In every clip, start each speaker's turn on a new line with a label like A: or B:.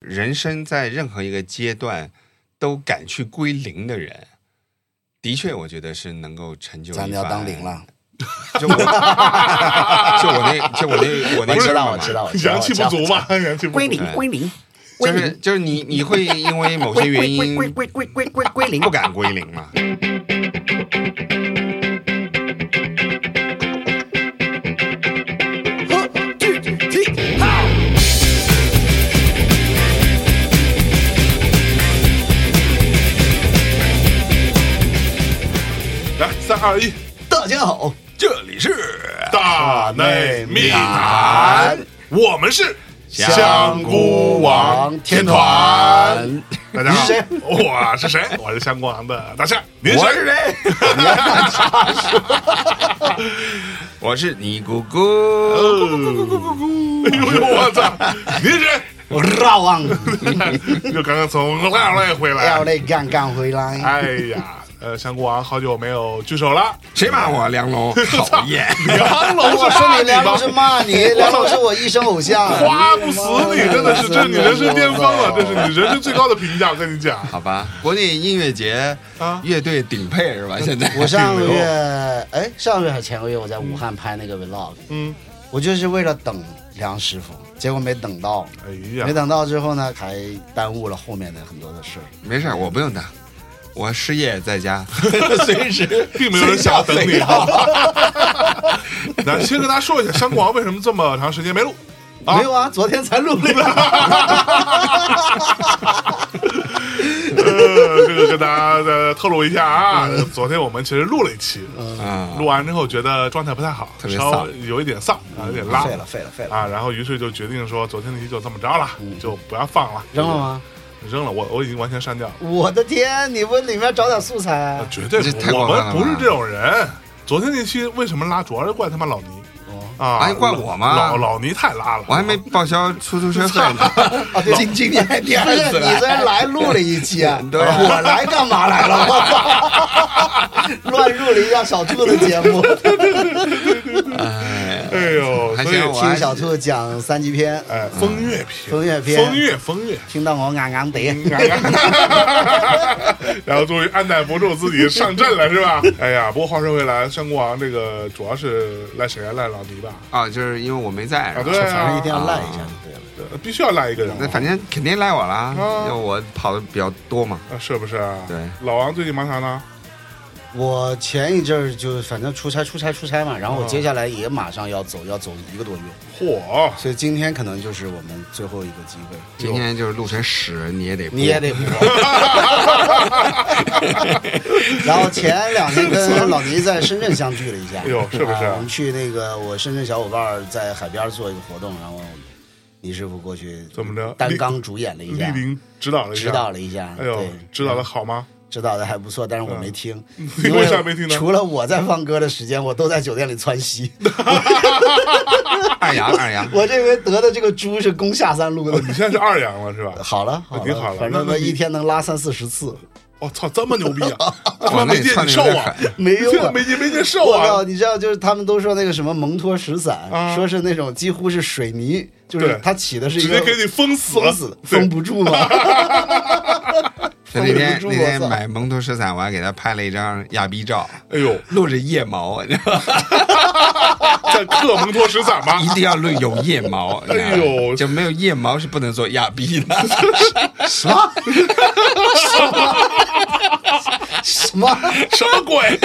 A: 人生在任何一个阶段都敢去归零的人，的确，我觉得是能够成就一番。
B: 咱们要当零了，
A: 就 我，就我那，就我那，我那
B: 我知
A: 哥们
B: 道，
A: 儿
B: 我
A: 嘛
B: 知道，我知道
C: 阳气不足哎嘛，阳气不
B: 归
C: 足。
B: 零，归零，
A: 就
B: 归
A: 是
B: 零，
A: 就是你你会因为某些
B: 归
A: 原因
B: 归归归归归归归零
A: 不。敢归零嘛？
C: 哎来，三二一，
B: 大家好，
A: 这里是
C: 大内哎密
B: 谈
C: 谈，我们是
A: 香
C: 菇王天团。大家
B: 你
C: 好
B: 是谁，
C: 我是谁？我是香菇王的大夏。您
A: 我
C: 谁？
A: 是 谁？ 我是尼姑姑。哦
C: 哎呦我操！您是谁？
B: 我绕望
C: 就刚刚从拉来回
B: 要
C: 来。
B: 得杠杠回来。
C: 哎呀，呃，香菇王好久没有聚首 了。
A: 谁骂我梁 龙？讨厌！
C: 梁龙
B: 我
C: 是
B: 说
C: 骂
B: 你
C: 你
B: 梁
C: 吧
B: 老师骂你，梁老师我一生偶 像。
C: 夸不死你，真的是，这是你人生巅峰 了，这是你人生最高的评价。我跟你讲，
A: 好吧，国内音乐节
C: 啊
A: 乐队顶配是吧？现在
B: 我上个月，哎，上个月还是前个月，我在武汉拍那个 vlog，
C: 嗯，
B: 我就是为了等梁师傅，结果没等到，
C: 哎
B: 没
C: 呀，
B: 等到之后呢，还耽误了后面的很多的事儿。
A: 没事儿，我不用打，我失业在家，随时
C: 并没有人想要等你
A: 谁。叫
C: 来，先跟大家说一下，香菇王为什么这么长时间没录？啊
B: 没有啊，昨天才录了一个。
C: 呃，这个跟大家再透露一下啊，昨天我们其实录了一期，
A: 啊
C: 录完之后觉得状态不太好，
A: 特别
C: 稍
A: 丧嗯
C: 微有一点丧啊，有点拉
B: 废了，废了，废了，
C: 啊，然后于是就决定说，昨天那期就这么着了，
A: 嗯
C: 就不要放了，
B: 扔了？吗？
C: 扔了，我我已经完全删掉了，
B: 我的天，你们里面找点素材啊！
C: 绝对
A: 这太
C: 不，
A: 过
C: 我
A: 分了
C: 们
A: 吧
C: 不是这种人。昨天那期为什么拉，主要是怪他妈老倪啊，
A: 哎怪我吗
C: 老老倪太拉了，
A: 我还没报销出租车费呢。
B: 啊，对，今今天还第
A: 二次来，
B: 你虽然来录了一期啊
A: 对啊
B: 我来干嘛来了？ 我乱入了一下小兔的节目，
A: 哎
C: 哎呦，
A: 还
C: 所以
A: 行我
B: 听小兔讲三级片，
C: 哎，风月
B: 嗯
C: 篇，
B: 风月篇
C: 风月，风月。
B: 听到我昂昂的。
C: 然后终于按耐不住自己上阵了，是吧？哎呀，不过话说回来，山国王这个主要是赖谁啊？赖老倪吧？
A: 啊，就是因为我没在，
C: 啊，
A: 然后
C: 对
B: 反正一定
C: 啊，
B: 要赖一下，对了，
C: 呃必须要赖一个人啊，
A: 那反正肯定赖我啦，
C: 啊
A: 因为我跑的比较多嘛。
C: 啊是不是？
A: 对，
C: 老王最近忙啥呢？
B: 我前一阵儿就反正出差出差出差嘛，然后我
C: 啊
B: 接下来也马上要走，要走一个多月，
C: 嚯，
B: 所以今天可能就是我们最后一个机会，
A: 今天就是录成屎，你也得播
B: 你也。得 播。然后前两天跟老倪在深圳相聚了一下，
C: 哎呦是不是
B: 啊我们去那个我深圳小伙伴儿在海边做一个活动，然后倪师傅过去
C: 怎么着
B: 单刚主演了一
C: 莅
B: 下，
C: 临指导了一下，
B: 指导了一下，
C: 哎呦
B: 对，，
C: 指导的好吗？
B: 指导的还不错，但是我没 听，
C: 你
B: 因
C: 嗯为啥没听呢
B: 除了我在放歌的时间，我都在酒店里窜 稀。
A: 二牙二 牙，
B: 我这回得的这个猪是攻下三路
C: 哦，
B: 的
C: 你。现在是二阳了是吧？
B: 好了，好
C: 挺好了
B: 反正
C: 那
B: 我
C: 那你
B: 一天能拉三四十 次，
C: 我哦操，这么牛逼 啊！他
A: 我
C: 妈
A: 那
C: 没
A: 也
C: 见
A: 窜的
C: 你瘦
A: 有点
C: 啊，
A: 狠。
B: 没有啊
C: 没见没见瘦
B: 我靠！
C: 啊！
B: 你知道，就是他们都说那个什么蒙脱石伞，
C: 啊
B: 说是那种几乎是水泥，就是
C: 对
B: 它起的是一
C: 直
B: 个
C: 接给你封死了，
B: 封死，
C: 对
B: 封不住 嘛。
A: 就那天那
B: 封不住我
A: 天
B: 操！
A: 买蒙脱石伞，我还给他拍了一张亚逼照，
C: 哎呦，
A: 露着腋毛，你知道吧？
C: 在克蒙托石 伞吗
A: 一？定要露有腋毛。你知道吧
C: 哎呦
A: 就没有腋毛是不能做亚逼的。
B: 什么？什么？
C: 什么鬼？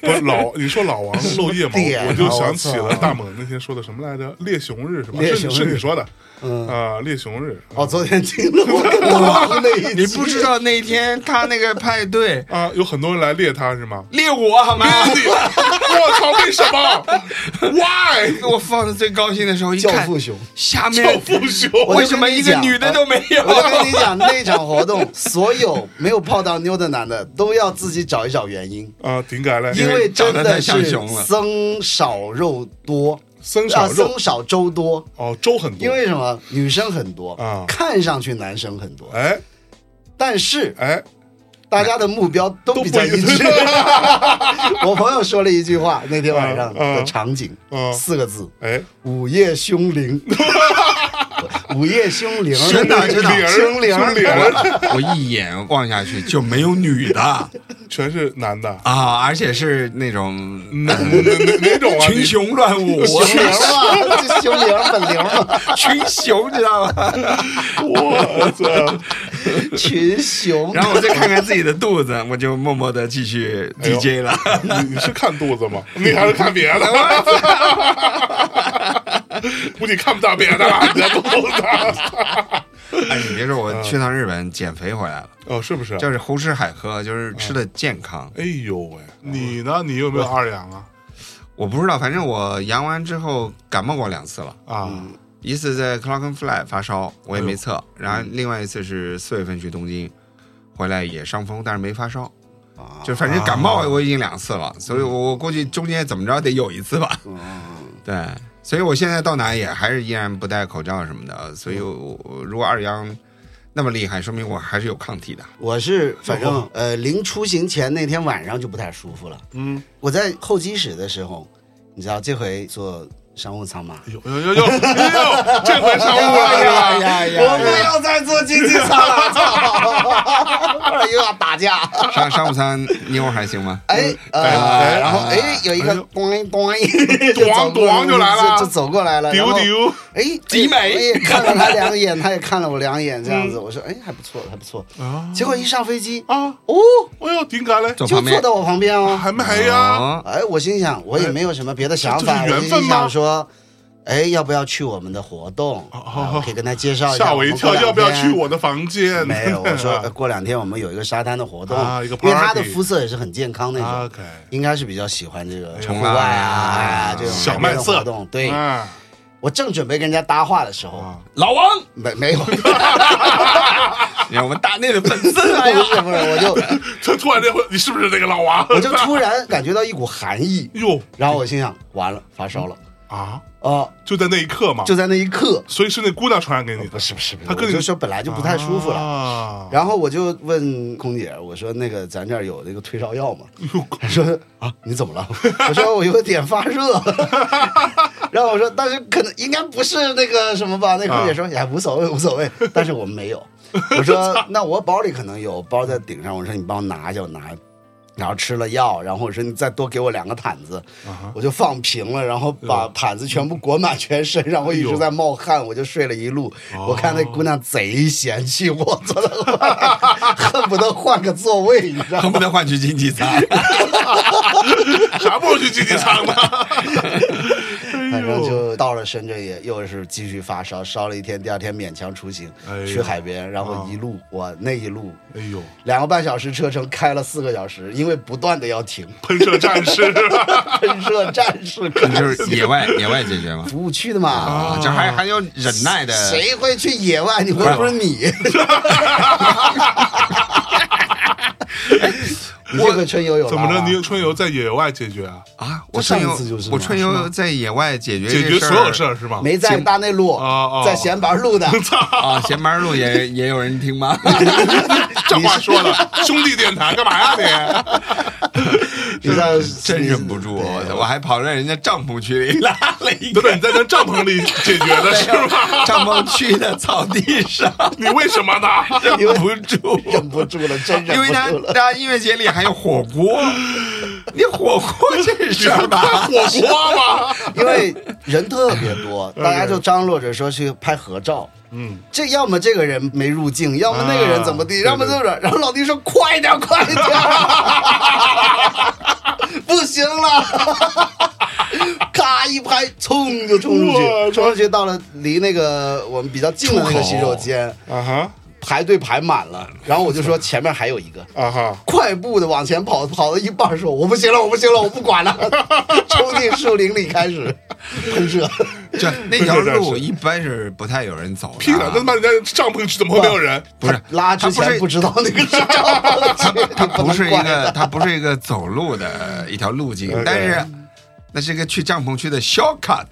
C: 不是老，你说老王露腋毛
B: 点，啊
C: 我就想起
B: 我
C: 了
B: 操
C: 大猛那天说的什么来着？猎熊日是吧？
B: 猎熊
C: 是
B: 日
C: 是你说的
B: 嗯
C: 啊？猎熊日
B: 哦，昨天听了我跟老王那一集，
A: 你不知道那天他那个派对
C: 啊，有很多人来猎他是吗？
A: 猎我好吗？
C: 你我操，为什 么？Why？
A: 我放的最高兴的时候，一
B: 教
A: 看
B: 父熊。
A: 下
C: 教
A: 面
C: 父熊，
B: 我
A: 为什
B: 就跟
A: 么
B: 你
A: 一个
B: 讲啊
A: 女的都没有？
B: 我就跟你讲，那场活动，所有没有泡到妞的男的都要自己找一找原因，
C: 啊，顶改嘞，
B: 因为真的
A: 长得太像
B: 是
A: 熊了
B: 僧少肉多，
C: 僧
B: 啊，
C: 少肉
B: 僧少粥多。
C: 哦，粥很多，
B: 因为什么？女生很多
C: 啊
B: 看上去男生很多，
C: 哎
B: 但是
C: 哎，
B: 大家的目标都比较一
C: 都不一
B: 致。 我朋友说了一句话，那天晚上
C: 啊啊
B: 的场景
C: 啊
B: 四个字：
C: 哎，
B: 午夜凶铃。午夜凶铃，
A: 真的真的
B: 精灵
C: 精灵
B: 啊
A: 我一眼望下去就没有女的啊，
C: 全是男的，
A: 而且是那种
B: 嗯
C: 哪哪哪哪种 啊？
A: 群雄乱舞，
B: 精灵嘛，啊这精灵本灵嘛，
A: 群雄知道吗？
C: 你我操！
B: 群雄。
A: 然后我再看看自己的肚子，我就默默的继续 DJ 了。
C: 你你是看肚子吗？你还是看别的？估计看不到别的了，你的肚子。
A: 哎，你别说，我去趟日本减肥回来了，
C: 哦，是不是？
A: 就是啊胡吃海喝，就是吃的健康。
C: 哎呦喂，你呢？你有没有二阳啊？
A: 我不知道，反正我阳完之后感冒过两次了，
C: 啊，
A: 一次在 Clock and Fly 发烧，我也没测，然后另外一次是四月份去东京，回来也伤风，但是没发烧。就反正感冒我已经两次了，所以我我估计中间怎么着得有一次吧。对，所以我现在到哪也还是依然不戴口罩什么的，所以我我如果二阳那么厉害，说明我还是有抗体的。
B: 我是反正呃，临出行前那天晚上就不太舒服了。
C: 嗯，
B: 我在候机室的时候，你知道这回坐商务舱嘛？哎
C: 有有有有有，这回上 路了是吧？
A: 呀
B: 我不！要再坐经济舱了，操！不 然又要打架。
A: 上上午餐妞还行吗？
B: 哎，
C: 哎
B: 呃，然后哎，有一个
C: 哎呦
B: 咣 咣，就走过
C: 咣咣就来了
B: 就就走过来了，然
C: 丢
B: 后
C: 丢，
B: 哎，
A: 集美
B: 我 也看了他两眼，他也看了我两眼，这样子，我说哎，还不错，还不错。
C: 啊
B: 结果一上飞机，
C: 嗯啊！
B: 哦，
C: 哎呦，顶感嘞，
A: 坐
B: 就
A: 旁
B: 坐
A: 边
B: 到我旁边哦。
C: 啊还没呀？
A: 哦
B: 哎，我心想，我也没有什么别的想法，
C: 这这是
B: 我
C: 缘分
B: 心
C: 吗
B: 想说，哎，要不要去我们的活动？
C: 哦
B: 啊我可以跟他介绍一下。
C: 吓我一跳，
B: 们过
C: 要
B: 两
C: 不要
B: 天
C: 去我的房间？
B: 没有，我说 呃过两天我们有一个沙滩的活动，
C: 啊一个
B: 因为他
C: party 啊
B: 的肤色也是很健康那种，
C: OK
B: 应该是比较喜欢这个
A: 冲
B: 户外
A: 浪
B: 啊、
A: 啊
B: 这种
C: 哎小麦色
B: 活动。对、
C: 啊
B: 我正准备跟人家搭话的时候，
C: 啊
A: 老王，
B: 没 没有，不是
A: 你看我们大内的粉丝 来了。
B: 不是，我 就
C: 他突然间会，你是不是那个老王？
B: 我就突然感觉到一股寒意，
C: 哟
B: 然后我心想，完了，发烧了
C: 啊！
B: 哦、
C: 就在那一刻嘛，
B: 就在那一刻，哦
C: 所以是那姑娘传染给你的
B: 不，是不是不是，
C: 啊哎他跟你
B: 我就说本来就不太舒服了。
C: 啊
B: 然后我就问空姐，我说那个咱这儿有那个退烧药吗？她说啊，你怎么了？我说我有点发热。 然后我说，但是可能应该不是那个什么吧？那空姐说也、哎无所谓，无所谓。但是我们没有。我说那我包里可能有，包在顶上。我说你帮我拿一下，我拿。然后吃了药，然后我说你再多给我两个毯子，我就放平了，然后把毯子全部裹满全身，然后一直在冒汗，我就睡了一路。我看那姑娘贼嫌弃我坐在外面， 恨不得换个座位，你知道
A: 恨不？
B: 吗
A: 得换去经济舱，
C: 啥时候去经济舱呢？哎
B: 反正就到了深圳也又是继续发烧，烧了一天，第二天勉强出行、
C: 哎呦
B: 去海边，然后一路、我那一路
C: 哎呦，
B: 两个半小时车程开了四个小时，因为不断的要停，
C: 喷射战士，
B: 喷射战士可
A: 就是野外野外解决嘛，
B: 不去的嘛。
A: 啊，就还还有忍耐的。
B: 谁会去野外？你会不是你？你这个春游有
C: 怎么
B: 拉
C: 着？
B: 吗
C: 你春游在野外解决啊？
A: 啊？我春游
B: 上次就是嘛
A: 我春游在野外解决
C: 解决
A: 这
C: 所有事儿是吗？
B: 没在大内路
C: 哦哦，
B: 在闲板路的。
A: 啊， 闲班路也也有人听 吗？
C: 这话说的，兄弟电台干嘛呀
B: 你知道
A: 真忍不住，
B: 啊
A: 我我还跑到人家帐篷区里拉了一
C: 你？对
A: 个
C: 对，你在那帐篷里解决的是吧？
A: 帐篷区的草地上，
C: 你为什么呢？
A: 忍 不住，
B: 忍不住了，真
A: 因
B: 忍
A: 为
B: 不
A: 他
B: 住了。
A: 他音乐节里还有火 锅，你火锅这事儿吧，
C: 火锅吗？
B: 因为人特别多，大家就张罗着说去拍合照。
C: 嗯，
B: 这要么这个人没入境，要么那个人怎么地，
C: 啊
B: 要么这个人。然后老弟说：“快点，快点， 不行了！” 咔一拍，冲就冲出
C: 我
B: 去，冲出去到了离那个我们比较近的那个洗手间，
C: 啊哈
B: 排队排满了。然后我就说前面还有一个，
C: 啊哈，
B: 快步的往前跑，跑到一半说：“我不行了，我不行了，我不管 了！”冲进树林里开始喷射。
A: 就那 条
C: 这事
A: 路
C: 儿
A: 一般是不太有人走
C: 屁
A: 的
C: 了！那他
A: 啊。
C: 妈人家帐篷怎么会没有人？
A: 不是
B: 拉之前不知道那个是帐篷区，
A: 它不是一
B: 能怪
A: 呃个，它不是一个走路的一条路径
C: OK，
A: 但是那是一个去帐篷区的 shortcut，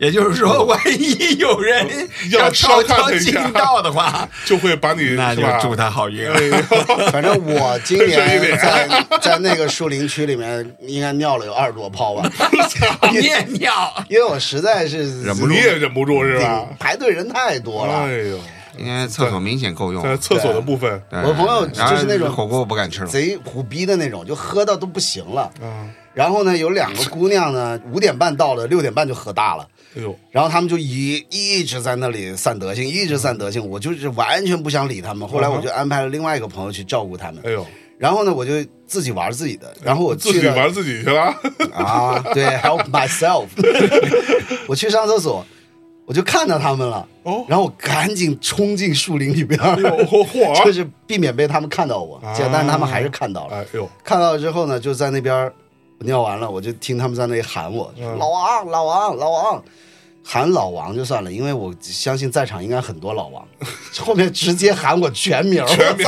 A: 也 就是说，万一有人
C: 要
A: 悄
C: shortcut
A: 悄
C: 一下
A: 进道的话，
C: 就会把你
A: 那
C: 是
A: 就
C: 吧哎
A: 祝他好运了。啊
B: 反正我今
C: 这是一
B: 年
C: 点
B: 在在那个树林区里面，应该尿了有二十多泡吧，
A: 面尿，
B: 因为我实在是
A: 忍不住
C: 你也忍不住是
B: 顶
C: 吧？
B: 排队人太多
C: 哎
B: 了。
C: 呦，
A: 应该厕所明显够用。
C: 在厕所的部分，
A: 对
B: 我朋友哎就是那种
A: 然后火锅，我不敢吃了。
B: 贼虎逼的那种，就喝到都不行了。
C: 啊，
B: 然后呢，有两个姑娘呢，五点半到了，六点半就喝大了。
C: 哎呦，
B: 然后他们就一一直在那里散德性，一直散德
C: 嗯
B: 性，我就是完全不想理他们。后来我就安排了另外一个朋友去照顾他们，
C: 哎呦，
B: 然后呢，我就自己玩自己的。然后我
C: 自
B: 去
C: 己
B: 了
C: 玩自己去 了，
B: 啊，对，help myself，我去上厕所，我就看到他们了，
C: 哦哎
B: 然后我赶紧冲进树林里边儿，
C: 呦 嚯
B: 就是避免被他们看到我，
C: 啊
B: 结果但是他们还是看到了。
C: 哎呦，
B: 看到了之后呢，就在那边儿我尿完了，我就听他们在那里喊我，
A: 嗯
B: 老王，老王，老王。喊老王就算了，因为我相信在场应该很多老 王，后面直接喊我全名儿，全名，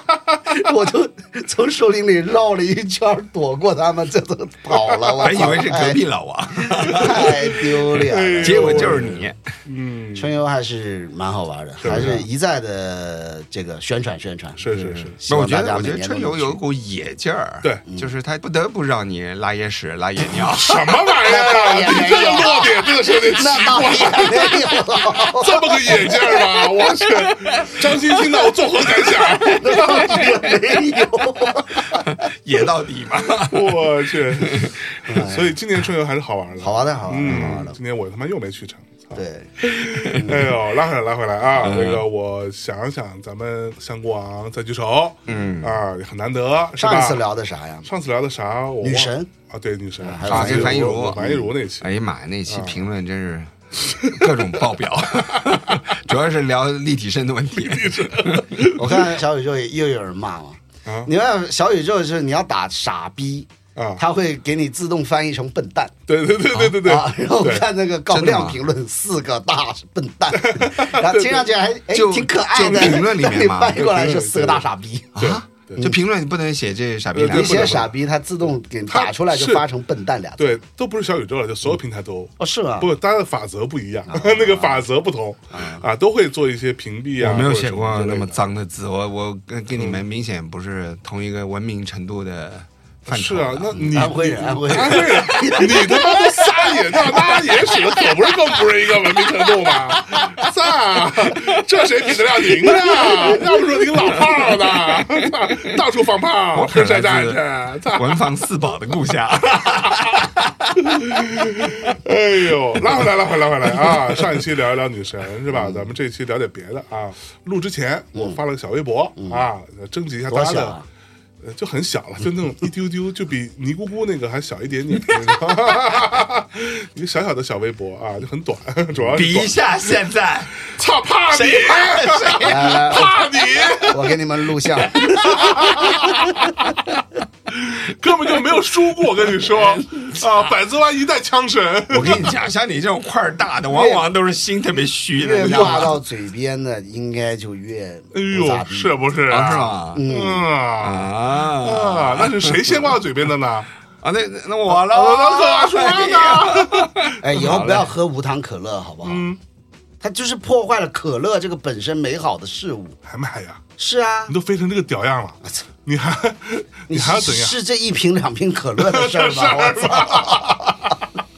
B: 我就从树林里绕了一圈儿，躲过他们，这都跑了。我
A: 本以为是
B: 操
A: 隔壁哎老王，
C: 哎
B: 太丢脸了。
A: 结果就是你。
C: 嗯，
B: 春游还是蛮好玩的，
C: 不
B: 还
C: 是
B: 是一再的这个宣传宣传。
C: 是是是，
B: 希
A: 不，
B: 望
A: 我觉
B: 大
A: 得
B: 家
A: 我觉
B: 每
A: 得
B: 年
A: 春
B: 都
A: 游
B: 能
A: 有
B: 去嗯
A: 股野劲儿，
C: 对，
A: 就是他不得不让你拉野屎、拉野尿。
C: 什么玩意
B: 那倒
C: 儿
B: 也
C: 啊？
B: 没
C: 你这个
B: 有
C: 落点，这个兄弟
B: 那倒也没有
C: 这么个眼镜儿 吗？我去，张鑫听到作何感想？
B: 那倒也没有，
A: 野到底嘛。
C: 我 去，所以今年春游还是好玩的，
B: 哎好玩的，好玩的，好玩
C: 嗯
B: 的，。
C: 今年我他妈又没去成。操
B: 对，嗯
C: 哎呦，拉回来，拉回来啊！那个，我想想，咱们香菇王再举手，嗯啊，很难得，是吧
B: 上一次聊的啥呀？
C: 上次聊的啥？我忘了
B: 女神
C: 啊，对，女神，
B: 还有
C: 啊
B: 樊嗯
A: 亦
C: 我
A: 儒
C: 我樊亦儒那期，
A: 哎呀妈呀，那
C: 嗯
A: 期评论真是 各种爆表，主要是聊立体声的问题。
B: 我看小宇宙也又有人骂我
C: 啊。
B: 你看小宇宙就是你要打傻逼
C: 啊
B: 他会给你自动翻译成笨蛋。
C: 对对对对对对
B: 啊，然后
C: 对
B: 看那个高
A: 真的吗
B: 亮评论四个大笨蛋， 然后听上去还哎
A: 就
B: 挺可爱的，
A: 就评论里面
B: 但你
A: 嘛
B: 翻译过来是
C: 对
B: 四个大傻逼。
C: 对对
A: 就评论你不能写这傻逼
C: 对
A: 俩
B: 你
A: 字
C: 不
B: 写
C: 能
B: 傻逼，它自动给你
C: 它
B: 打出来就是发成笨蛋俩字。
C: 对，都不是小宇宙了，就所有平台都
B: 哦，是吗？
C: 不，大家的法则不一样， 那个法则不同啊，都会做一些屏蔽啊。
A: 我没有
C: 或者嗯
A: 写
C: 什么
A: 过
C: 之类
A: 那么
C: 的
A: 脏的字，我我跟跟你们明显不是同一个文明程度的范畴
C: 是啊，那你
B: 安徽人，安徽
C: 安
B: 人，
C: 徽人，你他妈都撒野尿拉野屎了，可不是更不是一个文明程度吗？ 撒，这谁比得 了您啊？要不说您老炮儿呢， 操到处放炮，
A: 我可
C: 跟
A: 来
C: 谁战
A: 自
C: 去？操！
A: 文房四宝的故乡。
C: 哎呦，拉回来，拉回来，拉回来啊！上一期聊一聊女神是吧？咱们这一期聊点别的啊。录之前我发了个小微博啊，征集一下大家
B: 多小
C: 的
B: 啊。
C: 呃就很小了，就那种一丢丢，就比尼姑姑那个还小一点点， 一个小小的小微博啊，就很短，主要是
A: 比一
C: 短。
A: 下现 在，
C: 操，怕你，
A: 谁怕谁？
B: 来来，
C: 怕你，
B: 我给你们录像。
C: 根本就没有输过，我跟你说啊，百子湾一代枪神，
A: 我跟你讲，像你这种块儿大的，往往都是心特别虚的，
B: 越
A: 你知道
B: 挂
A: 吗？
B: 到嘴边的，应该就越
C: 哎
B: 不咋
C: 呦，
B: 地
C: 是不是
A: 啊，
C: 啊？
A: 是吗？
C: 嗯啊
A: 啊
C: 啊，那是谁先挂到嘴边的呢？
A: 啊，那那那我了，
C: 我刚刚说
A: 哎
C: 呢
A: 呀，
B: 哎，以后不要喝无糖可乐，好不好？
C: 嗯
B: 它就是破坏了可乐这个本身美好的事物。
C: 还卖呀？
B: 是啊
C: 你，都飞成这个屌样了，你还你还要怎样？
B: 是这一瓶两瓶可乐的事儿 吧？我
C: 啊
B: 操！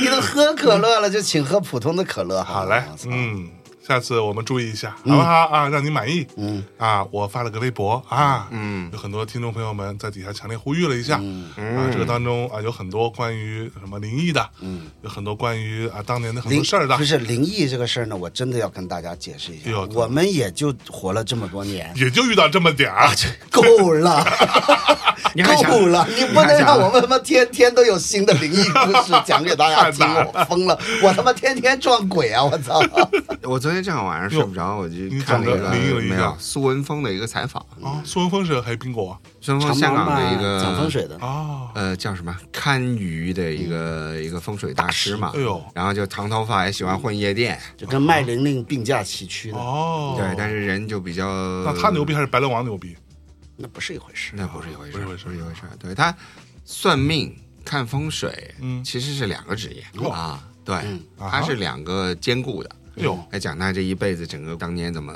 B: 你都喝可乐了，就请喝普通的可乐好
C: 好
B: 了
C: 嘞
B: 我，操
C: 嗯，下次我们注意一下，好不好啊？让你满意。嗯啊，我发了个微博啊，嗯，有很多听众朋友们在底下强烈呼吁了一下啊，这个当中啊有很多关于什么灵异的，嗯，有很多关于啊当年的很
B: 灵
C: 多事儿的
B: 不，是灵异这个事儿呢，我真的要跟大家解释一下
C: 哎呦，
B: 我们也就活了这么多年，
C: 也就遇到这么点儿。啊
B: 够了，
A: 你还想
B: 够了，你不能让我们他妈天天都有新的灵异故事讲给大家听
C: 太难，
B: 我疯 了，我他妈天天撞鬼啊！我操！
A: 我昨天正好晚上睡不着，我就看了
C: 你怎么灵异
A: 一
C: 了
A: 个
C: 一下
A: 没有苏文峰的一个采访，
C: 啊，苏文峰是黑苹果
A: 苏文峰
B: 长
A: 香
B: 毛
A: 港
B: 嘛
A: 的一个
B: 讲风水的，
C: 啊，
A: 呃，叫什么堪舆的一
B: 嗯
A: 个一个风水大师嘛
C: 哎呦，
A: 然后就长头发，也喜欢混夜店，
B: 就跟麦玲玲并驾齐驱的，
C: 哦，
A: 对，但是人就比较
C: 那他牛逼还是白龙王牛逼？
B: 那不是一回事。
A: 那不是一回事，
C: 不是一回事
A: 不是一回事。对他算命，看风水，
C: 嗯
A: 其实是两个职业、
C: 哦
A: 啊，哎对，
C: 啊
A: 它是两个兼顾的。
C: 哟
A: 来讲他这一辈子整个当年怎么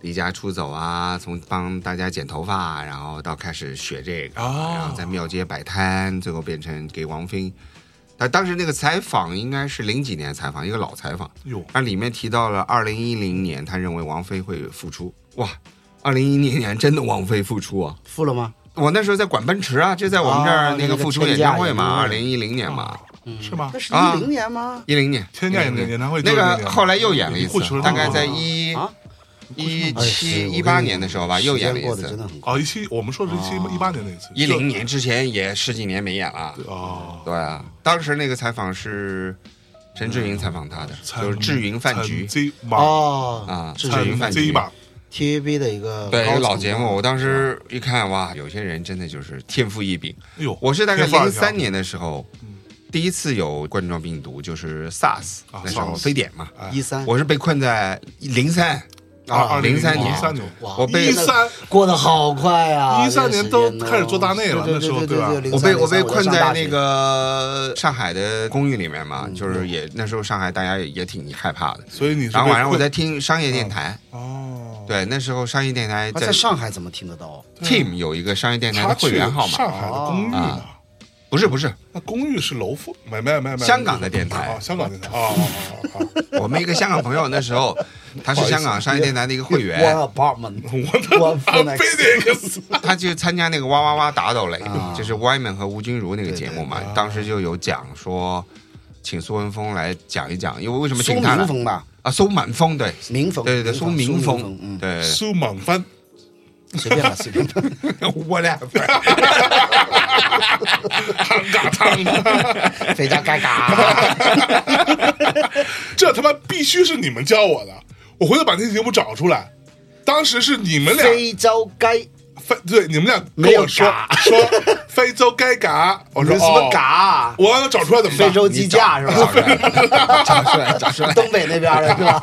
A: 离家出走啊，从帮大家剪头发，然后到开始学这个，
C: 哦
A: 然后在庙街摆摊，最后变成给王菲。他当时那个采访应该是零几年采访，一个老采访，
C: 哟，
A: 他里面提到了二零一零年，他认为王菲会复出。哇，二零一零年真的王菲复出啊！
B: 付了吗？
A: 我那时候在管奔驰啊，就在我们这
B: 哦
A: 儿那
B: 那个
A: 个复出
B: 天
A: 演唱
B: 价
A: 会嘛，二
B: 演唱会
A: 零一零年嘛，
C: 是吗
B: 那？是
A: 啊
B: 一零年吗？
A: 一零年
C: 天价演
A: 10
C: 演唱会
A: 那
C: 就是那
A: 个
C: 年
A: 后来又演了一
C: 你过去
A: 次，
C: 了
A: 大概在
C: 吗
A: 一
B: 啊
A: 一
B: 哎是
A: 七
B: 我
A: 一
B: 跟
A: 八
B: 你
A: 年的时候吧，又
B: 时
A: 演
B: 间
A: 了一
B: 过得真
A: 次
B: 的。很快。
C: 哦，一七我们说的是一七一八年那一次，
A: 一零年之前也十几年没演了。
C: 就哦，
A: 对啊，当时那个采访是陈志云采访他的，就是志云饭局
C: 这马
B: 哦
A: 啊，
B: 志
A: 志
B: 云
A: 云饭
C: 这一
A: 局。
C: 把，
B: ，TVB 的一个
A: 对，一
B: 高
A: 个
B: 层啊
A: 老
B: 嘛
A: 节目，我当时一看，哇，有些人真的就是天赋异禀。
C: 哎呦，
A: 我是大概
C: 天花
A: 零
C: 一条
A: 三年的时候
C: 嗯，
A: 第一次有冠状病毒，就是 SARS，
C: 啊
A: 那时候
C: SARS
A: 非典嘛，
B: 一三
A: 我是被困在零三
C: 啊，
A: 零三
C: 年，
A: 年
C: 零，三年，
B: 哇
A: 我被
C: 一三
B: 过得好快啊！
C: 13年都
B: 这个时间
C: 开始做大内了
B: 对
C: 那时候
B: 对对
C: 对吧
B: 对对，
A: 我
B: 03
A: 被
B: 年
A: 我被
B: 上
A: 困在
B: 大
A: 那
B: 学
A: 个上海的公寓里面嘛，就是也那时候上海大家也也挺害怕的。
C: 嗯所以你是
A: 然后
C: 被
A: 晚上我
C: 困
A: 在听商业电台，
C: 哦，
A: 对，那时候商业电台
B: 啊在上嗯海怎么听得到？
A: Team 有一个商业电台
C: 他
A: 的会员号
C: 去
A: 码，
C: 上海的公寓
A: 啊
C: 嘛，
A: 不是不是，
C: 那公寓是楼房，没没没没，
A: 香港的电台
C: 哦，香港电台，哦 哦哦哦，哦
A: 我们一个香港朋友那时候他是香港商业电台的一个会员，
B: 我 apartment，
C: 我
B: 我
C: 的啊，非得个死，
A: 他就参加那个哇哇哇打斗擂
B: 啊，
A: 就是 Wyman 和吴君如那个节目嘛
C: 对对，对
A: 当时就有讲说。请苏文峰来讲一讲，因为为什么
B: 苏
A: 请他
B: 民
A: 来
B: 风吧，
A: 啊？苏满峰对，
B: 民风，
A: 对对对，
B: 民
A: 苏
B: 风
A: 明
B: 风，
A: 峰，
B: 嗯，
A: 对，
C: 苏猛翻，
B: 随便吧，随便 吧。
A: whatever，
C: 嘎汤，
B: 肥家啊 嘎嘎，
C: 这他妈必须是你们教我的，我回头把那节目找出来。当时是你们俩，
B: 非洲该
C: 非对你们俩
B: 没
C: 跟
B: 有
C: 我说
B: 嘎
C: 说非洲该嘎，我说
B: 有什么
C: 哦，
B: 嘎？
C: 我要找出来怎么
B: 非
C: 办？
B: 洲鸡架是
A: 找出
B: 吧？
A: 来，找出来，找出来。
B: 东北那边的是 吧？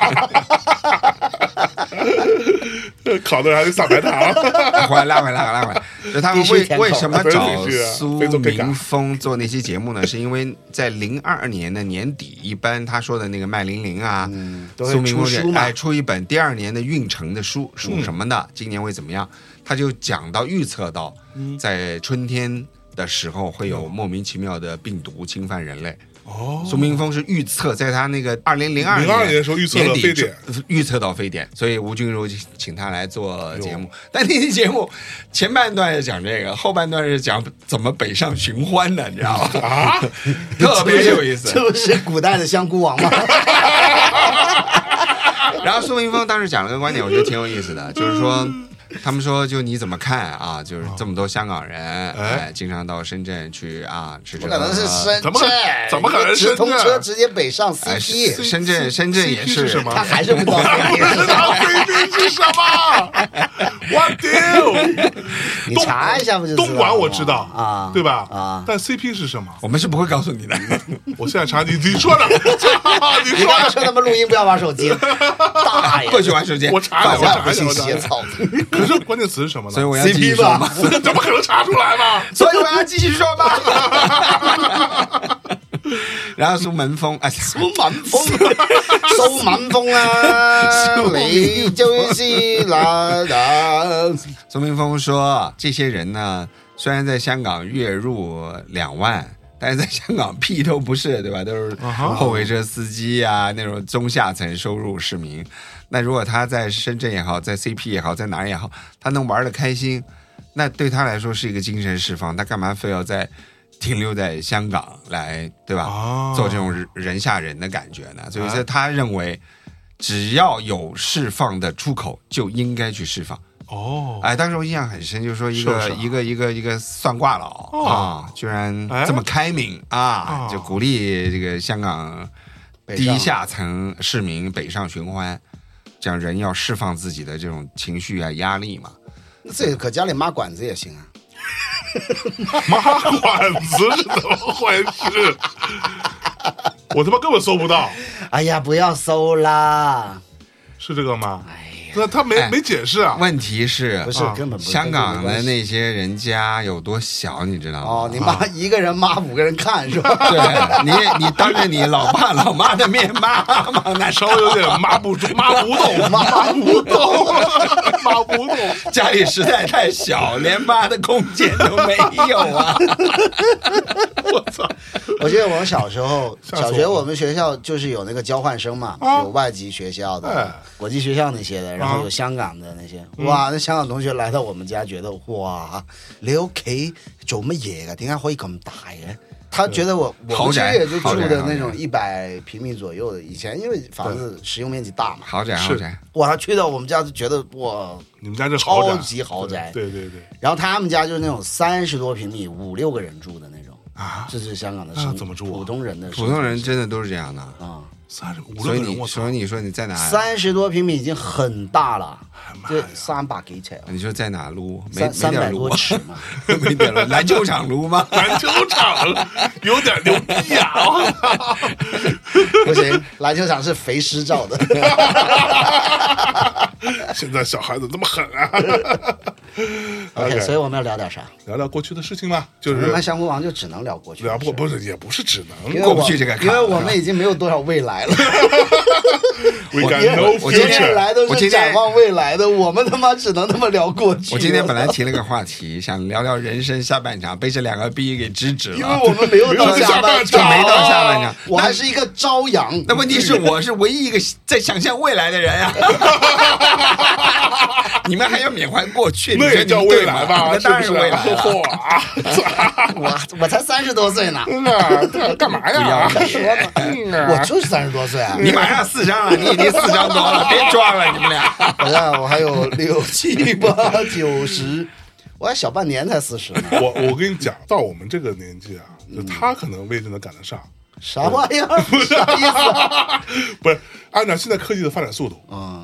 C: 呃烤的还得撒白 糖，
A: 回来拉回来，拉回来，拉回来。就他们
B: 必须
A: 为
B: 舔狗
A: 为什 么找
C: 必须啊
A: 苏
C: 非洲给嘎
A: 明峰做那期节目呢？是因为在零二年的年底，一般他说的那个麦玲玲啊，
C: 嗯
B: 都会
A: 苏明峰
B: 出书嘛
A: 哎出一本第二年的运程的书，
C: 嗯
A: 属什么的，今年会怎么样？他就讲到预测到，
C: 嗯
A: 在春天的时候会有莫名其妙的病毒侵犯人类。
C: 哦，
A: 苏明峰是预测，在他那个二零零二
C: 02年的时候预测了非典，
A: 预测到非典，所以吴君如请他来做节目。但那期节目前半段是讲这个，后半段是讲怎么北上寻欢的，你知道吗？啊，
C: 哦
A: 特别有意思。
B: 这不是古代的香菇 王吗？
A: 然后苏明峰当时讲了个观点，我觉得挺有意思的，
B: 嗯
A: 就是说。他们说，就你怎么看啊？就是这么多香港人，哎，经常到深圳去啊，吃吃
B: 不
A: 喝
B: 哦可能是
A: 喝。
B: 深
C: 怎么可
B: 圳，
C: 怎么可能
B: 直通
C: 深圳啊
B: 车直接北上
A: 哎，
B: CP，
A: 深圳，深圳也
C: CP 是什么
B: 他还是不 到 CP
C: 那非洲是什 么？我丢！
B: 你查一下不就知道了
C: 东
B: 吗
C: 莞我知道
B: 啊，
C: 对吧？
B: 啊，
C: 但 CP 是什么？
A: 我们是不会告诉 你的。
B: 哎
C: 我现在查你，你说的， 你
B: 你
C: 说
B: 刚才
C: 的。
B: 说他们录音不要玩手 机，大爷，
A: 过去玩手机，
C: 我查
A: 放
C: 了，
A: 下
C: 我查
B: 不
C: 了，
B: 信
C: 我查
B: 邪
C: 了。
B: 操！
C: 可是关键词是什么
A: 所以
C: 呢？
A: 我要继续
B: CP
A: 说
B: 吧
A: 嘛，
C: 怎么可能查出来呢？
A: 所以我要继续说 吧。然后苏门风，哎，苏门风，
B: 收蛮风 啊，你就是那 那
A: 苏门风说，这些人呢，虽然在香港月入两万。但是在香港屁都不是，对吧？都是
C: 啊哈
A: 后尾车司机啊，那种中下层收入市民。那如果他在深圳也好，在 CP 也好，在哪儿也好，他能玩的开心，那对他来说是一个精神释放。他干嘛非要在停留在香港来，对吧？
C: 啊
A: 做这种人人吓人的感觉呢？所以
C: 啊
A: 说，他认为只要有释放的出口，就应该去释放。
C: 哦，
A: 哎，当时我印象很深，就是说一
C: 是不
A: 个
C: 是啊
A: 一个一个一个算卦佬、
C: 哦
A: 啊，居然
C: 哎
A: 这么开明啊
C: 哦，
A: 就鼓励这个香港低下层市民北上寻欢。这样人要释放自己的这种情绪啊、压力嘛。
B: 自己搁家里抹管子也行啊。
C: 妈管子是怎么回 事？我他妈根本搜不到，
B: 哎呀，不要搜啦！
C: 是这个吗？
B: 哎
C: 那他没
A: 哎
C: 没解释啊，
A: 问题是啊
B: 不是根本不是
A: 香港的
B: 跟这没关系
A: 那些人家有多小，你知道吗？
B: 哦，你妈一个人骂五个人看是吧？
A: 对你，你当着你老爸老妈的面骂王大
C: 稍微有点抹不 住，抹不动，抹不动， 抹不动。
A: 家里实在太小，连妈的空间都没有啊！
C: 我操！
B: 我记得我们小时候，
C: 吓死我了
B: 小学我们学校就是有那个交换生嘛，
C: 啊
B: 有外籍学校的
C: 哎、啊嗯
B: 国际学校那些的，然后有香港的那些。哇，那香港同学來到我們家，覺得哇，你屋企做乜嘢㗎？點解可以咁大嘅？他覺得我我
A: 豪
B: 们其
A: 宅
B: 实也就住
A: 豪宅
B: 的那
A: 豪
B: 种
A: 宅
B: 一百平米左右的，以前因为房子使用面积大嘛，
A: 豪宅，
C: 是
A: 豪宅，
B: 哇，他去到我们家就觉得哇，
C: 你们家这豪宅，
B: 超级豪宅
C: 对对对
B: 然后他们家就是那种三十多平米，五六个人住的那种，
C: 啊！
B: 这是香港的
C: 那
B: 生活，
C: 怎么住啊
B: 普通人的
A: 普
B: 生
A: 通
B: 活
A: 人真的都是这样的。
B: 啊，
C: 三十五六
A: 所
C: 个
A: 以
C: 人，
A: 你，
C: 我操
A: 所！以你说你在哪？
B: 三十多平米已经很大了，
A: 哎
C: 妈
B: 这
C: 呀
B: 三百几尺啊，
A: 你说在哪撸？没
B: 三
A: 没
B: 三百
A: 点撸
B: 多
A: 啊，
B: 尺嘛。
A: 没点撸，篮球场撸 吗？
C: 篮球场有点牛逼啊！我操
B: 不行，篮球场是肥师 造的。
C: 现在小孩子这么狠 啊！
B: OK，
C: OK
B: 所以我们要聊点啥？
C: 聊聊过去的事情吧，就
B: 我们
C: 是
B: 香菇王就只能聊过去的
C: 聊
B: 事，
C: 不不是也不是只
B: 因
C: 能
B: 为我
A: 过不去这个坎
B: 因为
A: 儿
B: 我们已经没有多少未来 了。
C: ，We
B: 我
C: got
B: 今
C: no
B: 我今天
C: future。
B: 来都
A: 我
B: 是
A: 今天
B: 展望未来的，我们他妈只能他妈聊过去。
A: 我今天本来提了个话题， 想聊聊人生下半场，被这两个逼给制止
B: 因为
A: 了。
B: 我们没有到下半
A: 就
B: 场，
A: 没到下半场。
B: 我还是一个朝阳。
A: 那问题 是，我是唯一一个在想象未来的人啊！ 你们还要缅怀过去，
C: 那也叫未来吧？
A: 那当然
C: 是
A: 是
C: 不是
A: 未来了。
C: 嚯啊！
B: 我我才三十多岁 呢，
C: 真的，这干嘛呀？
A: 不要
C: 呢嗯啊
B: 我就是三十多岁啊。
A: 你马上四张了，你已经四张多了，别装了，你们 俩。
B: 好像我还有六七八九十，我还小半年才四十呢，
C: 我我跟你讲，到我们这个年纪啊，就他可能未必能赶得上。
B: 啥玩意儿？啥意思啊？
C: 不是，按照现在科技的发展速度，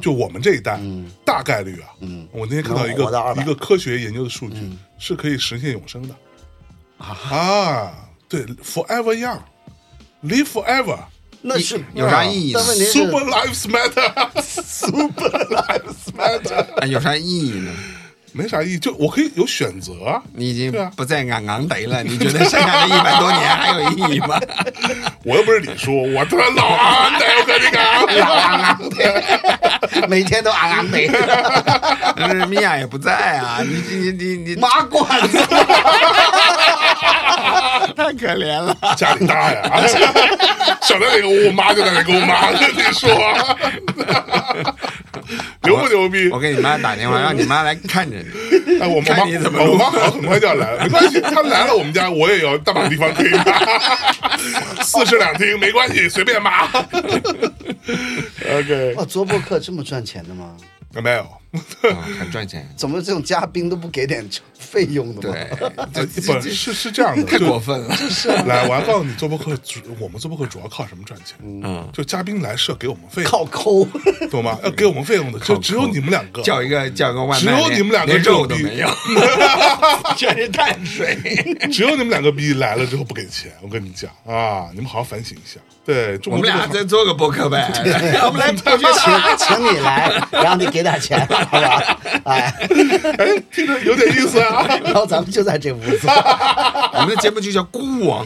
C: 就我们这一代，大概率啊，我那天看到一
B: 能活到200
C: 个一个科学研究的数据，是可以实现永生的。啊，对，forever young，live forever。
B: 那是
A: 有啥意义呢
B: 但问题是
C: Super lives matter，Super lives matter，
A: 哎有啥意义呢？
C: 没啥意义，就我可以有选择啊。
A: 你已经
C: 对啊
A: 不再昂昂得了，你觉得剩下的一百多年还有意义 吗？
C: 我又不是李叔，我他妈老安的，我跟你啊讲，
B: 每天都昂 昂的，
A: 但哎是米娅也不在啊，你你你你你
B: 麻管子。
A: 太可怜了。
C: 家里大呀， 想在哪个屋，我妈就在哪个屋，妈跟你 说，牛不牛逼？
A: 我给你妈打电话，让你妈来看着你。
C: 哎，我妈
A: 看你怎么
C: 我
A: 录
C: 妈好像很快就要来了，没关系，她来了我们家，我也有大把地方 听，四室两厅没关系，随 便骂。OK，
B: 哇，做播客这么赚钱的吗？
C: 没有。
A: 啊很赚钱。
B: 怎么这种嘉宾都不给点费用的吗？
A: 对，
C: 呃
A: 这
C: 不
A: 哎这
C: 是是是这样的，
A: 太
C: 就
A: 过分了。
C: 来，我要告诉你，做播客主我们做播客主要靠什么赚钱？
A: 嗯，
C: 就嘉宾来是要给我们费用的，
B: 靠抠，
C: 懂吗？要给我们费用的，就只有你们两个。
A: 叫一个叫个外卖，
C: 只有你们两个
A: 连肉
C: 肉
A: 都
C: 地
A: 没 有，全是碳水。
C: 只有你们两个逼来了之后不给钱，我跟你讲啊，你们好好反省一下。对，中
A: 我
C: 国
A: 们俩
C: 这
A: 再
C: 个
A: 做个播客呗，我 们来我去
B: 请 请你来，然后你给点钱，好吧？哎，
C: 哎，听着有点意 思啊。
B: 然后咱们就在这屋子，
A: 我们的节目就叫《孤王》，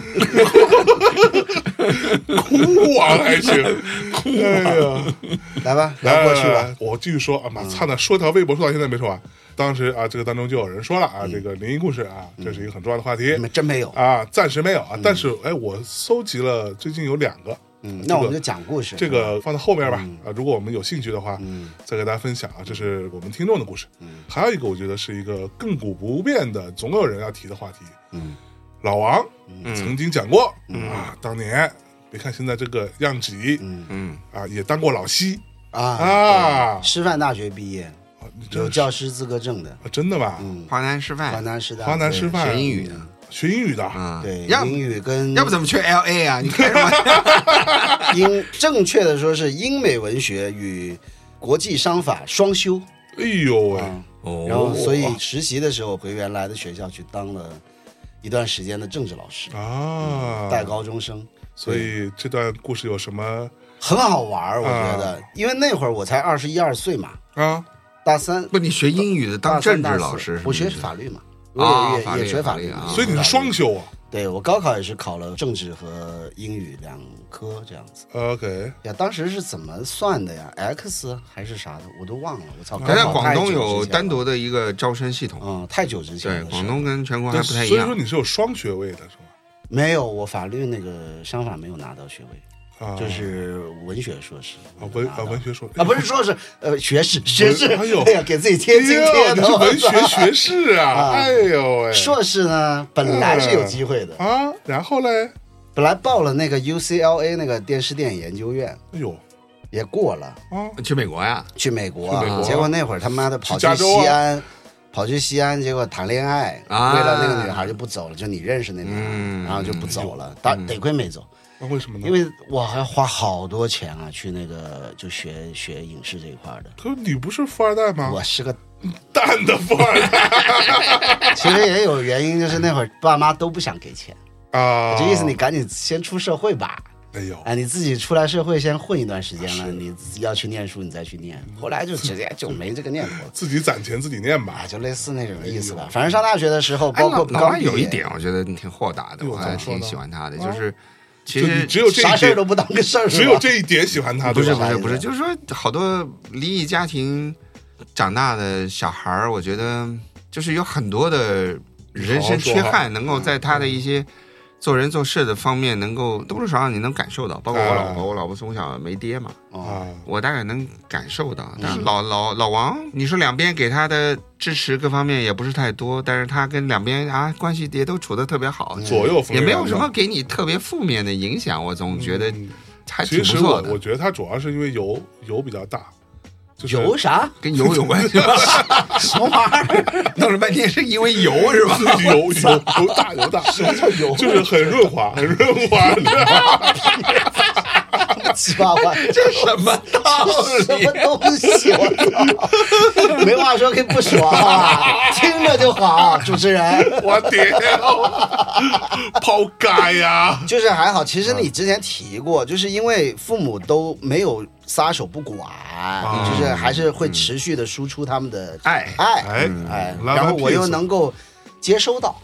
C: 哭啊，还行，哭啊！
B: 来吧，聊
C: 来
B: 过去吧。，
C: 我继续说啊，
A: 嗯
C: 马操呢，说条微博说到现在没说完。当时啊，这个当中就有人说了
A: 嗯
C: 啊，这个灵异故事啊，这是一个很重要的话题
A: 呃
B: 你们真没有，
C: 啊，暂时没有啊，
A: 嗯
C: 但是哎，我搜集了最近有两个，
B: 嗯，那我们就讲故事。
C: 这个放到后面吧。
A: 嗯
C: 啊，如果我们有兴趣的话，再给大家分享啊，这是我们听众的故事。
A: 嗯
C: 还有一个，我觉得是一个亘古不变的，总有人要提的话题。
B: 嗯，
C: 老王
A: 嗯
C: 曾经讲过啊，当年别看现在这个样子，
A: 嗯，
C: 啊，也当过老西
B: 啊，
C: 啊，
B: 师范大学毕业，
C: 啊你真
B: 有
C: 的
B: 教师资格证的，
C: 啊真的吧？
A: 华南师
B: 华
A: 范
B: 南师大，
C: 华南师
A: 嗯
C: 范
A: 学英语的
C: 学英语的，
A: 啊，
B: 对，
A: 要
B: 对英语跟
A: 要不怎么去 L A 啊？你开什么？
B: 英正确的说是英美文学与国际商法双修，
C: 哎呦 喂，
A: 啊哦
B: 然后所以实习的时候回原来的学校去当了一段时间的政治老师，
A: 嗯
C: 啊，
B: 带高中生，
C: 所以这段故事有什么
A: 啊
B: 很好玩儿，我觉得，因为那会儿我才二十一二岁嘛，
C: 啊？
B: 大三
A: 不，你学英语的
B: 大
A: 当
B: 三
A: 政
B: 大
A: 治
B: 四
A: 老师，
B: 我学法律嘛，
A: 啊
B: 我也
A: 法
B: 也
A: 律
B: 也学
A: 法律
B: 律
A: 啊
B: 嘛，
A: 嗯
C: 所以你是双修啊
B: 对我高考也是考了政治和英语两科这样子
A: 嗯
C: ？OK，
B: 呀。当时是怎么算的呀？X 还是啥的，我都忘了。我操！
A: 咱在
B: 高考
A: 哎广
B: 太久
A: 东
B: 之前
A: 有
B: 了
A: 单独的一个招生系统，
B: 嗯，太久之前
A: 对，
B: 的事
A: 广东跟全国还
C: 对
A: 不太一
C: 所以说
A: 样。
C: 你是有双学位的是吗？
B: 没有我法律那个相反没有拿到学位，
C: 啊，
B: 就是文学硕士
C: 啊文
B: 拿
C: 啊
B: 到
C: 文学硕
B: 啊不是硕士，呃学士学士，
C: 哎呦
B: 呀给自己贴金
C: 哎
B: 贴
C: 呦你
B: 的，
C: 是
B: 我
C: 文
B: 操
C: 学学士啊！
B: 啊
C: 哎呦喂，
B: 硕士呢本来是有机会的，
C: 啊，然后嘞，
B: 本来报了那个 UCLA 那个电视电影研究院
C: 哎呦
B: 也过了，
C: 啊，
A: 去美国呀？
B: 去美国啊，
C: 去美国
B: 结果那会儿他妈的跑
C: 去加
B: 去
C: 州啊
B: 西安，跑去西安，结果谈恋爱，
A: 啊
B: 为了那个女孩就不走了，就你认识那女孩，
A: 嗯
B: 然后就不走了，但、
C: 嗯
B: 得亏没走，
C: 那为什么呢？
B: 因为我还花好多钱啊，去那个就学学影视这一块儿的。
C: 可是你不是富二代吗？
B: 我是个，
C: 蛋的富二 代
B: 其实也有原因，就是那会儿爸妈都不想给钱，
C: 啊！
B: 就意思你赶紧先出社会吧，
C: 哎呦，，
B: 哎，你自己出来社会先混一段时间了，你自己要去念书，你再去念。后来就直接就没这个念头了
C: 自己攒钱自己念
B: 啊，。
C: 吧
B: 就类似那种意
C: 哎
B: 思吧。反正上大学的时候，包括
A: 哎老老
B: 刚
A: 外
B: 毕
A: 有一
B: 业，
A: 点，我觉得你挺豁达的，
C: 哎呦
A: 我还
C: 怎么说
A: 挺
C: 呢
A: 喜欢他的，
C: 啊
A: 就是其
C: 就你
A: 实
C: 只有这
B: 啥
C: 一
B: 事儿
C: 点
B: 都，不当个事儿，
C: 只
B: 是吧
C: 有这一点喜欢他，
A: 不是
C: 对吧
A: 不是
B: 对吧
A: 不是，就是说好多离异家庭长大的小孩儿，我觉得就是有很多的人生缺
C: 好好说
A: 憾，能够在他的一些做人做事的方面，能够多多少少你能感受到。包括我老婆，我老婆从小没爹嘛，
B: 哦，
C: 啊，
A: 我大概能感受到。但老老老王，你说两边给他的支持各方面也不是太多，但是他跟两边啊关系也都处得特别好，
B: 嗯
C: 左右逢
A: 也
C: 源
A: 没有什么给你特别负面的影响。我总觉得
C: 嗯
A: 还挺
C: 其
A: 不
C: 实我
A: 错
C: 我
A: 的，
C: 觉得他主要是因为油油比较大，就是
B: 有 啥
A: 跟油有关系吧？
B: 什么玩意儿？
A: 弄了半天是因为油是吧？
C: 油油油大油大，就是很润滑， 很润滑，你知道吗？
B: 七八万。
A: 这什么道
B: 什
A: 理
B: 么？东西？
C: 哎
B: 我操！ 没话说可以不说啊，听着就好。主持 人，
C: 我屌，抛开呀！
B: 就是还好。其实你
C: 嗯
B: 之前提过，就是因为父母都没有撒手不管，就是还是会持续的输出他们的
A: 爱
B: 爱，
C: 啊嗯哎
B: 哎，
C: Love
B: 然后
C: and
B: 我又
C: peace
B: 能够接收到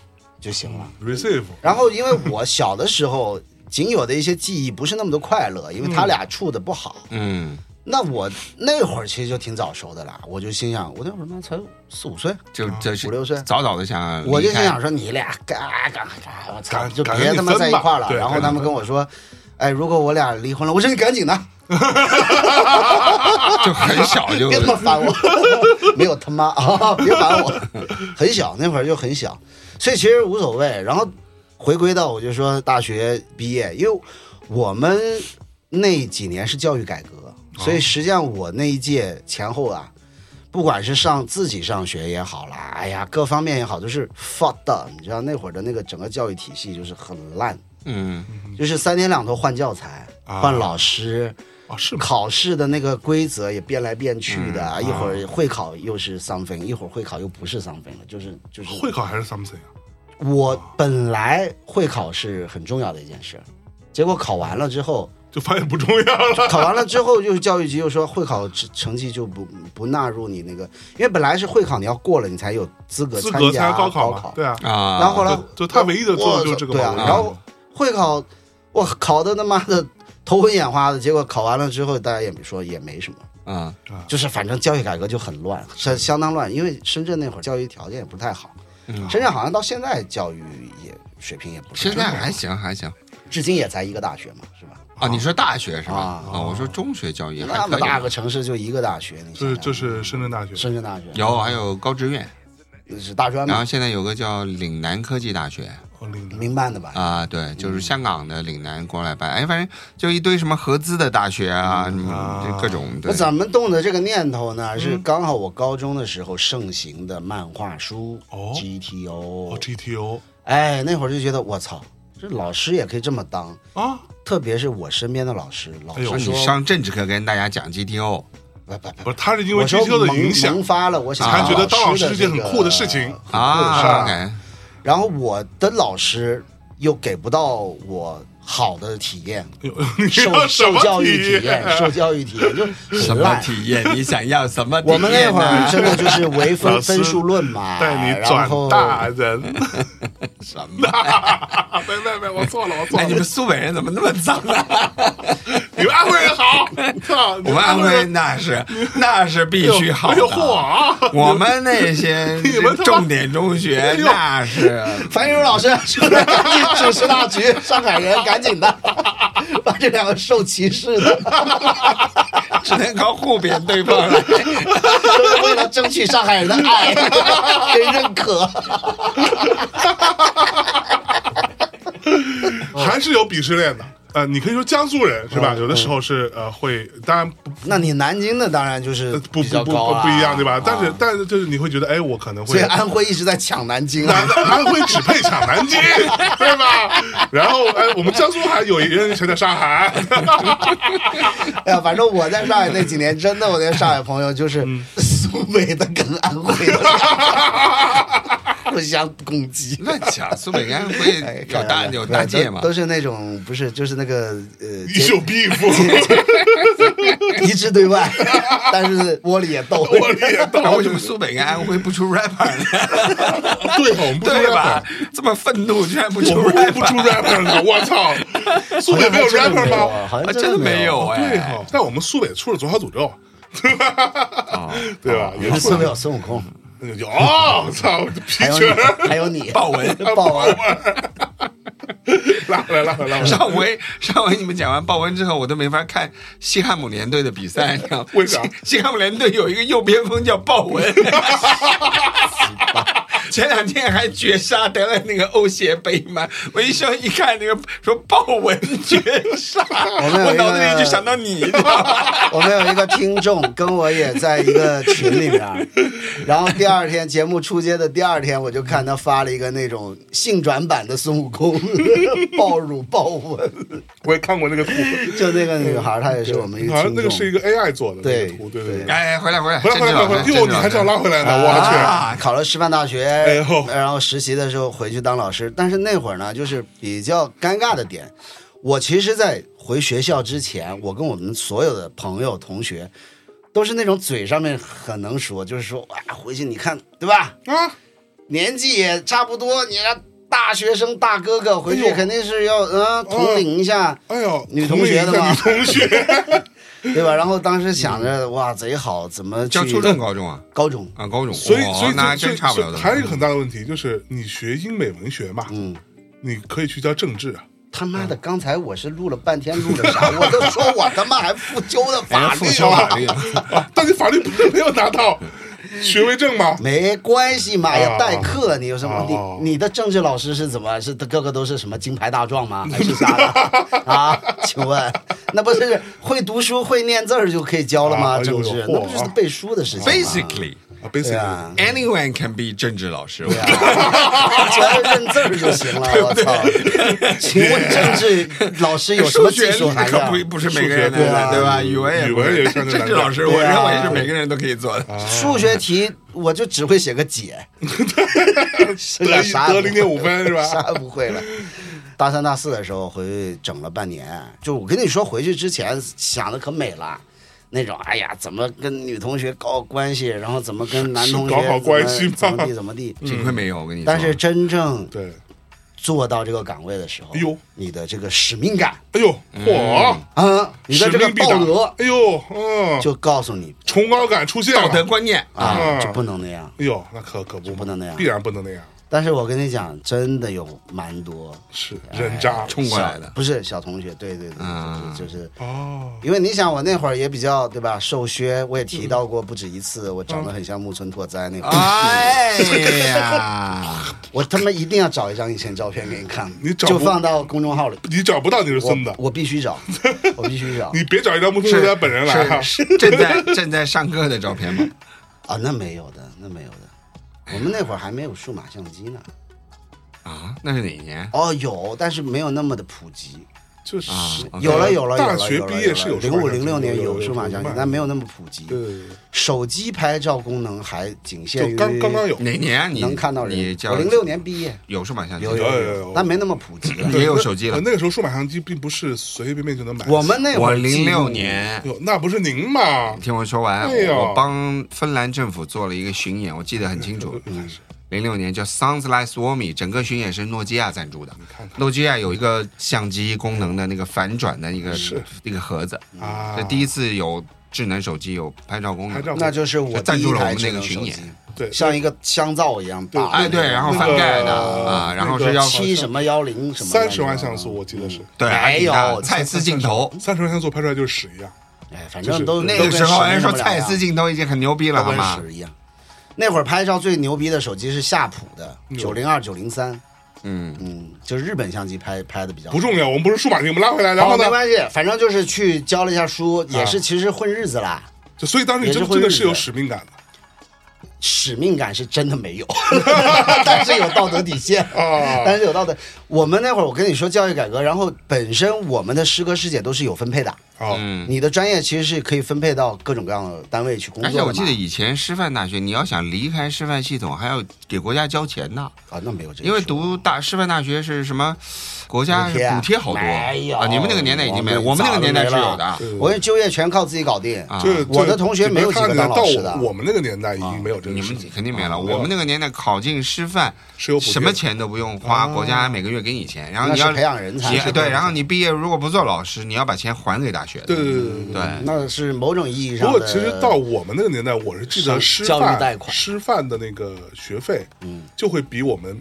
B: 就行了。
C: receive，
B: 然后因为我小的时候仅有的一些记忆不是那么的快乐，因为他俩处的不好。
A: 嗯，
B: 那我那会儿其实就挺早熟的 啦，我就心想，我那会儿妈才四五岁，
A: 就这是
B: 啊五六岁
A: 早早的想离开，
B: 我就心想说你俩干干干，我操，
C: 赶
B: 就
C: 赶紧
B: 别他妈在一块儿了
C: 分吧。对
B: 然后他们跟我说，哎，如果我俩离婚了，我说你赶紧的，
A: 就很小就
B: 别他妈烦我， 没有他妈啊，别烦我，很小那会儿就很小，所以其实无所谓。然后回归到我就说大学毕业，因为我们那几年是教育改革，所以实际上我那一届前后啊。不管是上自己上学也好啦，哎呀，各方面也好，都是 fucked up。你知道那会儿的那个整个教育体系就是很烂，
A: 嗯，
B: 就是三天两头换教材、
C: 啊
B: 换老师，
C: 哦，是吗？嗯
B: 考试的那个规则也变来变去的，一会
C: 啊
B: 儿会考又是 something，一会儿会考又不是 something 了，就是就是。
C: 会考还是 something 啊？
B: 我本来会考是很重要的一件事，结果考完了之后，
C: 就发现不重要了。
B: 考完了之后就是教育局又说会考成成绩就不不纳入你那个，因为本来是会考你要过了你才有资格
C: 资
B: 参
C: 格参
B: 加
C: 加高考
B: 考
C: 嘛，对啊，
A: 啊，
B: 然后后来
C: 就就他唯一的作用就是这个
B: 对啊，
C: 嘛
B: 然后会考我考的他妈的头昏眼花的，结果考完了之后大家也没说也没什么。
A: 啊，
B: 就是反正教育改革就很乱，相相当乱，因为深圳那会儿教育条件也不是太好，深圳好像到现在教育也水平也不是
A: 嗯现
B: 太
A: 在
B: 好
A: 还行还行
B: 至今也才一个大学嘛，是吧？
A: 啊。你说大学是吧？
B: 啊
A: 啊，我说中学教育还
B: 那么
A: 可以吧，啊
B: 大个城市就一个大学，你
C: 就
B: 想
C: 是
B: 想
C: 就是深圳大学
B: 深圳大学
A: 有还有高职院，
B: 是大专
A: 然
B: 嘛
A: 后，现在有个叫岭南科技大学
C: 哦，岭南
B: 民办的吧？
A: 啊，对，就是香港的岭南过来办，哎，反正就一堆什么合资的大学啊，什么
C: 啊
A: 这各种
B: 我
A: 对，嗯
B: 怎么动的这个念头呢？是刚好我高中的时候盛行的漫画书
C: 哦
B: GTO，
C: 哦 GTO
B: 哎，那会儿就觉得我操，这老师也可以这么当，
C: 啊，
B: 特别是我身边的老师，老
C: 哎
B: 师
C: 呦
A: 说你
B: 说
A: 上政治课跟大家讲 GTO，
B: 不不不
C: 不是他是因为
B: 我说
C: GTO 的影
B: 萌
C: 响啊
B: 萌发了我想
C: 才觉得当老师
B: 的
C: 是件
B: 这个
A: 啊
C: 很酷的事情啊
B: 很酷的事儿
A: 啊，OK，
B: 然后我的老师又给不到我好的体验，
C: 哎呦 你
B: 受
C: 要什
B: 受
C: 么
B: 教育体
C: 体验
B: 验，受教育体验就是
A: 什
B: 很
A: 么
B: 烂。
A: 体验？你想要什么体验呢？
B: 我们那会儿真的就是唯
C: 老
B: 分
C: 师
B: 分数论 嘛，
C: 带你
B: 哎然
C: 转
B: 后
C: 大 人，
A: 什么？
C: 别别别，我错了，我错
A: 哎，
C: 了，
A: 你们苏北人怎么那么脏啊？
C: 你们安徽人好，操，你
A: 我
C: 们
A: 们安
C: 徽
A: 徽
C: 人
A: 那是那是必须好
C: 哎
A: 的
C: 呦。嚯啊！
A: 我们那 些
C: 你们他妈
A: 重点中学
C: 呦
A: 那是
B: 樊玉茹老师出来赶紧主持大局，上海人赶紧的， 把这两个受歧视的，
A: 只能靠互贬对方来。
B: 都是为了争取上海人的爱 跟认可。
C: 还是有鄙视链的。呃，你可以说江苏人是吧？有的时候是呃会，当然不
B: 那你南京的当然就是
C: 呃不不
B: 比较
C: 不不
B: 高了
C: 不一样对吧？但是
B: 啊
C: 但是就是你会觉得，哎，我可能
B: 所
C: 会
B: 以。安徽一直在抢南京啊
C: 南。 安徽只配抢南京，对吧？然后，哎，我们江苏还有一人想抢上海，
B: 哎呀，反正我在上海那几年，真的，我那上海朋友就是
C: 嗯
B: 苏北的 跟安徽的互相攻击。
A: 乱讲，苏北跟安徽
B: 哎
A: 有大有大界嘛
B: 都？都是那种不是，就是那个呃，
C: 一宿必服，
B: 一致对外， 但是窝里也斗。
C: 我也懂。
A: 那为什么苏北跟安徽不出 rapper 呢？
C: 对吧？我们不出
A: 对吧
C: rapper，？
A: 这么愤怒，居然不
C: 我
A: 出
C: 们不
A: rapper，
C: 出 rapper 的，我操！苏北没有 rapper 吗？？
B: 好
A: 啊
B: 像
A: 真的没有
C: 对
A: 哎。
C: 哈，但我们苏北出了左小诅咒，
A: 哦
C: 对吧？也出
B: 是没
C: 了
B: 有孙悟空，
C: 有，操，皮
B: 还有
C: 裙儿
B: 你，还有你，
A: 豹纹。
B: 豹纹，
C: 拉回来，拉回来，拉回 来。
A: 上回上回你们讲完鲍文之后，我都没法看西汉姆联队的比 赛，你知道吗
C: 为啥
A: 西西汉姆联队有一个右边锋叫鲍文， 前两天还绝杀得了那个欧协杯嘛，我一上一看那个说鲍文绝 杀，
C: 哎
B: 们有一个
A: 我脑子里就想到你，你知道吗？
B: 我们有一个听众跟我也在一个群里边 儿，然后第二天节目出街的第二天，我就看他发了一个那种性转版的孙悟空， 暴乳暴吻，
C: 我也看过那 个图，
B: 就那个女孩儿，她也是我们一个
C: 好像
B: 听
C: 那
B: 众。
C: 个是一个 AI 做的那
B: 对
C: 个图，对对
B: 对
C: 对。
A: 哎，回来回来，
C: 回来
A: 真
C: 回
A: 知道
C: 来回 来，
A: 真知
C: 哟，
A: 道
C: 你还是要
A: 真知道
C: 拉回来呢，我
B: 啊，考了师范大学，
C: 哎呦
B: 然后实习的时候回去当老师，但是那会儿呢，就是比较尴尬的点。我其实，在回学校之前，我跟我们所有的朋友同学，都是那种嘴上面很能说，就是说哇，回去你看，对吧？
C: 去啊！
B: 年纪也差不多，你让大学生大哥哥回
C: 哎
B: 去
C: 呦
B: 肯定是要嗯、呃统领一下，
C: 哎呦，
B: 女同学的
C: 女
B: 吗
C: 同学，
B: 对吧？然后当时想着哇，贼好，怎么去
A: 教初中、高中啊
B: 高中？
A: 啊高中，
C: 所以
A: 哦
C: 所以
A: 那还
C: 所
A: 真
C: 以
A: 差不了
C: 所
A: 的。
C: 以还有一个很大的问题就是，你学英美文学嘛，
B: 嗯，
C: 你可以去教政治啊，
B: 他妈的，刚才我是录了半天，录了啥？我都说我他妈还复究的
A: 人
B: 法
C: 哎
A: 家
B: 律
A: 复修法律了，
C: 啊 但你法律不是没有拿 到学位证吗？
B: 没关系嘛，
C: 哦
B: 要代课，你有什么？
C: 哦
B: 你你的政治老师是怎么？是个个都是什么金牌大状吗？还是啥的啊？请问，那不是会读书会念字儿就可以教了
C: 啊哎
B: 吗？
C: 呦
B: 政
C: 呦
B: 治
C: 嚯
B: 那不就是背书的事情吗
A: Basically,
C: 啊
B: 对
C: ，basically，
B: 啊，
A: anyone can be 政治老师。
B: 对啊只要认字儿就行了。我操！请问政治老师有什
A: 数
B: 么
A: 学
B: 技术含
A: 可
B: 量？
A: 不不是每个人能
B: 数学对
A: 的，
B: 啊
A: 对吧？语文也
C: 语
A: 不
C: 文
A: 是
C: 也是
A: 政
C: 很难
A: 治
C: 的
A: 老师，我
B: 对
A: 认
B: 啊
A: 为是每个人都可以做的。
B: 数学题我就只会写个解，剩
C: 得
B: 下
C: 一
B: 啥
C: 得
B: 也不
C: 零点五分是吧？
B: 啥也不会了。大三大四的时候回去整了半年，就我跟你说，回去之前想的可美了。那种，哎呀，怎么跟女同学搞好关系，然后怎么跟男同学
C: 搞好关系嗯
B: 怎么
C: 吧
B: 怎么地怎么地。
A: 幸亏没有，我跟你说。
B: 但
C: 嗯
B: 是真正
C: 对，
B: 做到这个岗位的时候，
C: 哎呦
B: 你的这个使命感
C: 哎呦，嚯！
A: 嗯
B: 啊，你的这个
C: 使命必
B: 道
C: 达
B: 德
C: 哎呦，嗯，
B: 就告诉你
C: 崇高感出现了
A: 道德观念，
B: 啊，
C: 啊
B: 就不能那样。
C: 哎呦，那可可不嘛
B: 不能那样
C: 必然不能那样，
B: 但是我跟你讲，真的有蛮多
C: 是人
B: 哎
C: 渣
A: 冲过来的
B: 小不是小同学，对对对，
A: 啊
B: 就是就是
C: 哦，
B: 因为你想，我那会儿也比较对
C: 嗯
B: 吧，瘦削，我也提到过不止一次，我长得很像木村拓哉那会儿，
A: 哎呀，
B: 我他妈一定要找一张以前照片给你看，
C: 你找
B: 就
C: 不
B: 放到公众号里，
C: 你找不到你是
B: 我
C: 孙子，
B: 我必须 找，我必须找
C: 你别找一张木村拓哉
A: 是
C: 本人来哈，
A: 是是正在正在上课的照片吗？
B: 啊，那没有的，那没有的，我们那会儿还没有数码相机呢，
A: 啊，那是哪一年？
B: 哦有，但是没有那么的普及，
C: 就是
A: 啊
B: 有了有了，
C: 大学毕业是有数
B: 零
C: 码
B: 五
C: 相机
B: 零六年
C: 有有
B: 有数码相机
C: 有，
B: 但没有那么普及。
C: 对对对，
B: 手机拍照功能还仅限于
C: 就刚刚刚有
A: 哪年啊你
B: 能看到
A: 你
B: 人。
A: 教
B: 我零六年毕业，
A: 有数码相机？
B: 有
C: 有有有
B: 有，但没那么普及了。
A: 也有手机了
C: 呃。那个时候数码相机并不是随随便便就能买得起。
B: 我们那会
A: 我
B: 儿
A: 零六年，
C: 哟，那不是您吗？
A: 听我说完，
C: 对呀
A: 我帮芬兰政府做了一个巡演，我记得很清楚。零六年叫 Sounds Like Swarmy，整个巡演是诺基亚赞助的。
C: 看看
A: 诺基亚有一个相机功能的那个反转的一个
C: 是
A: 一个盒子，
C: 啊，
A: 这第一次有智能手机有拍照功
C: 拍
A: 能。
C: 照
B: 那就是我
A: 赞
B: 第
A: 助
B: 一
A: 了我们
B: 台
A: 那
B: 智
A: 个
B: 能
A: 巡
B: 手
A: 演
B: 机，
C: 对
B: 像一个香皂一样大的那个。
A: 哎，对，然后翻盖的啊，然后是要
B: 七什么幺零什么的
C: 三十万像素，，我记得是
A: 对，
B: 没
A: 还挺大的
B: 有
A: 蔡司镜头。
B: 嗯
C: 三十万像素拍出来就是屎一样。
B: 哎，反
C: 就是
B: 正都
A: 那个时候人说蔡司
B: 机
A: 镜头已经很牛逼了，好
B: 跟
A: 吗？
B: 屎一样。那会儿拍照最牛逼的手机是夏普的九零二、九零三，
A: 嗯，
B: 嗯，就是日本相机拍拍的比较好
C: 不重要，我们不是数码题，我们拉回来。然
B: 哦
C: 后呢啊
B: 没，关系，反正就是去教了一下书，也是其实混日子啦。
C: 就所以当时你真
B: 也是会
C: 真的是有
B: 日语的
C: 使命感的
B: 使命感是真的没有， 但是有道德 底线。
C: 啊。
A: 哦
B: 但是有道德，我们那会儿我跟你说教育改革，然后本身我们的师哥师姐都是有分配的，
C: 好，
A: 嗯
B: 你的专业其实是可以分配到各种各样的单位去工
A: 而
B: 作
A: 且
B: 的
A: 我记得
B: 嘛
A: 以前师范大学，你要想离开师范系统，还要给国家交钱呢。
B: 啊，那没有这个说，
A: 因为读大师范大学是什么？国家是补贴好多
B: 没有
A: 啊！你们那个年代已经没有，
B: 我
A: 我
B: 们
A: 们那个年代是有的
B: 哦早。嗯我就业全靠自己搞定。
A: 啊
C: 这
B: 我的同学没有几
C: 看
B: 个
C: 的
B: 当
C: 到
B: 老师的啊
C: 我们那个年代已经没有这
A: 你
C: 个事
A: 们
C: 情，
A: 肯定没了。
C: 啊
A: 我们那个年代考进师范，
C: 是有补贴的
A: 什么钱都不用花，国家每个月给你钱，然后
B: 哦那
A: 你
B: 是
A: 要
B: 培养人才
A: 你
B: 是培养
A: 对，
B: 人
A: 然后你毕业如果不做老师，你要把钱还给大学的。
C: 对对对对对。
A: 对
B: 那是某种意义
C: 不
B: 上
C: 过
B: 的。
C: 其实到我们那个年代，我是记得师
B: 教育贷
C: 范
B: 款
C: 师范的那个学费，嗯，就会比我们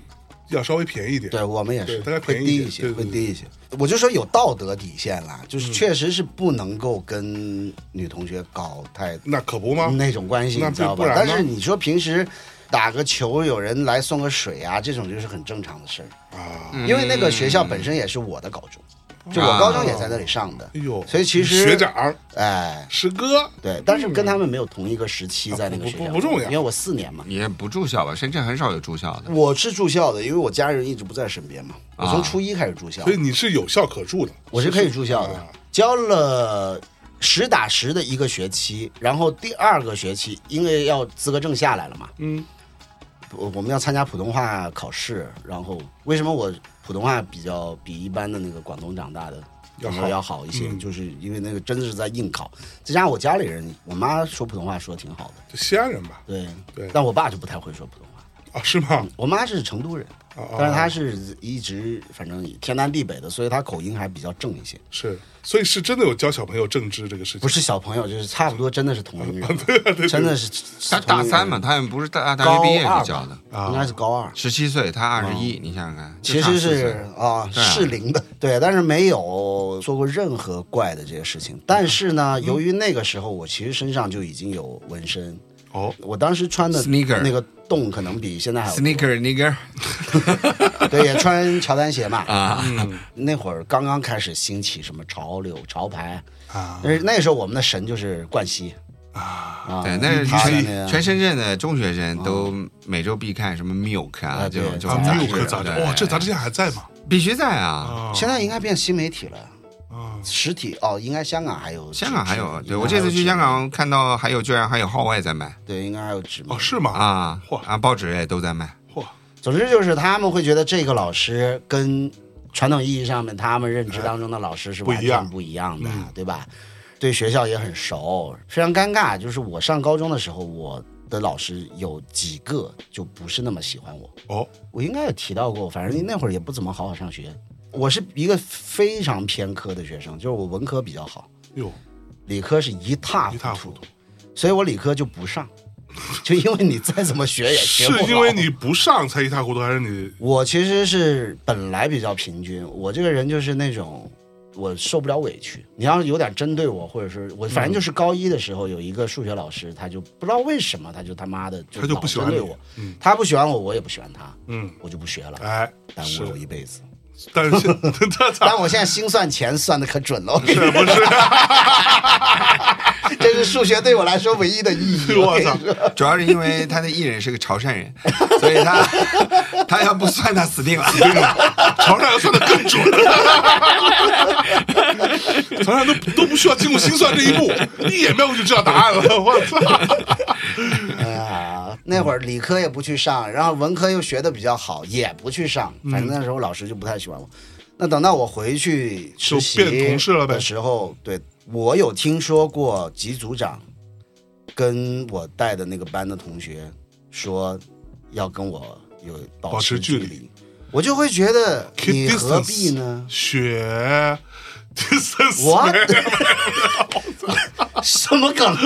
C: 要稍微便宜一点。
B: 对我们也是
C: 对大概
B: 会
C: 便宜
B: 低
C: 一
B: 一
C: 点
B: 些，
C: 对对
B: 会
C: 对嗯
B: 低一些。我就说有道德底线啦，就是确实是不能够跟女同学搞太
C: 那可不吗？
B: 那种关系，
C: 那
B: 你知道
C: 不
B: 吧？
C: 然
B: 但
C: 呢
B: 是你说平时打个球，有人来送个水啊，这种就是很正常的事儿。
C: 啊，
B: 因为那个学校本身也是我的高中，就我高中也在那里上的
C: 嗯啊哎呦，，
B: 所以其实
C: 学，长、
B: 哎，
C: 师哥，
B: 对，但是跟他们没有同一个时期在那个
C: 不
B: 学
C: 啊不
B: 校，
C: 不重要
B: 因为我四年嘛。
A: 也不住校吧？深圳很少有住校的。
B: 我是住校的，因为我家人一直不在身边嘛。我
A: 啊
B: 从初一开始住校
C: 所，以你是有校可住的。
B: 我是可以住校的
C: 啊，
B: 教了实打实的一个学期，然后第二个学期因为要资格证下来了嘛，
C: 嗯，
B: 我我们要参加普通话考试，然后为什么我普通话比较比一般的那个广东长大的
C: 要好
B: 朋友要好一些，
C: 嗯
B: 就是因为那个真的是在硬考，再加上我家里人，我妈说普通话说的挺好的，
C: 就西安人吧？
B: 对，
C: 对
B: 但我爸就不太会说普通话，
C: 啊，是吗？
B: 我妈是成都人，
C: 啊啊，
B: 嗯但是她是一直反正天南地北的，所以她口音还比较正一些，
C: 是，所以是真的有教小朋友政治这个事情。
B: 不是小朋友，就是差不多真的是同龄人，真的是
A: 他大三嘛，他也不是大大学毕业就教的，
B: 同龄人，应该是高二。
A: 十七岁，他二十一，你想想看，就
B: 其
A: 差
B: 实
A: 四岁
B: 是啊，
A: 对啊
B: 适龄的，对，但是没有做过任何怪的这些事情。
A: 嗯
B: 但是呢，由于那个时候我其实身上就已经有纹身，
C: 哦，
B: 我当时穿的
A: Sneaker
B: 那个洞可能比现在还
A: sneaker nigger
B: 有， 对，也穿乔丹鞋嘛。 嗯
A: 啊，
B: 那会儿刚刚开始兴起什么潮流、潮牌，
C: 啊
B: 但是那时候我们的神就是冠希
C: 啊，
B: 啊，
A: 对，那是
B: 他的那
A: 全
B: 样
A: 全深圳的中学生都每周必看什么 Milk 啊，
B: 啊
A: 这种
B: 对
A: 这
C: 啊
A: 种
B: 杂
A: 杂
B: 志
C: ，Milk
A: 志，
C: 杂志，
A: 对
C: 哇，这杂志现在还在吗？
A: 必须在啊。
C: 啊，
B: 现在应该变新媒体了，
C: 啊，
B: 实体哦，应该香港还有纸，
A: 香港还有，
B: 纸
A: 对我这次去香，
B: 应该还有
A: 港看到还有，居然还有号外在卖
B: 纸对，应该还有纸媒
C: 哦，是吗？，
A: 啊
C: 嚯
A: 啊，报纸也都在卖。
C: 嚯，
B: 总之就是他们会觉得这个老师跟传统意义上面他们认知当中的老师是完
C: 不一样
B: 全不一样的，
A: 嗯
B: 对吧？对学校也很熟，非常尴尬。就是我上高中的时候，我的老师有几个就不是那么喜欢我。
C: 哦，
B: 我应该有提到过，反正那会儿也不怎么好好上学。我是一个非常偏科的学生，就是我文科比较好，
C: 哟，
B: 理科是一塌
C: 一
B: 糊
C: 塌
B: 涂
C: 糊涂，
B: 所以我理科就不上， 就因为你再怎么学也学
C: 是
B: 不好。
C: 因为你不上才一塌糊涂，还是你
B: 我其实是本来比较平均，我这个人就是那种我受不了委屈。你要是有点针对我，或者是我，反正就是高一的时候有一个数学老师，他就不知道为什么，他就他妈的就
C: 他就
B: 老
C: 不喜欢
B: 针
C: 你
B: 对我，？
C: 嗯
B: 他不喜欢我，我也不喜欢他，
C: 嗯，
B: 我就不学了，
C: 哎，
B: 耽
C: 是
B: 误了我一辈子。
C: 但是 现这咋
B: 但我现在心算钱算的可准了，我跟你
C: 是不是？
B: 这是数学对我来说唯一的意义。
C: 我操！
A: 主要是因为他的艺人是个潮汕人，所以他他要不算他死定了。
C: 床上要算的更准，床上都都不需要经过心算这一步， 一眼瞄过去知道答案了。我操！
B: 哎呀，那会儿理科也不去上，然后文科又学的比较好，也不去上。
C: 嗯
B: 反正那时候老师就不太喜欢我。那等到我回去实习
C: 就变同事了呗
B: 的时候，对我有听说过级组长跟我带的那个班的同学说要跟我有保
C: 保持距
B: 距
C: 离，
B: 我就会觉得
C: Keep
B: 你何
C: distance
B: 必呢？
C: 雪 distance，
B: 我什么梗？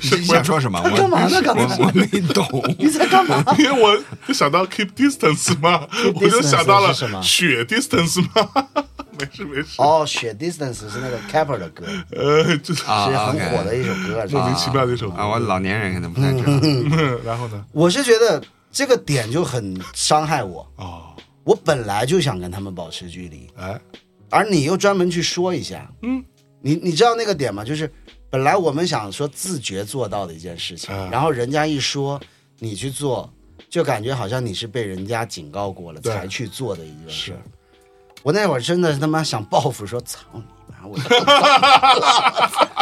A: 你想说什么？我
B: 干嘛呢干嘛呢
A: 我我没懂。
B: 你在干嘛？
C: 因为我就想到 keep distance 嘛，我就想到了
B: 是什么
C: 雪 distance 嘛， 没事没事，
B: 哦，《雪 Distance》是那个 Capper 的歌，是
C: 呃，就是
A: 啊
B: 很
A: OK
B: 火的一首歌。是
C: 莫
B: 吧
C: 名其妙的一首歌
A: 啊，我老年人可能不太知道。
C: 嗯 然后呢？
B: 我是觉得这个点就很伤害我，
C: 哦，
B: 我本来就想跟他们保持距离，
C: 哎，
B: 而你又专门去说一下，
C: 嗯，
B: 你你知道那个点吗？就是本来我们想说自觉做到的一件事情，
C: 嗯
B: 然后人家一说你去做，就感觉好像你是被人家警告过了
C: 对
B: 才去做的一件事
C: 是。
B: 我那会儿真的是他妈想报复，说操你妈！我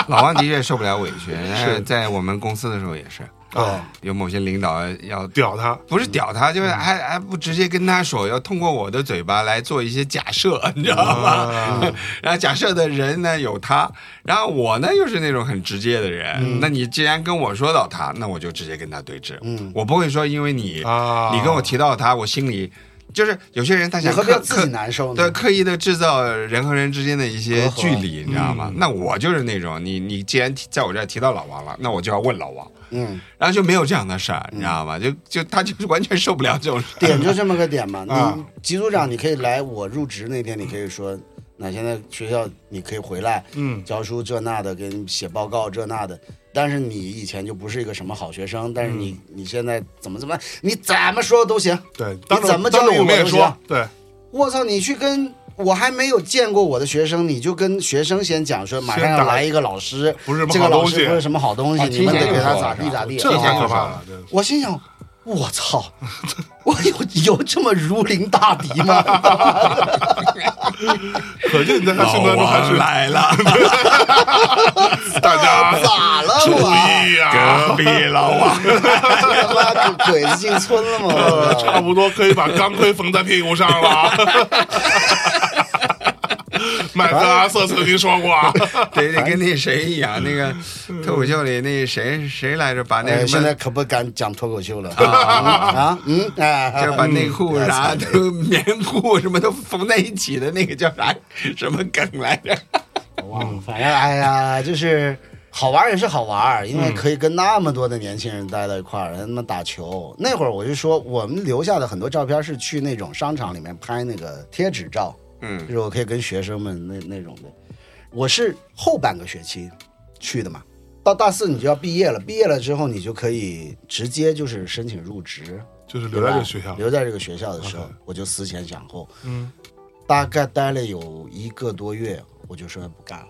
A: 老王的确受不了委屈，人家
C: 是
A: 在我们公司的时候也是，
C: 啊
B: 哦，
A: 有某些领导要
C: 屌他，
A: 不是屌他，
B: 嗯
A: 就是还还不直接跟他说，要通过我的嘴巴来做一些假设， 你知道吗？
B: 啊
A: 然后假设的人呢有他，然后我呢又是那种很直接的人。那你既然跟我说到他，那我就直接跟他对峙。
B: 嗯
A: 我不会说因为你、
C: 啊
A: 你跟我提到他，我心里就是有些人他
B: 你
A: 想
B: 何必要
A: 刻
B: 自
A: 刻
B: 己难受呢？嗯
A: 对刻意的制造人和人之间的一些
B: 隔阂
A: 距离，你知道吗？
B: 嗯
A: 那我就是那种你你既然提在我这儿提到老王了，那我就要问老王。
B: 嗯，
A: 然后就没有这样的事儿，你知道吗？就就他就是完全受不了这种事。
B: 点就这么个点嘛。
C: 啊
B: 你级组长，你可以来我入职那天，你可以说，那现在学校你可以回来，
C: 嗯
B: 教书这那的，给你写报告这那的。但是你以前就不是一个什么好学生，但是你、你现在怎么怎么，你怎么说都行。
C: 嗯对，当
B: 你
C: 着
B: 怎么
C: 当
B: 教
C: 着
B: 育
C: 我们也
B: 都
C: 说
B: 行。，
C: 对，
B: 我操，你去跟我还没有见过我的学生，你就跟学生先讲说，马上
C: 先
B: 要
C: 打
B: 来一个老师，
C: 不是什么
B: 这个
C: 好
B: 老
C: 东
B: 师
C: 西
B: 不是什么好东西，
A: 啊
B: 你们得
A: 提前
B: 给
A: 就
B: 他
A: 说
B: 咋
A: 是
B: 地
A: 吧
B: 咋地。
A: 这
C: 这
A: 下
B: 啊
C: 太
A: 就
C: 可
A: 是
C: 怕了，真的
B: 我心想，我操，我有有这么如临大敌吗？
C: 是可见你在他心目当中还是
A: 来了，
C: 大家
B: 咋了
C: 注
B: 我？
C: 意呀。
A: 壁老啊王。
B: 他妈就鬼子进村了吗？
C: 呃，
B: 我操
C: 差不多可以把钢盔缝在屁股上了。啊 麦克阿瑟曾经说 过啊，
A: 得得跟那谁一样，那 个脱口秀里那谁谁来着，把那
B: 哎，
A: 什
B: 现在
A: 么。
B: 可不敢讲脱口秀了啊嗯哎，
A: 就是把内裤
B: 嗯
A: 啥都棉裤什么都缝在一起的那个叫啥什么梗来 着？
B: 我忘了，反正哎呀，就是好玩也是好玩，因为可以跟那么多的年轻人待到一块儿，他们打球。那会儿我就说，我们留下的很多照片是去那种商场里面拍那个贴纸照，
A: 嗯
B: 就是我可以跟学生们那那种的。我是后半个学期去的嘛，到大四你就要毕业了，毕业了之后你就可以直接就是申请入职，
C: 就是
B: 对
C: 留
B: 吧
C: 在这个学校。
B: 留在这个学校的时候
C: OK，
B: 我就思前想后，
C: 嗯
B: 大概待了有一个多月，我就说不干了，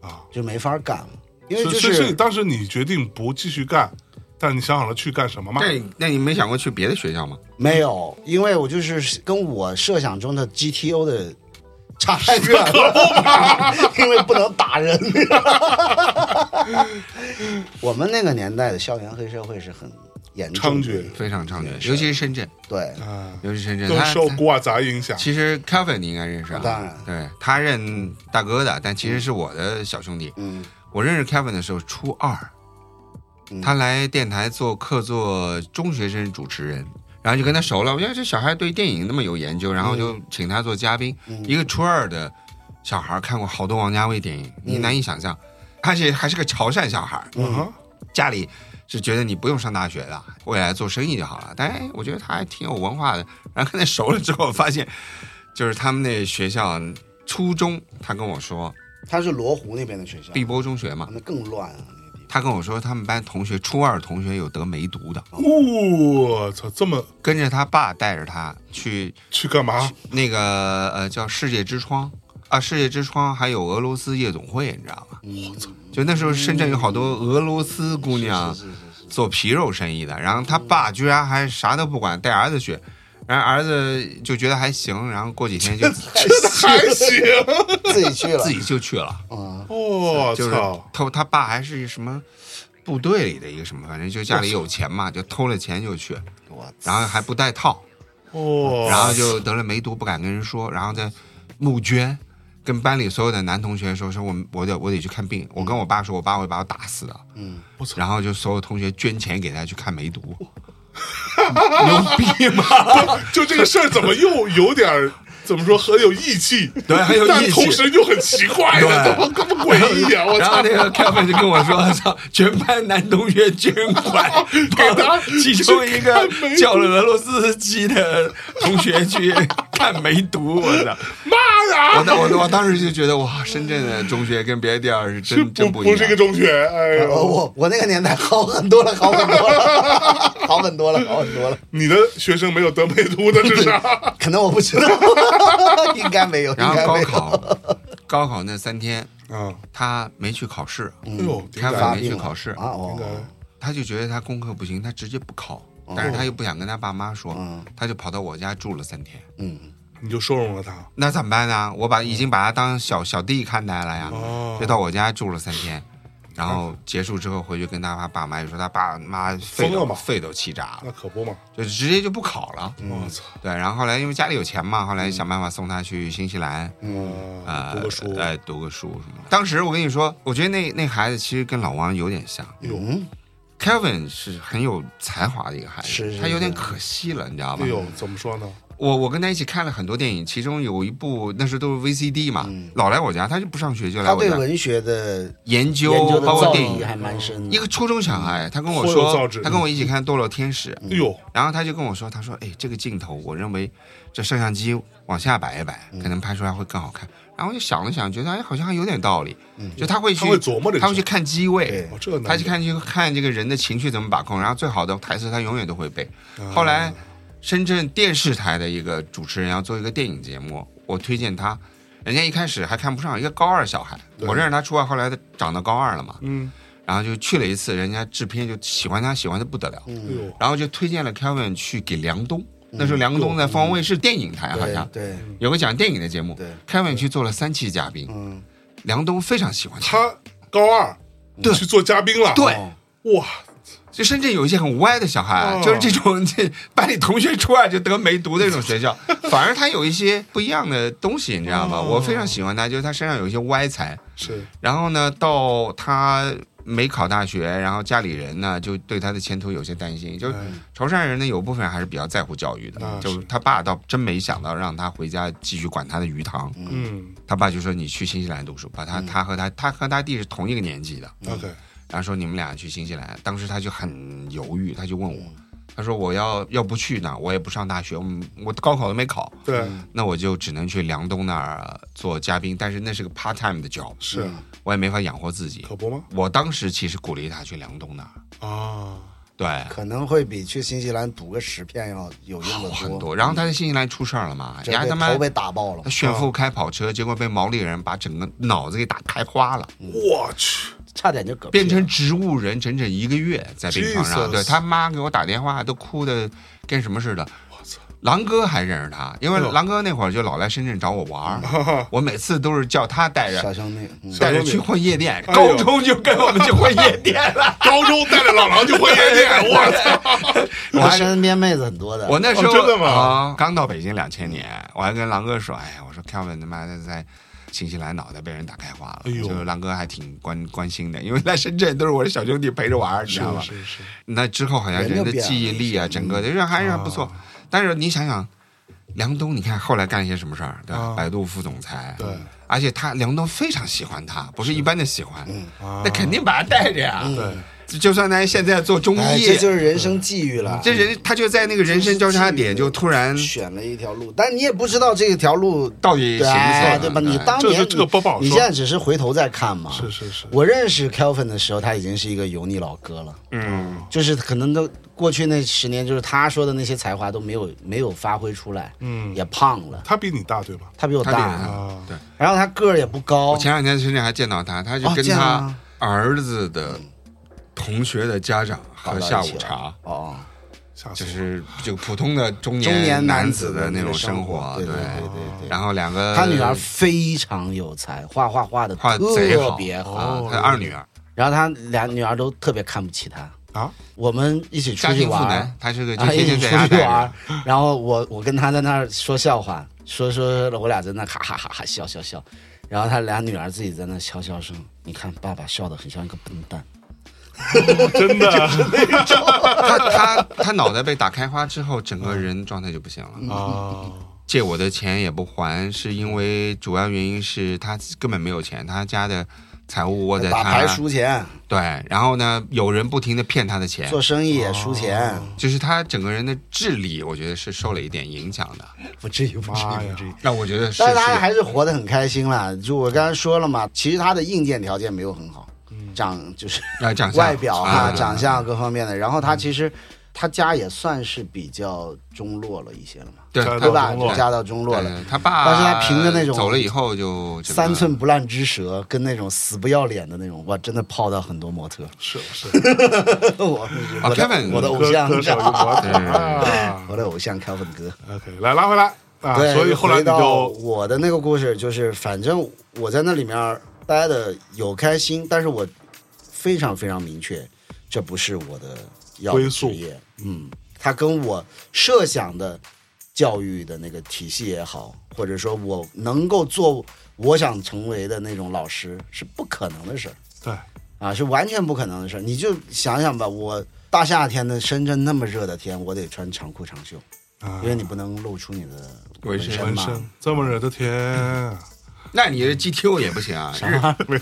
C: 啊，
B: 就没法干了，因为
C: 是
B: 就是
C: 是，当时你决定不继续干，但你想好了去干什么吗？
A: 那你那你没想过去别的学校吗？
B: 没有，因为我就是跟我设想中的 GTO 的差太远了， 因为不能打人。 我们那个年代的校园黑社会是很严重
C: 猖
B: 的
C: 獗
A: 非常猖獗，
B: 是
A: 尤其是深圳，
B: 对，
C: 啊，
A: 尤其是深圳，
C: 都
A: 他
C: 受古惑仔影响。
A: 其实 Kevin 你应该认识啊，
B: 当然
A: 对他认大哥的，但其实是我的小兄弟。
B: 嗯，
A: 我认识 Kevin 的时候初二，
B: 嗯
A: 他来电台做客座中学生主持人，然后就跟他熟了。我觉得这小孩对电影那么有研究，然后就请他做嘉宾。
B: 嗯
A: 一个初二的小孩看过好多王家卫电影，
B: 嗯
A: 你难以想象，而且还是个潮汕小孩，
C: 嗯哼，
A: 家里是觉得你不用上大学的，未来做生意就好了。但哎，我觉得他还挺有文化的。然后跟他熟了之后，发现就是他们那学校初中，他跟我说
B: 他是罗湖那边的学校，
A: 碧波中学嘛，
B: 那更乱啊，那个地
A: 他跟我说他们班同学初二同学有得梅毒的，
C: 我操，这么
A: 跟着他爸带着他去
C: 去干嘛？
A: 那个呃叫世界之窗。啊，世界之窗还有俄罗斯夜总会，你知道吗？
B: 方。嗯
A: 就那时候深圳有好多俄罗斯姑娘
B: 是是
A: 做皮肉生意的，然后他爸居然还啥都不管，带儿子去，然后儿子就觉得还行，然后过几天就
C: 啊还行，
B: 自己去了，
A: 自己就去了。
B: 啊，
C: 我
A: 就是
C: 操，
A: 偷他爸还是什么部队里的一个什么，反正就家里有钱嘛，就偷了钱就去，
B: 我
A: 然后还不带套，
C: 哦，
A: 然后就得了梅毒，不敢跟人说，然后再募捐，跟班里所有的男同学说，说我们我得我得去看病，我跟我爸说，我爸会把我打死的，
B: 嗯，
C: 我操
A: 然后就所有同学捐钱给他去看梅毒，牛逼吗？
C: 就这个事儿怎么又有点儿怎么说很有义气，
A: 对很有义气
C: 但同时又很奇怪
A: 对
C: 的，怎么这么诡 异啊！我
A: 然
C: 操
A: 后，那个 Kevin 就跟我说：“操，全班男同学捐款，给他其中一个叫了俄罗斯籍的同学去看梅毒。” 我操！
C: 妈
A: 我
C: 呀，
A: 当我我当时就觉得哇，深圳的中学跟别的地方是
C: 这
A: 真真
C: 不
A: 一
C: 是个
A: 样。呃
C: 中学，哎
B: 我
C: 呦，
B: 呃我我那个年代好很多了，好很多了， 好很多了，好很多了。
C: 你的学生没有得梅毒的，这是
B: 可能我不知道， 应该没有，应
A: 然后
B: 该
A: 高
B: 没有。
A: 考，高考那三天
C: 啊，
A: 他没去考试，
C: 哎呦，挺
A: 开
C: 感
A: 玩
C: 人
A: 没去考试
B: 啊，哦，
C: 的
A: 他就觉得他功课不行，他直接不考。
B: 嗯
A: 但是他又不想跟他爸妈说，他就跑到我家住了三天。
B: 嗯，
C: 你就收容了他，
A: 那怎么办呢？我把已经把他当小小弟看待了呀，
C: 哦
A: 就到我家住了三天，然后结束之后回去跟他爸爸妈就说他爸妈肺
C: 疯了
A: 都
C: 吧
A: 肺都气炸了，
C: 那可不嘛，
A: 就直接就不考了。
B: 嗯
C: 我操，
A: 对，然后后来因为家里有钱嘛，后来想办法送他去新西兰，呃，
C: 啊，读个书，
A: 哎，读个书什么的。当时我跟你说，我觉得那那孩子其实跟老王有点像，
B: 嗯
A: Kevin 是很有才华的一个孩子，
B: 是是
A: 他有点可惜了，你知道吧
C: 哎？呦，怎么说呢？
A: 我我跟他一起看了很多电影，其中有一部那时候都是 VCD 嘛，老来我家，他就不上学就来
B: 嗯他
A: 我
B: 对
A: 家
B: 文学的
A: 研究，
B: 研究的
A: 包
B: 造
A: 括电影
B: 诣。还蛮深
A: 一
B: 的。
A: 个初中小孩，他跟我
C: 颇有造
A: 说
C: 诣，
A: 他跟我一起看《堕落天使》，
C: 哎呦，
A: 然后他就跟我说，他说：“哎，这个镜头，我认为这摄像机往下摆一
C: 嗯
A: 摆，可能拍出来会更好看。”然后我就想了想，觉得哎，好像还有点道理。就他会去，
C: 嗯他会琢磨这个
A: 他会去
C: 事
A: 看机位
B: 对，
C: 哦这个难
A: 他去
C: 得
A: 看去看这个人的情绪怎么把控，然后最好的台词他永远都会背。
C: 啊
A: 后来，深圳电视台的一个主持人要做一个电影节目，我推荐他，人家一开始还看不上，一个高二小孩，我认识他初二，后来他长到高二了嘛，
C: 嗯，
A: 然后就去了一次，人家制片就喜欢他，喜欢的不得了，
C: 哎呦，
A: 然后就推荐了 Kevin 去给梁冬，那时候梁冬在凤凰卫视电影台啊好像
B: 嗯对对，
A: 有个讲电影的节目
B: 对
A: ，Kevin 去做了三期嘉宾，
B: 嗯，
A: 梁冬非常喜欢他，
C: 他高二
A: 对
C: 去做嘉宾了，
A: 对。
C: 哇，
A: 就深圳有一些很歪的小孩啊，
C: 哦
A: 就是这种这班里同学出来就得梅毒的这种学校， 反而他有一些不一样的东西，你知道吗？
C: 哦
A: 我非常喜欢他，就是他身上有一些歪才。
C: 是
A: 然后呢，到他没考大学，然后家里人呢就对他的前途有些担心。就是
C: 嗯
A: 潮汕人呢，有部分还是比较在乎教育的
C: 那，是
A: 就是他爸倒真没想到让他回家继续管他的鱼塘，
C: 嗯
A: 他爸就说你去新西兰读书，把他他和他他和他弟是同一个年级的。
C: ，OK，
A: 然后说你们俩去新西兰，当时他就很犹豫，他就问我，他说我要要不去呢，我也不上大学，我们我高考都没考，
C: 对，
A: 那我就只能去梁东那儿呃做嘉宾，但是那是个 part time 的 job，
C: 是
A: 我也没法养活自己。
C: 可不吗？
A: 我当时其实鼓励他去梁东那儿，
C: 啊，
A: 对，
B: 可能会比去新西兰读个十片要有用的
A: 很
B: 多。
A: 多。然后他在新西兰出事儿了嘛，人
B: 这
A: 家
B: 被
A: 他妈
B: 头被打爆了
A: 他，
C: 啊
A: 炫富开跑车，结果被毛利人把整个脑子给打开花了。
C: 我去，
B: 差点就嗝屁了
A: 变成植物人整整一个月在病床上，
C: Jesus
A: 对他妈给我打电话都哭的跟什么似的。
C: 我操，
A: 狼哥还认识他，因为
C: 哎呦
A: 狼哥那会儿就老来深圳找我玩儿，我每次都是叫他带
B: 小
A: 着
B: 兄弟，嗯
A: 带着去混夜店，
C: 哎
A: 高
C: 呦
A: 中就跟我们去混夜店了。
C: 高中带着老狼去婚 夜店，我操，
B: 我还跟边妹子很多的。
A: 我那时候
C: 哦真的吗
A: 啊，刚到北京两千年，我还跟狼哥说，哎呀，我说 Kevin 他妈的在。新西兰脑袋被人打开花了，
C: 哎呦
A: 就是狼哥还挺关关心的，因为来深圳都是我的小兄弟陪着玩儿，你知道吗？
C: 是是，
A: 那之后好像人的记忆力啊，
B: 嗯
A: 整个的人还是还不
C: 啊
A: 错。但是你想想，梁冬，你看后来干了些什么事儿，对吧
C: 啊？
A: 百度副总裁，
C: 对，
A: 而且他梁冬非常喜欢他，不是一般的喜欢，
B: 嗯
C: 啊
A: 那肯定把他带着呀。
C: 对，
A: 就就算他现在做中
B: 哎，
A: 医
B: 这，就是人生际遇了。
A: 这人他就在那个人生交叉点，就突然
B: 选了一条路，但你也不知道这条路
A: 到底
B: 对
A: 行嗯不
B: 哎
A: 行，
B: 对吧？你当
C: 这
B: 年
C: 这这个不好
B: 你
C: 说
B: 现在只是回头再看嘛。
C: 是是是，
B: 我认识 Kelvin 的时候，他已经是一个油腻老哥了，
A: 嗯，
B: 就是可能都过去那十年，就是他说的那些才华都没有没有发挥出来，
C: 嗯，
B: 也胖了。
C: 他比你大对吧？
B: 他比我
A: 他比
B: 大，哦
A: 他
C: 啊，
A: 对。
B: 然后他个儿也不高
A: 我，前两天在深圳还见到他，他就
B: 哦
A: 跟
B: 见
A: 他
B: 了
A: 儿子的同学的家长喝下午茶，
B: 哦，
C: 吓
A: 就
C: 死我了
A: 是就普通的中
B: 中年
A: 男
B: 子
A: 的那
B: 那个
A: 种
B: 生
A: 活，
B: 对对对。
A: 然后两个
B: 他女儿非常有才，画画画的
A: 呃画得贼好
B: 特别好哦
A: 啊，，他二女儿
B: 然后他俩女儿都特别看不起他。
C: 啊，
B: 我们一起出
A: 家
B: 去
A: 庭妇
B: 玩
A: 男
B: 儿，，
A: 他是个就
B: 然后啊一
A: 天
B: 起
A: 天
B: 出
A: 在家
B: 去
A: 待
B: 玩儿
A: 着，，
B: 然后我我跟他在那儿说笑话，说说说，我俩在那哈哈哈哈笑笑笑，然后他俩女儿自己在那悄悄声，你看爸爸笑的很像一个笨蛋，哦
C: 真的
A: 他他他脑袋被打开花之后，整个人状态就不行了。
C: 啊，
A: 借我的钱也不还，是因为主要原因是他根本没有钱，他家的财务握在
B: 打牌
A: 他哎
B: 输钱，
A: 对，然后呢，有人不停的骗他的钱，
B: 做生意也输
A: 哦
B: 钱，
A: 就是他整个人的智力，我觉得是受了一点影响的。
B: 不至于不至
C: 妈
B: 于
C: 呀
B: 不至于。
A: 那我觉得是
B: 但是他
A: 是
B: 还是活得很开心啦。就我刚才说了嘛，其实他的硬件条件没有很好，长就是
A: 要嗯长相
B: 外表啊、
A: 啊嗯
B: 长相各方面的。然后他其实他家也算是比较中落了一些了嘛，
A: 对
C: 对
B: 对
C: 吧
B: 吧？
C: 中落
B: 就嫁到中落了，
A: 对他爸，
B: 但是他凭着那种
A: 走了以后就整个
B: 三寸不烂之舌跟那种死不要脸的那种，哇，真的泡到很多模特。
C: 是是，
B: 我
A: 啊
B: 我的
A: ，Kevin，
B: 我的偶
C: 歌
B: 像，
C: 歌 手一模特啊
B: 我的偶像 Calvin 哥。
C: ，OK，来拉回来啊，
B: 对，
C: 所以后来
B: 回
C: 你
B: 到
C: 就
B: 我的那个故事，就是反正我在那里面待的有开心，但是我非常非常明确，这不是我的要的
C: 归宿
B: 职业。嗯，它跟我设想的教育的那个体系也好，或者说我能够做我想成为的那种老师，是不可能的事儿
C: 对
B: 啊，是完全不可能的事儿。你就想想吧，我大夏天的深圳那么热的天，我得穿长裤长袖，
C: 啊
B: 因为你不能露出你的
A: 纹身
B: 身
C: 纹
B: 嘛。
C: 身，这么热的天，
A: 那你的 GTO 也不行啊，日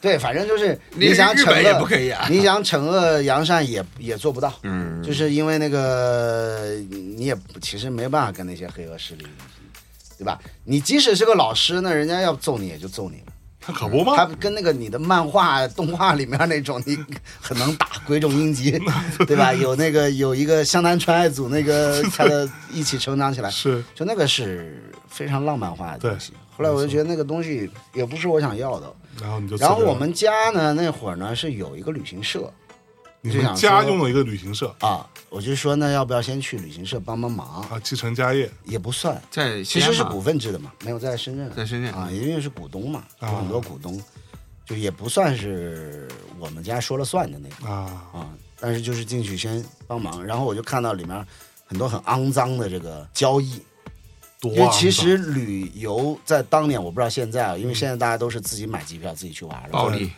B: 对，反 正就是
A: 你
B: 你想
A: 日
B: 惩
A: 本
B: 恶，
A: 也不可以啊
B: 你想惩恶扬善也也做不到，
A: 嗯，
B: 就是因为那个你也不其实没办法跟那些黑恶势力，对吧？你即使是个老师，那人家要揍你也就揍你了。
C: 他可不
B: 他
C: 嘛，
B: 跟那个你的漫画、动画里面那种，你很能打，鬼冢英吉，对吧？有那个有一个湘南纯爱组，那个才能一起成长起来。
C: 是
B: 就那个是非常浪漫化的东西
C: 对。
B: 后来我就觉得那个东西也不是我想要的。
C: 然后你就辞职
B: 然后我
C: 了
B: 们家呢，那会儿呢是有一个旅行社
C: 你
B: 就
C: 们
B: 想
C: 家
B: 说
C: 用了一个旅行社
B: 啊，我就说那要不要先去旅行社帮帮忙？
C: 啊，继承家业
B: 也不算，
A: 在西
B: 其
A: 安
B: 实
A: 嘛
B: 是股份制的嘛，没有在深圳
A: 在深圳
B: 啊，因为是股东嘛，有
C: 啊
B: 很多股东，就也不算是我们家说了算的那种
C: 啊，
B: 啊。但是就是进去先帮忙，然后我就看到里面很多很肮脏的这个交易，
C: 多啊
B: 因为
C: 肮
B: 其
C: 脏
B: 实旅游在当年我不知道现在啊，
A: 嗯
B: 因为现在大家都是自己买机票自己去玩了，
A: 暴力，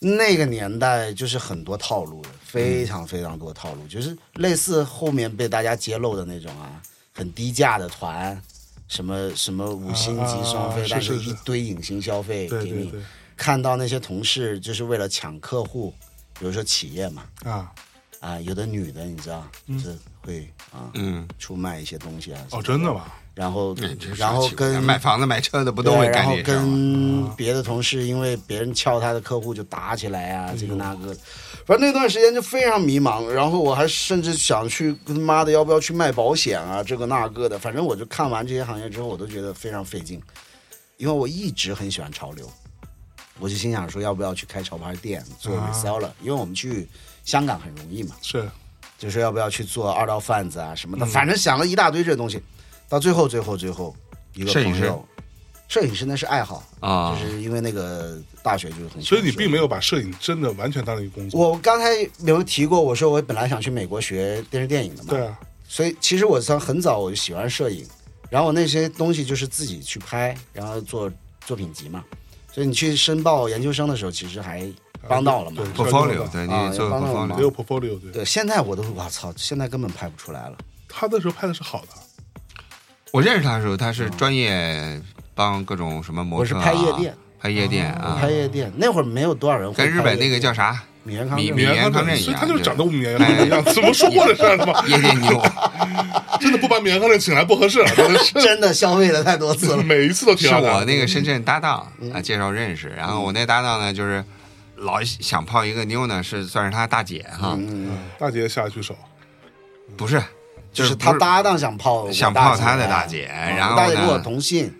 B: 那个年代就是很多套路的，非常非常多套
C: 嗯
B: 路，就是类似后面被大家揭露的那种啊，很低价的团，什么什么五星级双飞，
C: 啊啊啊
B: 但
C: 是是
B: 一堆隐形消费给
C: 对
B: 你。
C: 对对
B: 看到那些同事就是为了抢客户，比如说企业嘛，
C: 啊，
B: 啊，有的女的你知道，就是会啊、
A: 嗯，
B: 出卖一些东西啊，
C: 嗯哦，真的吗？
B: 然后
A: 那你嗯这是
B: 然后
A: 啥情况
B: 跟
A: 买房子买车的不都
B: 对，
A: 会
B: 然
A: 干
B: 后
A: 这事儿吗？嗯
B: 跟别的同事因为别人撬他的客户就打起来
A: 嗯
B: 啊，这个那个，反正那段时间就非常迷茫。然后我还甚至想去他妈的要不要去卖保险啊，这个那个的。反正我就看完这些行业之后，我都觉得非常费劲，因为我一直很喜欢潮流，我就心想说要不要去开潮牌店做
C: 啊
B: reseller，、因为我们去香港很容易嘛。
C: 是
B: 就说要不要去做二道贩子啊什
C: 嗯
B: 么的，反正想了一大堆这东西，到最后最后最后一个
A: 摄影
B: 朋友，摄影师那是爱好，
A: 啊
B: 就是因为那个大学就是很喜欢摄
C: 所
B: 影，
C: 以你并没有把摄影真的完全当成一个工作。
B: 我刚才没有提过，我说我本来想去美国学电视电影的嘛，
C: 对啊，
B: 所以其实我从很早我就喜欢摄影，然后我那些东西就是自己去拍，然后做作品集嘛，所以你去申报研究生的时候，其实还帮到了嘛
C: 对，
A: portfolio，对
B: 啊
A: 你做
B: 帮到我
A: portfolio，
B: 忙
C: 也有 portfolio 对。
B: 对，现在我都我操，现在根本拍不出来了。
C: 他那时候拍的是好的，
A: 我认识他的时候，他是专业帮各种什么模特、啊，
B: 嗯我是拍夜店，
A: 拍夜店啊，
B: 开夜店那会儿没有多少人会
A: 跟日
B: 开夜
A: 本那个
B: 店
A: 叫啥
B: 米元康
A: 米
B: 正
A: 米
C: 米
A: 原
C: 原
A: 康
C: 康
A: 正
C: 正，
A: 一
C: 所以
A: 样，
C: 他就是长得跟米原
A: 哎
C: 康正一样，怎么说过的事儿了吗？
A: 夜店妞，
C: 真的不把米原康正请来不合适了，真的是
B: 真的消费了太多次了。
C: 每一次都挺
A: 是
C: 好的
A: 我那个深圳搭档
B: 嗯
A: 啊介绍认识，然后我那搭档呢就是老想泡一个妞呢，是算是他大姐哈，
B: 嗯，
C: 大姐下得去手，
A: 不是，
B: 就是是他
A: 不是
B: 搭档想泡我
A: 想泡
B: 姐
A: 他的大姐，
B: 啊
A: 然后
B: 大姐跟我
A: 呢，
B: 同姓，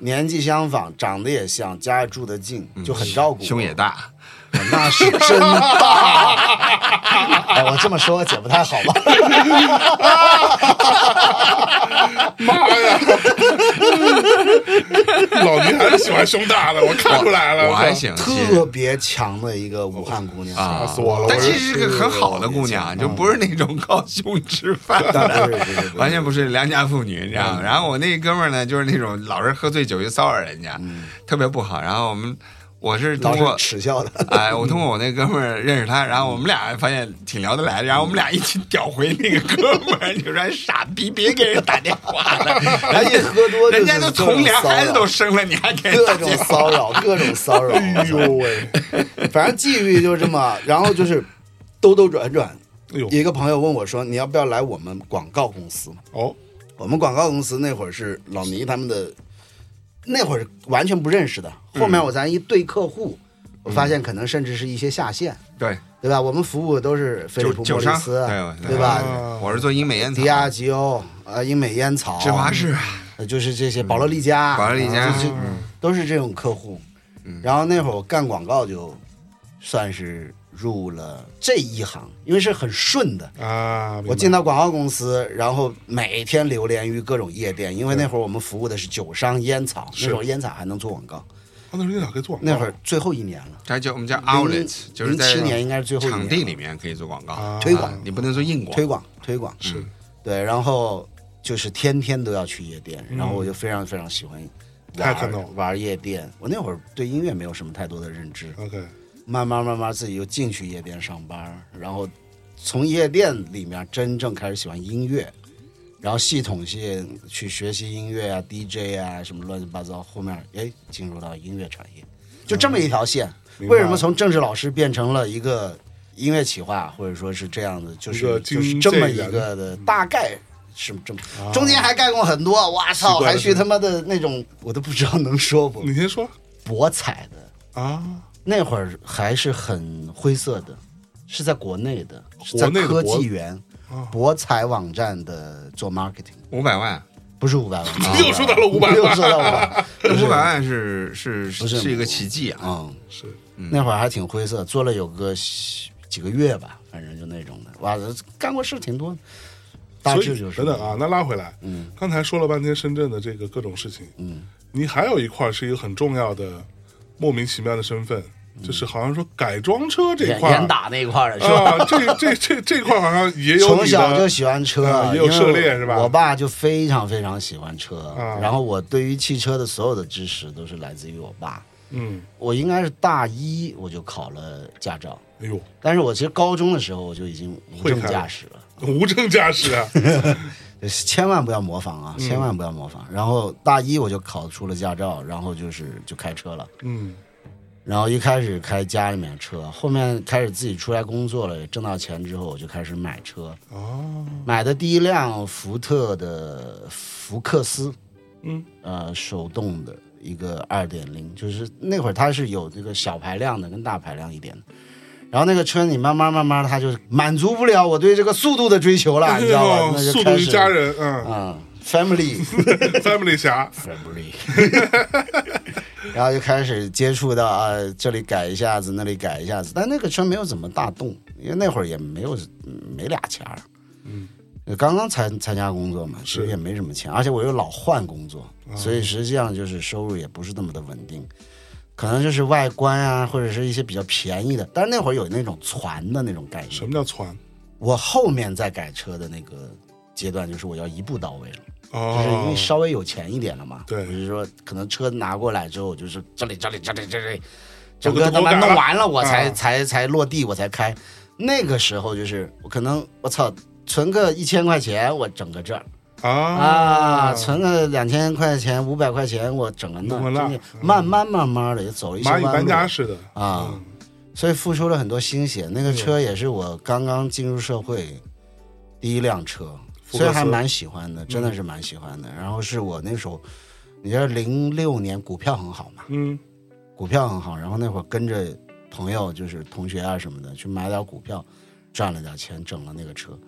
B: 年纪相仿，长得也像，家也住得近，
A: 嗯
B: 就很照顾。
A: 胸也大，
B: 那是真大。哎，我这么说我姐不太好 吧？
C: 妈呀！老倪还是喜欢胸大的，我看出来 了。
A: 我还行，其实
B: 特别强的一个武汉姑娘
A: 啊，
C: 吓死我了
A: 但
C: 我
A: 其
C: 是
A: 实是个很好的姑娘，
B: 嗯
A: 就不是那种靠胸吃饭
B: 当然
A: 的
B: 不是不是不是，
A: 完全不是良家妇女，你知
B: 嗯
A: 道吗？然后我那哥们儿呢，就是那种老是喝醉酒就骚扰人家，特别不好。然后我们我是通
B: 嗯老
A: 过
B: 是嗯耻笑的。
A: 哎，我通过我那哥们儿认识他，然后我们俩发现挺聊得来的，然后我们俩一起屌回那个哥们儿，就说傻逼，别给人打电话 了，人家
B: 喝多哎就是
A: 人家都从良，
B: 这种骚扰
A: 孩子都生了，你还 给人
B: 各
A: 打
B: 种
A: 电话？
B: 骚扰，各种骚扰。
C: 哎呦喂！
B: 反正际遇就是这么，然后就是兜兜转转。
C: 哎呦
B: 一个朋友问我说：“你要不要来我们广告公司？”
C: 哦，
B: 我们广告公司那会儿是老倪他们的，那会儿完全不认识的。后面我咱一对客户，我发现可能甚至是一些下线，
A: 对，
B: 对吧？我们服务都是菲利
A: 酒
B: 普
A: 酒
B: 莫里
A: 商哎
B: 斯，啊
A: 对
B: 对吧？
C: 啊
A: 我是做英美烟
B: 迪亚
A: 草，哦
B: 吉欧，呃，英美烟草，
A: 芝华士，
B: 呃就是这些保罗利
C: 嗯
B: 加，
A: 保罗利加
B: 啊就是都是这种客户。然后那会儿我干广告就算是入了这一行，因为是很顺的。
C: 啊！明白
B: 我进到广告公司，然后每天流连于各种夜店，因为那会儿我们服务的是酒商烟草，那会儿烟草还能做广告。
C: 哦那时候那哪可以做广告？
B: 那会儿最后一年了，
A: 这就我们叫
B: 嗯零
A: outlet，就是在
B: 07年应该是最后一年
A: 场地里面可以做广告
C: 啊，
B: 推广
A: 你不能做硬广
B: 推广推广是，对，然后就是天天都要去夜店，然后我就非常非常喜欢
C: 嗯太看到了
B: 玩玩夜店。我那会儿对音乐没有什么太多的认知，
C: OK，
B: 慢慢慢慢自己又进去夜店上班，然后从夜店里面真正开始喜欢音乐，然后系统性去学习音乐啊、DJ 啊什么乱七八糟，后面哎进入到音乐产业，就这么一条线。
C: 明白
B: 为什么从政治老师变成了一个音乐企划，或者说是这样的，就
C: 一个
B: 是
C: 经
B: 就是这么
C: 纪
B: 一
C: 人啊
B: 个的大概。是这么，中间还干过很多，哇操，
C: 奇怪的
B: 还去他妈的那种，我都不知道能说不。
C: 你先说
B: 博彩的，
C: 啊！
B: 那会儿还是很灰色的，是在国内的，是在
C: 国内的
B: 科
C: 博
B: 技园
C: 啊
B: 博彩网站的做 marketing，
A: 五百万，
B: 不是五百万，
C: 又说到了500万
B: 又说到五 百，
A: 五百万是是
B: 不是
A: 是一个奇迹啊！
B: 嗯，
C: 是
B: 那会儿还挺灰色，做了有个几个月吧，反正就那种的，哇，干过事挺多的，大
C: 所
B: 致
C: 以
B: 就是
C: 等等啊，那拉回来，嗯，刚才说了半天深圳的这个各种事情，嗯，你还有一块是一个很重要的、莫名其妙的身份，就是好像说改装车这
B: 严
C: 块儿
B: 严嗯打那一块儿的是吧？
C: 啊，这这这这块儿好像也有
B: 从
C: 你
B: 小就
C: 的
B: 喜欢车，
C: 啊也有
B: 因为
C: 涉猎是吧
B: 我爸就非常非常喜欢车，
C: 啊
B: 然后我对于汽车的所有的知识都是来自于我爸。
C: 嗯，
B: 我应该是大一我就考了驾照，
C: 哎呦，
B: 但是我其实高中的时候我就已经无证驾驶了，
C: 无证驾驶 啊，
B: 就是千万不要模仿啊，千万不要模仿。然后大一我就考出了驾照，然后就是就开车了，
C: 嗯，
B: 然后一开始开家里面的车，后面开始自己出来工作了，挣到钱之后我就开始买车，
C: 哦，
B: 买的第一辆福特的福克斯，
C: 嗯，
B: 呃，手动的一个二点零，就是那会儿它是有这个小排量的跟大排量一点的。然后那个车你慢慢慢慢，它就满足不了我对这个速度的追求了，你知道
C: 哎
B: 吧？
C: 呦
B: 那
C: 速
B: 就
C: 度
B: 开
C: 与
B: 始
C: 家人，嗯
B: 啊、f a m i l y
C: ，Family 侠，
B: family，然后就开始接触到啊、这里改一下子，那里改一下子，但那个车没有怎么大动，因为那会儿也没有没俩钱儿，嗯，刚刚参参加工作嘛，其实也没什么钱，而且我又老换工作，所以实际上就是收入也不是那么的稳定。可能就是外观啊，或者是一些比较便宜的，但是那会儿有那种攒的那种概念。
C: 什么叫传？
B: 我后面在改车的那个阶段，就是我要一步到位了。就是因
C: 哦
B: 为，稍微有钱一点了嘛。
C: 对
B: 我就是说可能车拿过来之后，就是这里这里这里这里，
C: 这
B: 整
C: 个
B: 个
C: 都
B: 他
C: 给
B: 妈
C: 我改了
B: 弄完了，我才、
C: 啊
B: 才才落地，我才开。那个时候就是我可能我操，存个一千块钱，我整个这儿啊，
C: 啊，
B: 存个两千块钱、五百块钱，我整个那
C: 弄个
B: 儿，
C: 那
B: 真的慢慢慢慢的也走了一些
C: 蚂蚁
B: 弯
C: 搬
B: 路
C: 家似的，
B: 啊。
C: 嗯
B: 所以付出了很多心血。那个车也是我刚刚进入社会第一辆车，
C: 福克斯
B: 所以还蛮喜欢的，真的是蛮喜欢的。然后是我那时候，你知道零六年股票很好嘛，
C: 嗯，
B: 股票很好，然后那会儿跟着朋友就是同学啊什么的去买点股票，赚了点钱，整了那个车。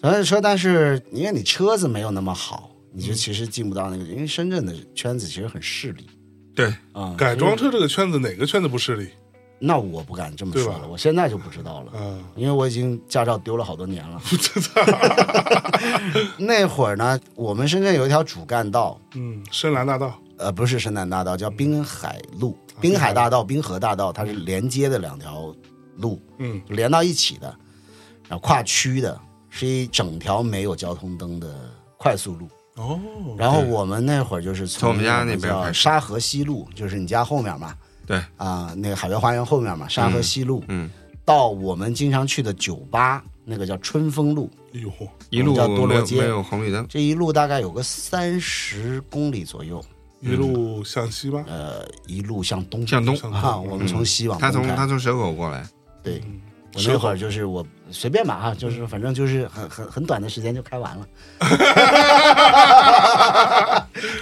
B: 整了那车，但是因为你车子没有那么好，你
C: 嗯
B: 就其实进不到那个，因为深圳的圈子其实很势利
A: 对，
B: 啊。
C: 改装车这个圈子哪个圈子不势利？
B: 那我不敢这么说
C: 对吧
B: 了，我现在就不知道了，
C: 嗯，
B: 因为我已经驾照丢了好多年 了。
C: 操，
A: 啊
B: 那会儿呢，我们深圳有一条主干道，
C: 嗯，深蓝大道，
B: 呃，不是深南大道，叫滨海路、
A: 嗯
B: 滨海大道、滨河大道，它是连接的两条路，
C: 嗯
B: 连到一起的，然后跨区的，是一整条没有交通灯的快速路。
C: 哦，
B: 然后我们那会儿就是
A: 从我们家
B: 那
A: 那
B: 个
A: 边
B: 叫
A: 开始
B: 沙河西路，就是你家后面嘛，
A: 对，
B: 啊、那个海悦花园后面嘛，沙河西路，
A: 嗯，
B: 到我们经常去的酒吧，那个叫春风路，
C: 哎呦，
A: 一路
B: 我们叫多
A: 没
B: 罗
A: 有
B: 街
A: 没有红绿灯，
B: 这一路大概有个三十公里左右，
C: 一路向西吧，
B: 呃，一路向东，
A: 向东。
C: 向
B: 啊，
C: 东，
B: 我们从西往
A: 嗯他
B: 东
A: 从
B: 开
A: 他从蛇口过来，
B: 对，
C: 嗯
B: 我
C: 蛇
B: 那会儿就是我随便吧啊，就是反正就是很很很短的时间就 开完了，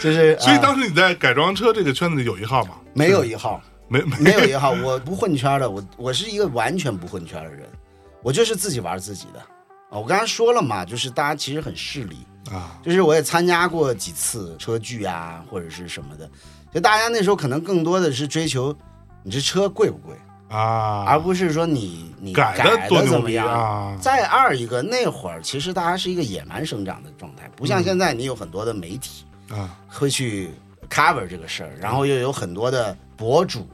B: 就是
C: 所以
B: 啊
C: 当时你在改装车这个圈子里有一号嘛？
B: 没有一号，
C: 没没
B: 没有一号，我不混圈的，我我是一个完全不混圈的人，我就是自己玩自己的啊。我刚才说了嘛，就是大家其实很势利，
C: 啊，
B: 就是我也参加过几次车聚啊，或者是什么的，就大家那时候可能更多的是追求你这车贵不贵，
C: 啊，
B: 而不是说你你
C: 改
B: 改
C: 的多
B: 得怎
C: 牛
B: 么
C: 逼
B: 样
C: 啊！
B: 再二一个，那会儿其实大家是一个野蛮生长的状态，不像现在你有很多的媒体
C: 啊，
B: 会去 cover 这个事儿，然后又有很多的博主，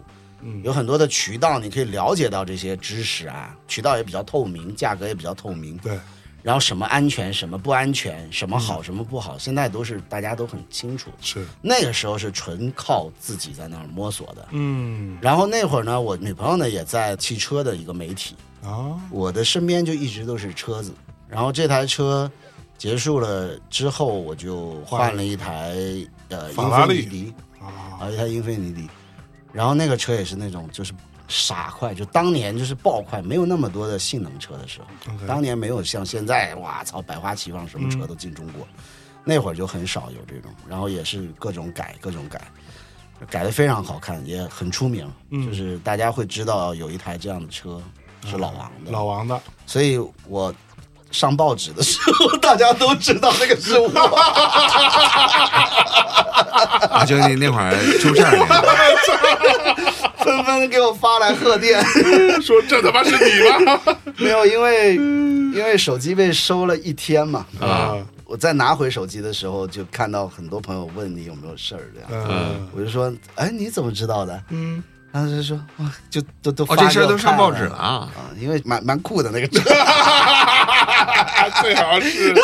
C: 嗯
B: 有很多的渠道，你可以了解到这些知识啊，渠道也比较透明，价格也比较透明，
C: 对，
B: 然后什么安全，什么不安全，什么
C: 嗯
B: 好，什么不好，现在都是大家都很清楚。
C: 是，
B: 那个时候是纯靠自己在那儿摸索的。
C: 嗯
B: 然后那会儿呢，我女朋友呢也在汽车的一个媒体，
C: 啊，
B: 我的身边就一直都是车子，然后这台车结束了之后，我就换了一台呃
C: 法
B: 英
C: 拉
B: 菲
C: 利
B: 尼迪
C: 啊
B: 啊，一台英菲尼迪，然后那个车也是那种就是傻快，就当年就是爆快，没有那么多的性能车的时候，
C: ，OK，
B: 当年没有像现在哇操百花齐放，什么车都进中国，那会儿就很少有这种，然后也是各种改各种改。改的非常好看，也很出名，就是大家会知道有一台这样的车是老王的，
C: 老王的，
B: 所以我上报纸的时候， 大家都知道那个是我。
A: 啊，就那那会儿出事儿那 个，
B: 纷纷给我发来贺电，
C: 说这他妈是你吗？
B: 没有，因为因为手机被收了一天嘛。
C: 啊，
B: 我再拿回手机的时候，就看到很多朋友问你有没有事儿这样，
C: 嗯
B: 我就说，哎，你怎么知道的？
C: 嗯，
B: 然后他就说，哇，就都都
A: 哦，
B: 发
A: 这事儿
B: 给我
A: 都上
B: 看
A: 报纸了
B: 了
A: 啊。
B: 啊，因为蛮蛮酷的那 个车。
C: 啊最好是，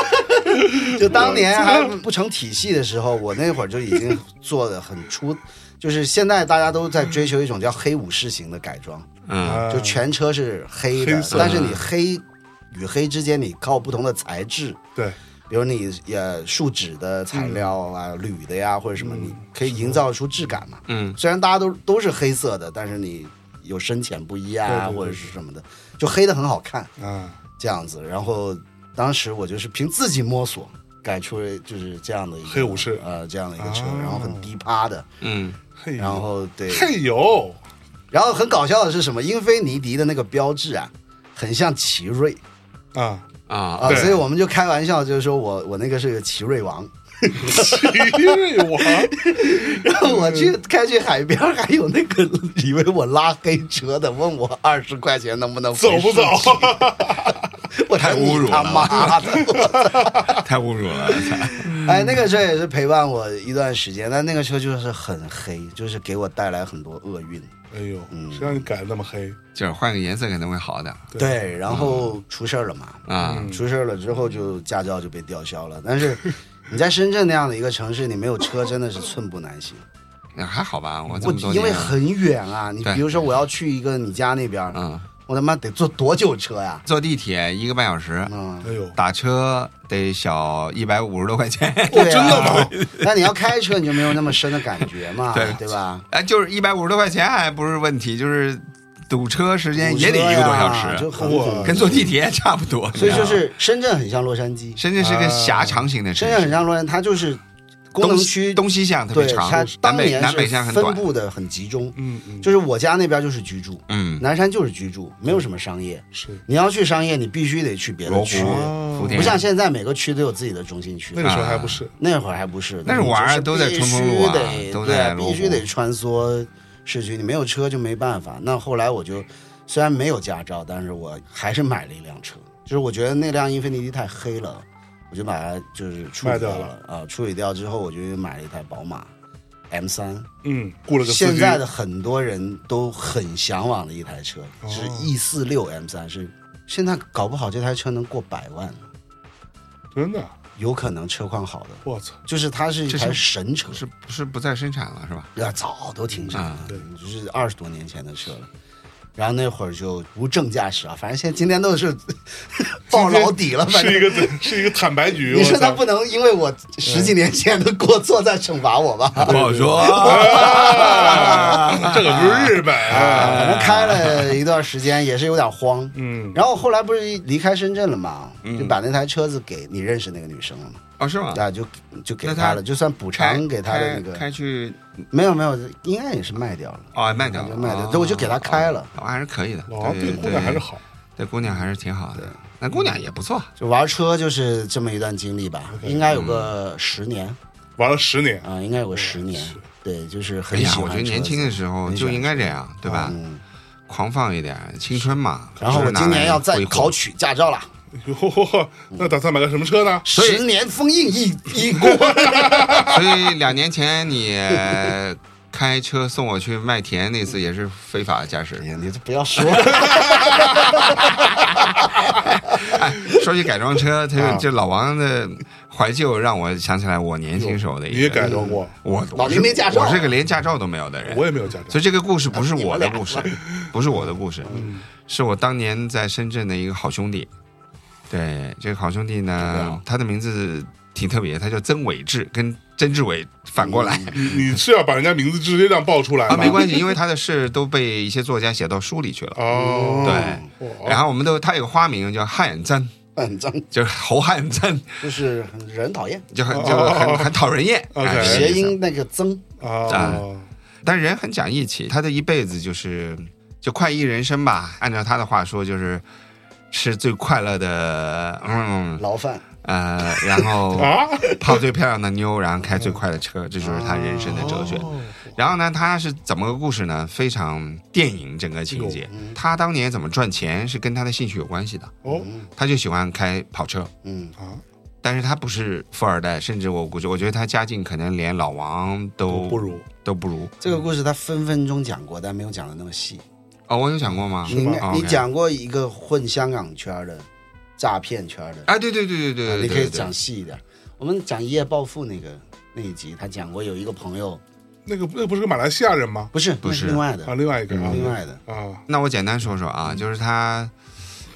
B: 就当年还不成体系的时候，我那会儿就已经做的很出，就是现在大家都在追求一种叫黑武士型的改装，
C: 啊
A: 嗯，
B: 就全车是黑的，
C: 黑色
B: 但是你黑与黑之间，你靠不同的材质，
C: 对，
B: 比如你呃树脂的材
C: 嗯
B: 料啊、铝的呀或者什么，你可以营造出质感嘛。
A: 嗯，
B: 虽然大家都都是黑色的，但是你有深浅不一
C: 对对
B: 啊，
C: 对
B: 或者是什么的，就黑的很好看。
C: 啊，
B: 这样子。然后当时我就是凭自己摸索改出了就是这样的一个
C: 黑武士
B: 呃这样的一个车，
C: 啊
B: 然后很低趴的，
A: 嗯，
C: 嘿
B: 然
C: 呦，
B: 后对，
C: 嘿呦，
B: 然后很搞笑的是什么？英菲尼迪的那个标志啊。很像奇瑞
C: 啊，
A: 啊，
B: 啊，
C: 对
B: 所以我们就开玩笑，就是说我我那个是个奇瑞王，
C: 奇瑞王，
B: 然后我去开去海边，还有那个 以为我拉黑车的，问我二十块钱能不能回
C: 走不走？
B: 市区？ 我说
A: 太侮辱
B: 你他
A: 了
B: 妈的！我
A: 太侮辱了，
B: 哎，那个车也是陪伴我一段时间，但那个车就是很黑，就是给我带来很多厄运。
C: 哎呦，谁让你改的那么黑？
A: 就是换个颜色可能会好点儿
C: 对
B: 对，然
A: 嗯
B: 后出事儿了嘛，
A: 啊。
B: 出事儿了之后就驾照就被吊销了。但是你在深圳那样的一个城市，你没有车真的是寸步难行。
A: 那还好吧，我这
B: 我
A: 么多
B: 嗯因为
A: 年了，
B: 很远啊，你
A: 对
B: 比如说我要去一个你家那边儿，
A: 嗯，
B: 我他妈得坐多久车呀？
A: 坐地铁一个半小时，
B: 嗯，
C: 哎呦，
A: 打车得小一百五十多块钱， 哦
B: 对啊，那你要开车你就没有那么深的感觉嘛，
A: 对
B: 对吧？
A: 哎，就是一百五十多块钱还不是问题，就是堵车时间也得
B: 堵车
A: 一个多小
B: 呀啊就
A: 时，
B: 很
C: 哇
B: 恐
A: 跟
B: 怖
A: 坐地铁差不多。
B: 所以
A: 你
B: 就
A: 知道吗
B: 是深圳很像洛杉矶，
A: 深圳是个狭长型的城
B: 深圳
A: 市，
B: 很像洛杉矶，它就是功
A: 东
B: 能
A: 西
B: 区，
A: 东西向特别
B: 对
A: 长
B: 它，
A: 南
B: 当
A: 北
B: 年
A: 南北
B: 是
A: 向很
B: 分
A: 短。
B: 布的很集中，
C: 嗯嗯，
B: 就是我家那边就是居住，
A: 嗯，
B: 南山就是居住，没有什么商业。
C: 是
B: 你要去商业，你必须得去别的
A: 罗湖
B: 区，
A: 福田
B: 不像现在每个区都有自己的中心区
C: 那，个时候还不是，
B: 那会儿还不是，
A: 那是玩儿都在春风路啊
B: 必须得
A: 都
B: 对
A: 在
B: 啊
A: 罗湖
B: 必须得穿梭市区，你没有车就没办法。那后来我就虽然没有驾照，但是我还是买了一辆车，就是我觉得那辆英菲尼迪太黑了，我就把它就是处理
C: 卖掉
B: 了啊，处理掉之后我就买了一台宝马 M 三，
C: 嗯，雇了个司
B: 现
C: 机，
B: 在的很多人都很向往的一台车，
A: 哦
B: 是 E 四六 M 三，是现在搞不好这台车能过百万，
C: 真的，
B: 有可能车况好的，
C: 我操，
B: 就是它是一
A: 这
B: 台
A: 是
B: 神车，
A: 是不是不再生产了是吧？
B: 啊，早都停产了，
A: 啊
B: 对，就是二十多年前的车了。然后那会儿就无证驾驶啊，反正现在今天都是 报老底了，反
C: 是一
B: 正。
C: 个 是一个坦白局，
B: 啊你说
C: 我
B: 他
C: 操
B: 不能因为我十几年前的过错再惩罚我吧？
A: 不好 说。
C: 啊这可不是日本啊，
B: 反正开了一段时间也是有点慌，
C: 嗯，
B: 然后后来不是离开深圳了嘛，
A: 嗯
B: 就把那台车子给你认识那个女生了嘛，
A: 哦，是吗？
B: 啊，就就给
A: 那
B: 她
A: 她
B: 了，就算补
A: 开
B: 偿给她的那
A: 开
B: 个，
A: 开去
B: 没有没有，应该也是卖掉了，
A: 哦，卖掉
B: 就
A: 了，
B: 卖掉
A: 哦
B: 对我就给她开了，
A: 哦还是可以的。
C: 哦，
A: 对
C: 姑娘还是
A: 对，
C: 好，
A: 对姑娘还是挺好的，那姑娘也不错。
B: 就玩车就是这么一段经历吧，应该有
A: 嗯
B: 个十年
C: 玩了十年，
B: 啊，应该有个十年，对，就是
A: 哎
B: 嗯很喜
A: 呀，
B: 欢
A: 我觉得年轻的时候
B: 很喜
A: 就
B: 欢
A: 应该这样，对吧？
B: 嗯，
A: 狂放一点，青春嘛。
B: 然后我今年要再考
A: 取。
B: 取驾照了，
C: 哟， 那打算买个什么车呢？
A: 以
B: 十年封印已已 过，
A: 所以两年前 你呃开车送我去麦田那次也是非法驾驶
B: 哎。呀你就不要说了。
A: 哎，说起改装车，他
C: 啊
A: 就就老王的怀旧让我想起来我年轻时候的一个。嗯
C: 你也改装过？
A: 我
B: 老
A: 我是
B: 林没驾照
A: 我是个连驾照都没有的人。
C: 我也没有驾照
A: 所以这个故事不是我的故事
B: 啊你，
A: 不是我的故事，是我当年在深圳的一个好兄弟。对，这个好兄弟呢，他的名字挺特别，他叫曾伟志，跟曾志伟反过来。
C: 你 是要把人家名字直接这样报出来
A: 啊，
C: 吗？
A: 没关系，因为他的事都被一些作家写到书里去了。
C: 哦，
A: 对
C: 哇，
A: 然后我们都他有个花名叫汉曾，
B: 很脏，
A: 就是侯汉曾，
B: 就是很惹人讨厌，
A: 就很
C: 哦
A: 就很很讨人厌，
C: OK
A: 哎
B: 谐音。那个增，
C: 啊，
A: 但人很讲义气，他的一辈子就是就快意人生吧。按照他的话说，就是吃最快乐的，嗯
B: 牢饭。
A: 呃，然后
C: 啊
A: 泡最漂亮的妞，然后开最快的车，这就是他人生的哲学。
C: 哦
A: 然后呢，他是怎么个故事呢？非常电影整个情
C: 哎
A: 节。他当年怎么赚钱是跟他的兴趣有关系的，
C: 哦
A: 他就喜欢开跑车。
B: 嗯，
C: 啊，
A: 但是他不是富二代，甚至我估计，我觉得他家境可能连老王都
C: 不如
A: 都不如。
B: 这个故事他分分钟讲过，但没有讲的那么细。
A: 哦，我有讲过吗？
B: 你
A: 哦
B: 你
A: OK
B: 讲过一个混香港圈的、诈骗圈的，
A: 啊？对对对对对对，
B: 你可以
A: 对
B: 讲。细一点。我们讲《一夜暴富》那个那一集，他讲过有一个朋友，
C: 那个那个不是个马来西亚人吗？
B: 不是
A: 不
B: 那是
A: 是嗯
B: 另外的
C: 啊，，另外一个啊，
B: 嗯另外的，
C: 啊，
A: 那我简单说说啊，就是他，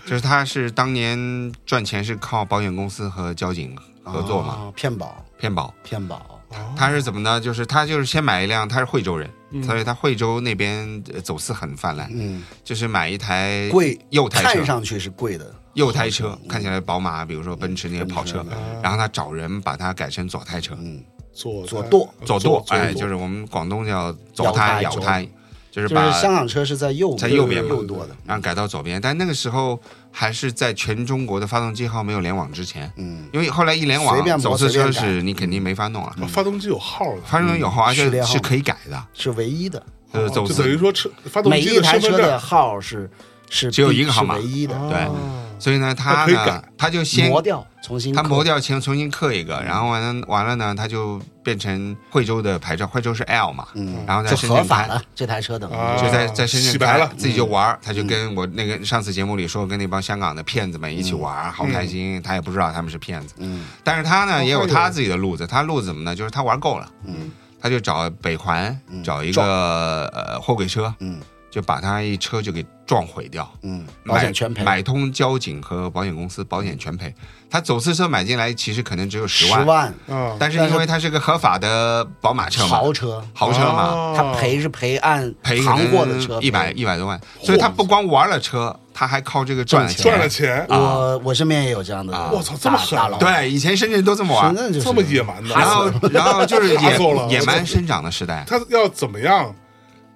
A: 就是他是当年赚钱是靠保险公司和交警合作嘛，
B: 哦，骗保
A: 骗保。
B: 骗保，
A: 他是怎么呢？就是他就是先买一辆，他是惠州人，所以他惠州那边呃走私很泛滥，
B: 嗯，
A: 就是买一台
B: 贵，
A: 右胎车
B: 看，上去是贵的，
A: 右胎车看起来宝马，比如说奔驰那些跑车
B: 奔驰，啊
A: 然后他找人把它改成左胎车，
B: 嗯，
C: 左
B: 左
C: 舵
B: 舵
A: 左舵，哎，就是我们广东叫左胎、
B: 摇
A: 摇
B: 胎
A: 胎，就是
B: 就是
A: 把
B: 香港车是在右
A: 在右边嘛
B: 右舵的，
A: 然后改到左边。但那个时候还是在全中国的发动机号没有联网之前，
B: 嗯，
A: 因为后来一联
B: 随便
A: 网，
B: 磨
A: 走私
B: 随
A: 车
B: 便改嗯
A: 是你肯定没法弄了。
C: 发动机有号的，
A: 发动机有号，而
B: 序
A: 且
B: 列号
A: 是可以改的，
B: 是唯一的，
A: 就是走
C: 啊就等于
A: 私。
C: 说车发动
B: 每
C: 机
B: 一
C: 的
B: 台
C: 身
B: 车
C: 份
B: 的
C: 证
B: 号是是
A: 只有
B: 必
A: 一个号码
B: 是唯一的，
A: 对
B: 哦
C: 啊
A: 所以呢，他
C: 可以
A: 呢
C: 改，
A: 他就哦先
B: 磨嗯掉，重新
A: 他
B: 刻
A: 磨，掉钱，重新刻一个，然后完了完了呢，他就变成惠州的牌照，惠州是 L 嘛，
B: 嗯，
A: 然后在
B: 就
A: 深
B: 合
A: 圳
B: 法
A: 开，
B: 了这台车等于
C: 啊
A: 就在在深
C: 洗
A: 圳
C: 白
A: 开
C: 了
A: 自己就玩儿，他就跟我那个上次节目里说，跟那帮香港的骗子们一起玩儿，好开心。他也不知道他们是骗子，
B: 嗯
A: 但是他
C: 哦
A: 呢也有
C: 还有
A: 他自己的路子，他路子怎么呢？就是他玩够了，
B: 嗯
A: 他就找北环
B: 嗯
A: 找一个呃货柜车，
B: 嗯
A: 就把他一车就给撞毁掉，
B: 嗯，
A: 买
B: 保险全赔，
A: 买通交警和保险公司，保险全赔。他走私车买进来其实可能只有
B: 十
A: 十万，
B: 万
C: 啊，
A: 但是因为它是个合法的宝马车嘛
B: 豪，车，
A: 豪车嘛，
C: 哦
B: 他赔是赔按
A: 赔
B: 扛过的车
A: 一百
B: 赔。
A: 一百多万，所以他不光玩了车，他还靠这个赚了钱。
C: 赚了钱，
B: 我我身边也有这样的
A: 啊
B: 人，
C: 我操这么狠
B: 大佬，
A: 对，以前深圳都这么
B: 深
A: 玩，
B: 圳就是
C: 这么野蛮的，
A: 然后然后 就是
C: 吓死我了
A: 野野蛮生长的时代，
C: 他要怎么样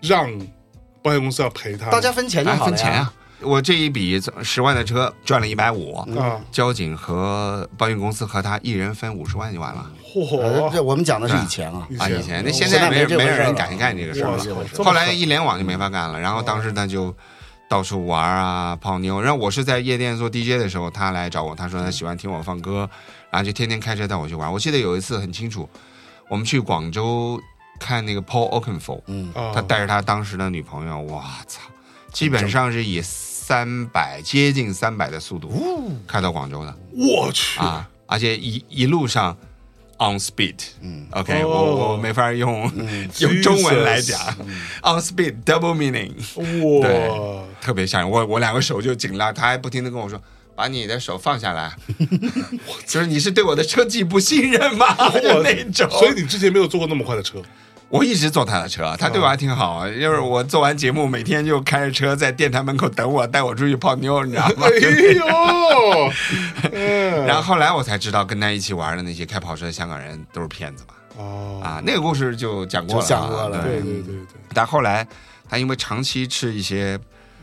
C: 让保险公司要赔他？
B: 大家分钱就
A: 哎
B: 好了
A: 分
B: 呀，
A: 钱啊，我这一笔十万的车赚了一百五，
B: 嗯
C: 啊，
A: 交警和保险公司和他一人分五十万就完了。
B: 呃
C: 嚯，
B: 这我们讲的是以前啊，
A: 啊，以前那现
B: 现在
A: 没
B: 没这
A: 没
B: 回
A: 有
B: 事
A: 人
B: 了
A: 敢干这个事儿
B: 没这回
A: 了
B: 事。
A: 后来一联网就没法干了，然后当时他就到处玩啊、泡妞。然后我是在夜店做 DJ 的时候，他来找我，他说他喜欢听我放歌，然后就天天开车带我去玩。我记得有一次很清楚，我们去广州看那个 Paul o c k e n f o l d
B: 嗯，
C: 啊
A: 他带着他当时的女朋友，我操，基本上是以三百接近三百的速度开到广州的。
C: 我去，
A: 啊，而且一一路上 on speed，嗯，OK，、我我没法用、 用中文来讲 on speed double meaning，
C: 哇，
A: 特别吓人。我我两个手就紧拉，他还不停的跟我说。把你的手放下来，就是你是对我的车技不信任吗？就那种。
C: 所以你之前没有坐过那么快 的车，
A: 我一直坐他的车，啊他对我还挺好。就是我做完节目，每天就开着车在电台门口等我，带我出去泡妞，你知道吗？
C: 哎呦， 嗯
A: 然后后来我才知道，跟他一起玩的那些开跑车的香港人都是骗子嘛。
C: 哦，
A: 啊，那个故事就讲过了啊，
B: 就讲过了
C: 对
A: 对，
C: 对对对，
A: 但后来他因为长期吃一些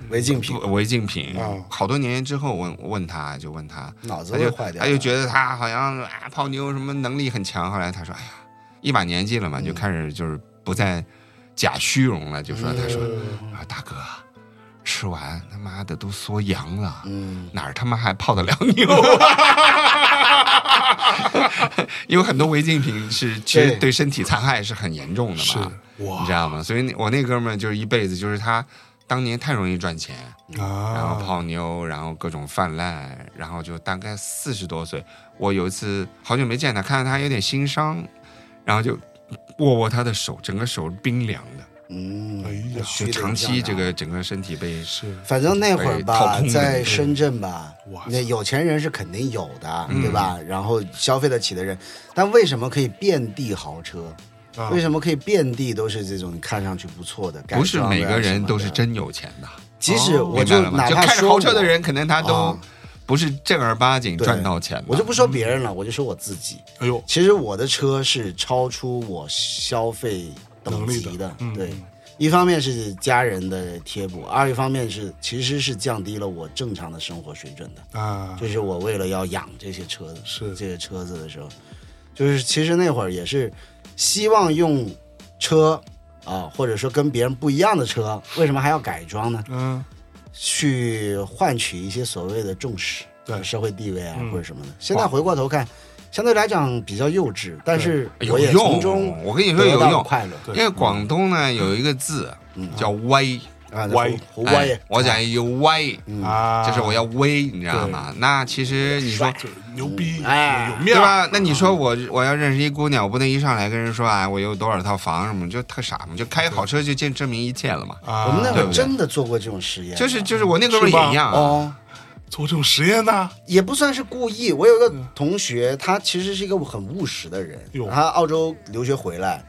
B: 违禁品，啊
A: 违禁品
C: 哦，
A: 好多年之后问问他，就问他，
B: 脑子
A: 他
B: 会
A: 就
B: 坏掉
A: 他
B: 的，
A: 哎就觉得他好像啊泡妞什么能力很强。后来他说，哎呀，一把年纪了
B: 嗯
A: 嘛，就开始就是不再假虚荣了，就说
B: 嗯
A: 他说啊大哥。吃完他妈的都缩阳了，
B: 嗯，
A: 哪儿他妈还泡得了 妞啊？因为很多违禁品是其实
B: 对
A: 对身体残害是很严重的
C: 是
A: 嘛，你
C: 哇
A: 知道吗？所以那我那哥们儿就是一辈子就是他当年太容易赚钱，然后
C: 啊，
A: 泡妞，然后各种泛滥，然后就大概四十多岁，我有一次好久没见他，看到他有点心伤，然后就握握他的手，整个手冰凉的，
B: 嗯，
C: 哎呀，
A: 就长期这个整个身体被
C: 是
B: 啊反正那会儿
A: 被掏
B: 吧
A: 空，的
B: 在深圳吧
C: 哇，
B: 那有钱人是肯定有的，
A: 嗯
B: 对吧？然后消费得起的人，但为什么可以遍地豪车？
C: 啊
B: 为什么可以遍地都是这种看上去不错的？改
A: 不是
B: 装的
A: 每个
B: 什
A: 人
B: 么
A: 都是
B: 的。
A: 真有钱的，
B: 即使
C: 哦
B: 我
A: 明白了吗？
B: 哪
A: 就
B: 怕
A: 开着
B: 说
A: 豪车的
B: 我
A: 人，可能他都
B: 啊
A: 不是正儿八经
B: 对
A: 赚到钱的，
B: 我就不说别人了，我就说我自己。
C: 哎呦，
B: 其实我的车是超出我消费等级
C: 能力的嗯
B: 对，一方面是家人的贴补，二一方面是其实是降低了我正常的生活水准的。
C: 啊，
B: 就是我为了要养这些车子，
C: 是
B: 这些车子的时候，就是其实那会儿也是希望用车啊，或者说跟别人不一样的车，为什么还要改装呢？
C: 嗯，
B: 去换取一些所谓的重视，
C: 对
B: 社会地位啊、
C: 嗯
B: 或者什么的。现在回过头看，相对来讲比较幼稚，但是
A: 哎有
B: 我也从中
A: 用。我跟你说
B: 得
A: 有
B: 到
A: 用，
B: 快乐
A: 因为广东呢有一个字叫威，
B: 啊，嗯
C: 歪
B: 那胡胡歪
A: 哎，我讲一个威，
C: 啊，
A: 嗯就是我要威，你知道吗？那其实你说。
C: 就是牛逼，
B: 哎
A: 对
C: 有面儿，
A: 吧？那你说
B: 嗯
A: 我我要认识一姑娘，我不能一上来跟人说哎，我有多少套房什么，就特傻嘛，就开好车就见证明一切了嘛。
C: 啊，
B: 我们那会
A: 对
B: 儿
A: 不对
B: 真的做过这种实验，啊
A: 就是就是我那哥们
C: 是
A: 儿
C: 吧
A: 也一样啊，
B: 哦，
C: 做这种实验呢，
B: 也不算是故意。我有一个同学，他其实是一个很务实的人
C: 哟，
B: 他澳洲留学回来，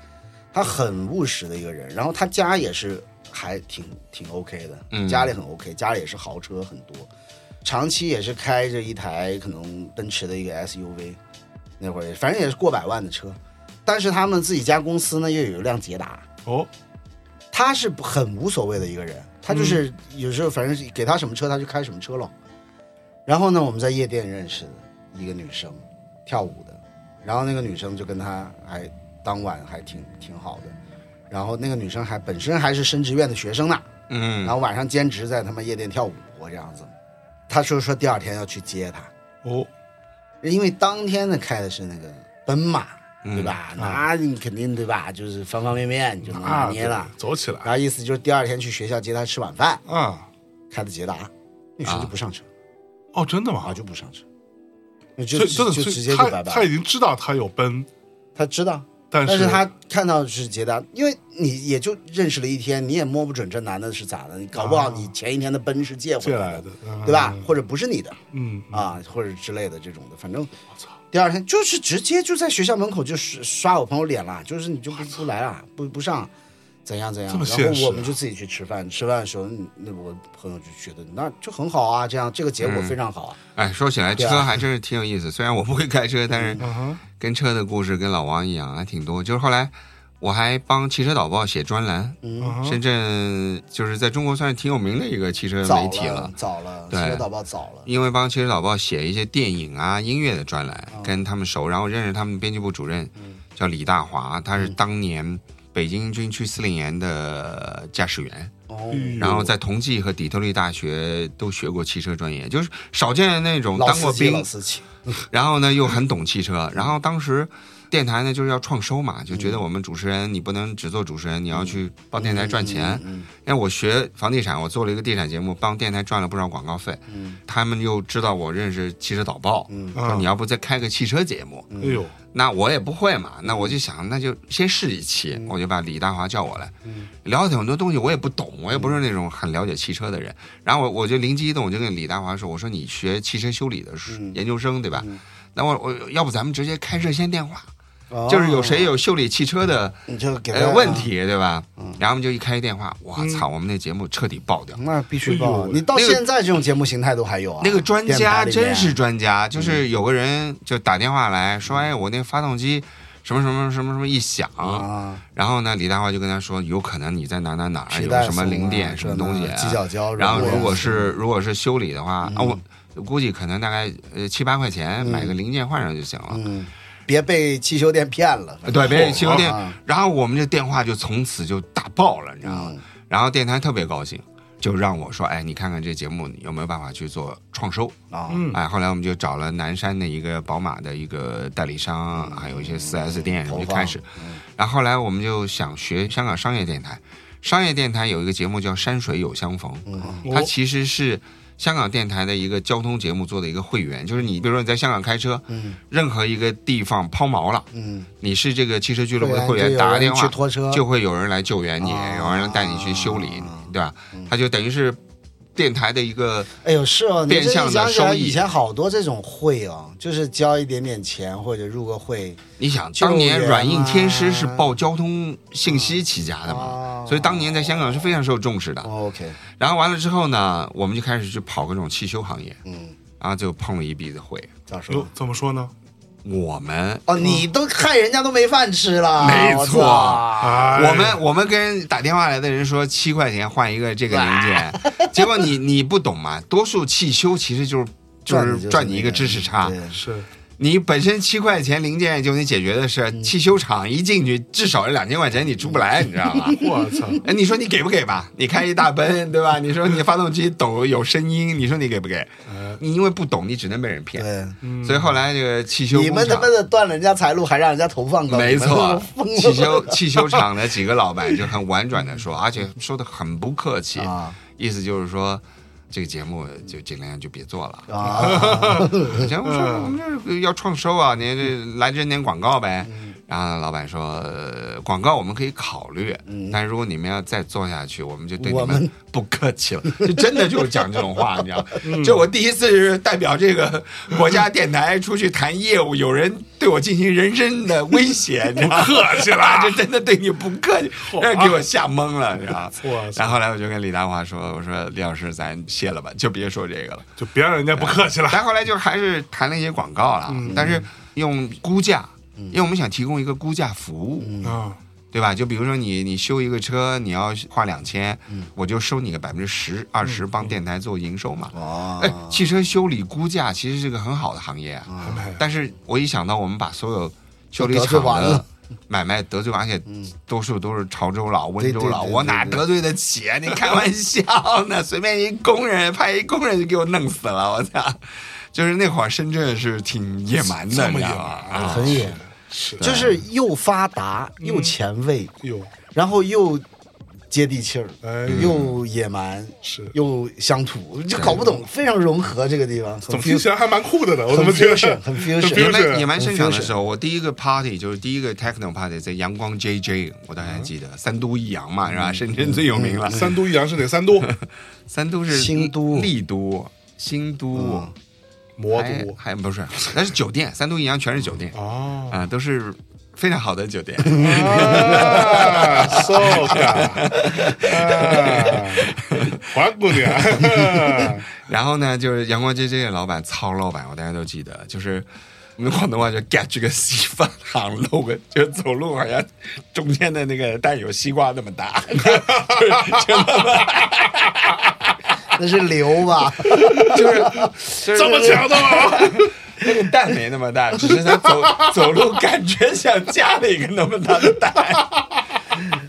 B: 他很务实的一个人。然后他家也是还挺挺 OK 的，
A: 嗯
B: 家里很 OK，家里也是豪车很多，长期也是开着一台可能奔驰的一个 SUV，那会儿也反正也是过百万的车。但是他们自己家公司呢又有一辆捷达，
C: 哦，
B: 他是很无所谓的一个人，他
C: 嗯
B: 就是有时候反正给他什么车他就开什么车了。然后呢，我们在夜店认识的一个女生，跳舞的，然后那个女生就跟他还当晚还挺挺好的，然后那个女生还本身还是升职院的学生呢，然
A: 嗯，
B: 后晚上兼职在他们夜店跳舞这样子。他说说第二天要去接她，
C: 哦，
B: 因为当天呢开的是那个奔马，
C: 嗯
B: 对吧？那你肯定对吧？就是方方面面你就能拿
C: 啊，
B: 嗯捏了。
C: 对走起来
B: 然后意思就是第二天去学校接他吃晚饭，
C: 啊，
B: 开的捷达，女生就不上车
C: 哦，真的
B: 啊，
C: 吗？
B: 就不上车，那就
C: 所以
B: 就
C: 真的，
B: 就
C: 所
B: 直
C: 以
B: 接就拜
C: 他他
B: 拜
C: 已。经知道他有奔，
B: 他知道，
C: 但
B: 但
C: 是
B: 是他看到是捷达，因为你也就认识了一天，你也摸不准这男的是咋的，你搞不好你前一天的奔是借回
C: 啊借
B: 来
C: 来
B: 的，
C: 的，嗯
B: 对吧？？或者不是你的
C: 嗯，
B: 啊，或者之类的这种的，反正
C: 我操，
B: 第二天就是直接就在学校门口就是刷我朋友脸了，就是你就不不来了，不不上，怎样怎样
C: 这么，现
B: 然
C: 实啊
B: 后我们就自己去吃饭，吃饭的时候，嗯那我朋友就觉得那就很好啊，这样这个结果非常好啊，
A: 哎，说起来
B: 对啊
A: 车还真是挺有意思，虽然我不会开车，但是
C: 嗯哼，
A: 跟车的故事跟老王一样还挺多。就是后来我还帮汽车导报写专栏。
C: 嗯
A: 深圳就是在中国算是挺有名的一个汽车媒
B: 早
A: 体嗯了，
B: 早了，
A: 对嗯
B: 汽车导报早了，
A: 因为帮汽车导报写一些电影啊、音乐的专栏，
B: 哦
A: 跟他们熟，然后认识他们编辑部主任，
B: 嗯
A: 叫李大华，他是当年北京军区司令员的驾驶员，
B: 哦，
C: 嗯
A: 然后在同济和底特律大学都学过汽车专业，就是少见的那种
B: 老
A: 当
B: 司
A: 过
B: 机，老
A: 兵，
B: 司机，
A: 然后呢又很懂汽车，然后当时。电台呢就是要创收嘛，就觉得我们主持人你不能只做主持人，你要去帮电台赚钱。
B: 嗯
A: 因为我学房地产，我做了一个地产节目，帮电台赚了不少广告费。
B: 嗯
A: 他们又知道我认识汽车导报，
B: 嗯
A: 说你要不再开个汽车节目？
C: 哎呦，
A: 那我也不会嘛，那我就想，那就先试一期。
B: 嗯
A: 我就把李大华叫我来，聊的很多东西我也不懂，我也不是那种很了解汽车的人。然后我我就灵机一动，我就跟李大华说：“我说你学汽车修理的是
B: 嗯
A: 研究生对吧
B: 嗯？
A: 那我我要不咱们直接开热线电话，
B: 嗯，
A: 就是有谁
B: 哦
A: 有修理汽车的
B: 你就给他嗯
A: 呃问，题对吧？然后我们就一开电话，我操，我们那节目彻底爆掉。”
B: 那必须
C: 哎
B: 报。啊
C: 呦
B: 你到
A: 那个
B: 现在这种节目形态都还有啊？
A: 那个专
B: 电台
A: 家
B: 里面嗯
A: 真是专家，就是有个人就打电话来说，哎，我那发动机什么什么什么什么一响，
B: 啊，
A: 然后呢，李大华就跟他说，有可能你在哪哪哪儿
B: 皮
A: 有
B: 带
A: 哎什么
B: 松啊
A: 零件
B: 这
A: 什么东西
B: 那
A: 啊，
B: 犄角胶。
A: 然后
B: 软
A: 如果
B: 木
A: 是如果是修理的话，
B: 嗯
A: 啊，我估计可能大概呃七八块钱买个零件换上就行了。
B: 嗯，别被汽修店骗了。
A: 对，别修电
B: 啊，
A: 然后我们这电话就从此就打爆了，你知道吗？
B: 嗯
A: 然后电台特别高兴，就让我说，哎，你看看这节目你有没有办法去做创收？
B: 啊，
C: 嗯
A: 哎，后来我们就找了南山的一个宝马的一个代理商，还有一些 4S 店，我
B: 嗯投
A: 们就
B: 放嗯
A: 开始。然后后来我们就想学香港商业电台，商业电台有一个节目叫《山水有相逢》，
B: 嗯啊哦
A: 它其实是。香港电台的一个交通节目做的一个会员，就是你，比如说你在香港开车，
B: 嗯
A: 任何一个地方抛锚了，
B: 嗯，
A: 你是这个汽车俱乐部的会
B: 会员就
A: 员，
B: 有
A: 打个
B: 人
A: 电话
B: 去拖车
A: 就会有人来救援你，
B: 啊嗯
A: 有人带你去修理你，对吧？它就等于是电台的一个
B: 哎呦是哦，你
A: 变
B: 这
A: 相的
B: 一想起
A: 收
B: 来，
A: 益
B: 以前好多这种会哦，就是交一点点钱或者入个会
A: 你想，
B: 救
A: 当年
B: 援
A: 软硬天师是
B: 啊
A: 报交通信息起家的嘛
B: 哦，
A: 所以当年在香港是非常受重视的。
B: 哦，OK，
A: 然后完了之后呢，我们就开始去跑各种汽修行业，
B: 嗯，
A: 然后就碰了一鼻子灰。
B: 咋
C: 哟
B: 说？，
C: 怎么说呢？
A: 我们，
B: 哦，你都害人家都没饭吃了，
A: 没
B: 我
A: 错啊
B: 操
C: 哎
A: 我们，我们跟打电话来的人说七块钱换一个这个零件，结果你你不懂嘛，多数汽修其实就是就
B: 赚的
A: 是
B: 就是
A: 赚你一个
B: 那个
A: 知识差，
B: 对
C: 是
A: 你本身七块钱零件就能解决的
B: 嗯
A: 事，汽修厂一进去至少两千块钱你出不来，你知道吗？
C: 我操，
A: 哎，你说你给不给吧？你开一大奔，对吧？你说你发动机抖有声音，你说你给不给？
C: 哎，
A: 你因为不懂，你只能被人骗。
B: 呃对。
C: 嗯
A: 所以后来这个汽修
B: 你
A: 工
B: 们他
A: 厂
B: 妈，的断了人家财路，还让人家投放高，
A: 没
B: 你们他妈
A: 错啊
B: 疯，了
A: 汽修汽修厂的几个老板就很婉转的说，而且说的很不客气，
B: 啊
A: 意思就是说。这个节目就尽量就别做了。
B: 啊！
A: 节目说我们这儿要创收啊，您这来扔点广告呗。然后老板说，呃广告我们可以考虑，但是如果你们要再做下去，嗯我们就对你
B: 我
A: 们
B: 们
A: 不客气 了。就真的就是讲这种话，你知道吗？这我第一次是代表这个国家电台出去谈业务，有人对我进行人身的威胁，你知道吗？客气了，这真的对你不客气，让给我吓懵了，你知道吗
C: 我？操
A: 然后后来我就跟李达华说，我说李老师，咱歇了吧，就别说这个了。
C: 就别让人家不 客气了。
A: 但后来就还是谈了一些广告了，但是用估价，因为我们想提供一个估价服务，
C: 啊，
A: 对吧？就比如说你你修一个车，你要花两千、我就收你个百分之十、二十，帮电台做营收嘛。
B: 哦
A: 哎，汽车修理估价其实是个很好的行业啊，
C: 安排
A: 但是我一想到我们把所有修理
B: 都得罪
A: 厂
B: 完
A: 的
B: 了
A: 买卖得罪完，而且多数都是潮州佬、温
B: 对
A: 州
B: 对
A: 佬，
B: 对
A: 我
B: 对
A: 哪
B: 对
A: 得罪得起啊？你开玩笑呢？ 随便一工人派一工人就给我弄死了，我操！就是那会儿深圳是挺野蛮的，
C: 这
A: 你
C: 么
A: 知
C: 野
A: 道吗
C: 蛮
A: 啊！
B: 很野，
C: 是
B: 就是又发达
A: 嗯
B: 又前卫，
C: 哟，
B: 然后又接地气儿，
C: 哎，
B: 又
A: 嗯
B: 野蛮，
C: 是，
B: 又乡土，就搞不懂，非常融合这个地方，
C: 怎
B: 很
C: 么听
B: fusion，
C: 起来还蛮酷的呢？我怎
B: 很
C: 么觉 得
B: fusion，很
A: 野
B: fusion，
C: 就是
A: 蛮野蛮生长的时候，我第一个 party 就是第一个 techno party 在阳光 JJ，我到现在记
B: 嗯
A: 得，三都一阳嘛，是吧？深圳最有名了，
C: 三都一阳是哪 三都？
A: 三都是
B: 新都嗯
A: 丽都、新都、
C: 魔
A: 还
C: 都
B: 哎
A: 还不是，那是酒店，三都一阳全是酒店。
C: 哦，
A: 啊、都是非常好的酒 店，
C: 啊，そうか，啊，黄姑娘，
A: 然后呢，就是阳光 JJ 的老板曹老板，我大家都记得，就是我们广东话就 get 这个稀饭行路个，就是走路好像中间的那个蛋有西瓜那么大，就是真的
B: 那是 瘤吧？
A: 就是 就是
C: 这么强的吗？
A: 那个蛋没那么大，只是他 走走路感觉像加了一个那么大的 蛋。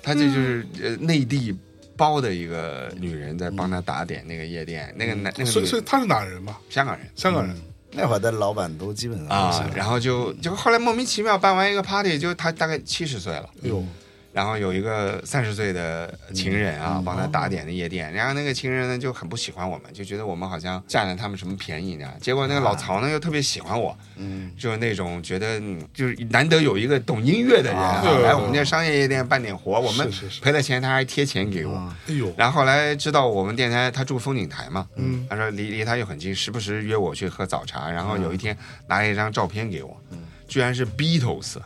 A: 他这就是呃内地包的一个女人在帮他打点那个夜店，那个男那个
C: 嗯所以
A: 女
C: 所以他是哪人嘛？
A: 香港人
C: 香港人，
B: 那会儿的老板都基本上是
C: 嗯
A: 啊，然后就就后来莫名其妙办完一个 party，就他大概七十岁了。
C: 哎呦，
A: 然后有一个三十岁的情人
C: 嗯
A: 啊，帮他打点的夜店，然后那个情人呢就很不喜欢我们，就觉得我们好像占了他们什么便宜呢。结果那个老曹呢又特别喜欢我，嗯，就是那种觉得嗯就是难得有一个懂音乐的人啊
C: 啊对
A: 来我们这商业夜店办点活，我们
C: 是是
A: 赔了钱他还贴钱给我。
C: 哎呦，
A: 然后后来知道我们电台，他住风景台嘛，嗯，他说离离他又很近，时不时约我去喝早茶。然后有一天拿了一张照片给我，
B: 嗯
A: 居然是 Beatles，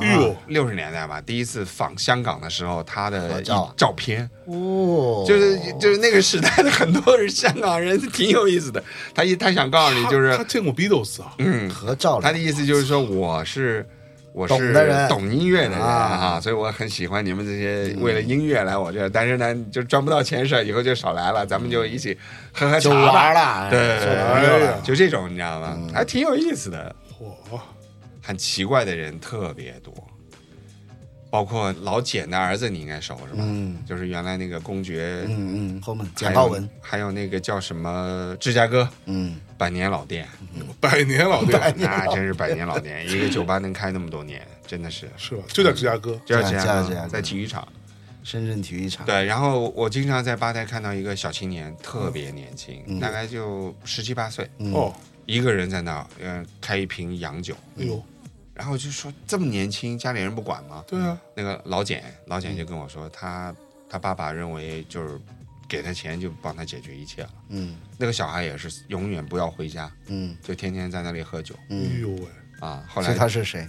C: 哎呦，
A: 六十年代吧，第一次访香港的时候，他的
B: 合
A: 一
B: 照啊
A: 照片，
B: 哦，
A: 就是就是那个时代的很多人香港人挺有意思的。他一他想告诉你，就
C: 他
A: 是
C: 他见过 Beatles 啊，
A: 嗯，
B: 合照了
A: 他的意思就是说我是。我
B: 懂
A: 是
B: 的人
A: 懂音乐的人
B: 啊
A: 啊，所以我很喜欢你们这些为了音乐来我这儿，但是呢，就赚不到钱的事儿，以后就少来了，咱们就一起喝喝
B: 嗯就
A: 茶吧
B: 玩。了，
A: 对，
B: 就玩乐
A: 哎
B: 了。嗯
A: 就这种你知道吗？还挺有意思的。
C: 嚯，
A: 很奇怪的人特别多，包括老简的儿子，你应该熟是吧？
B: 嗯，
A: 就是原来那个公爵，
B: 嗯嗯，后面
A: 还有
B: 简浩文，，
A: 还有那个叫什么芝加哥
B: 嗯，
A: 百年老店，
C: 百年老店
A: 那真是百年老店，一个酒吧能开那么多年，真的 是。
C: 是吧？就在芝加哥，
A: 就
B: 这
A: 芝
B: 样
A: 加
B: 这样
A: 哥在体育场，
B: 啊深圳体育场，
A: 对。然后我经常在吧台看到一个小青年，特别年
B: 嗯
A: 轻，大概就十七八岁，
C: 哦，
A: 一个人在那儿，嗯，开一瓶洋酒。
C: 哎呦，
A: 然后我就说这么年轻，家里人不管吗？
C: 对啊，
A: 那个老简，老简
B: 嗯
A: 就跟我说，他他爸爸认为就是给他钱就帮他解决一切了。
B: 嗯
A: 那个小孩也是永远不要回家，
B: 嗯
A: 就天天在那里喝酒
C: 哎
B: 嗯，
C: 呦喂，
A: 啊。后
B: 所
A: 来
B: 以他是谁？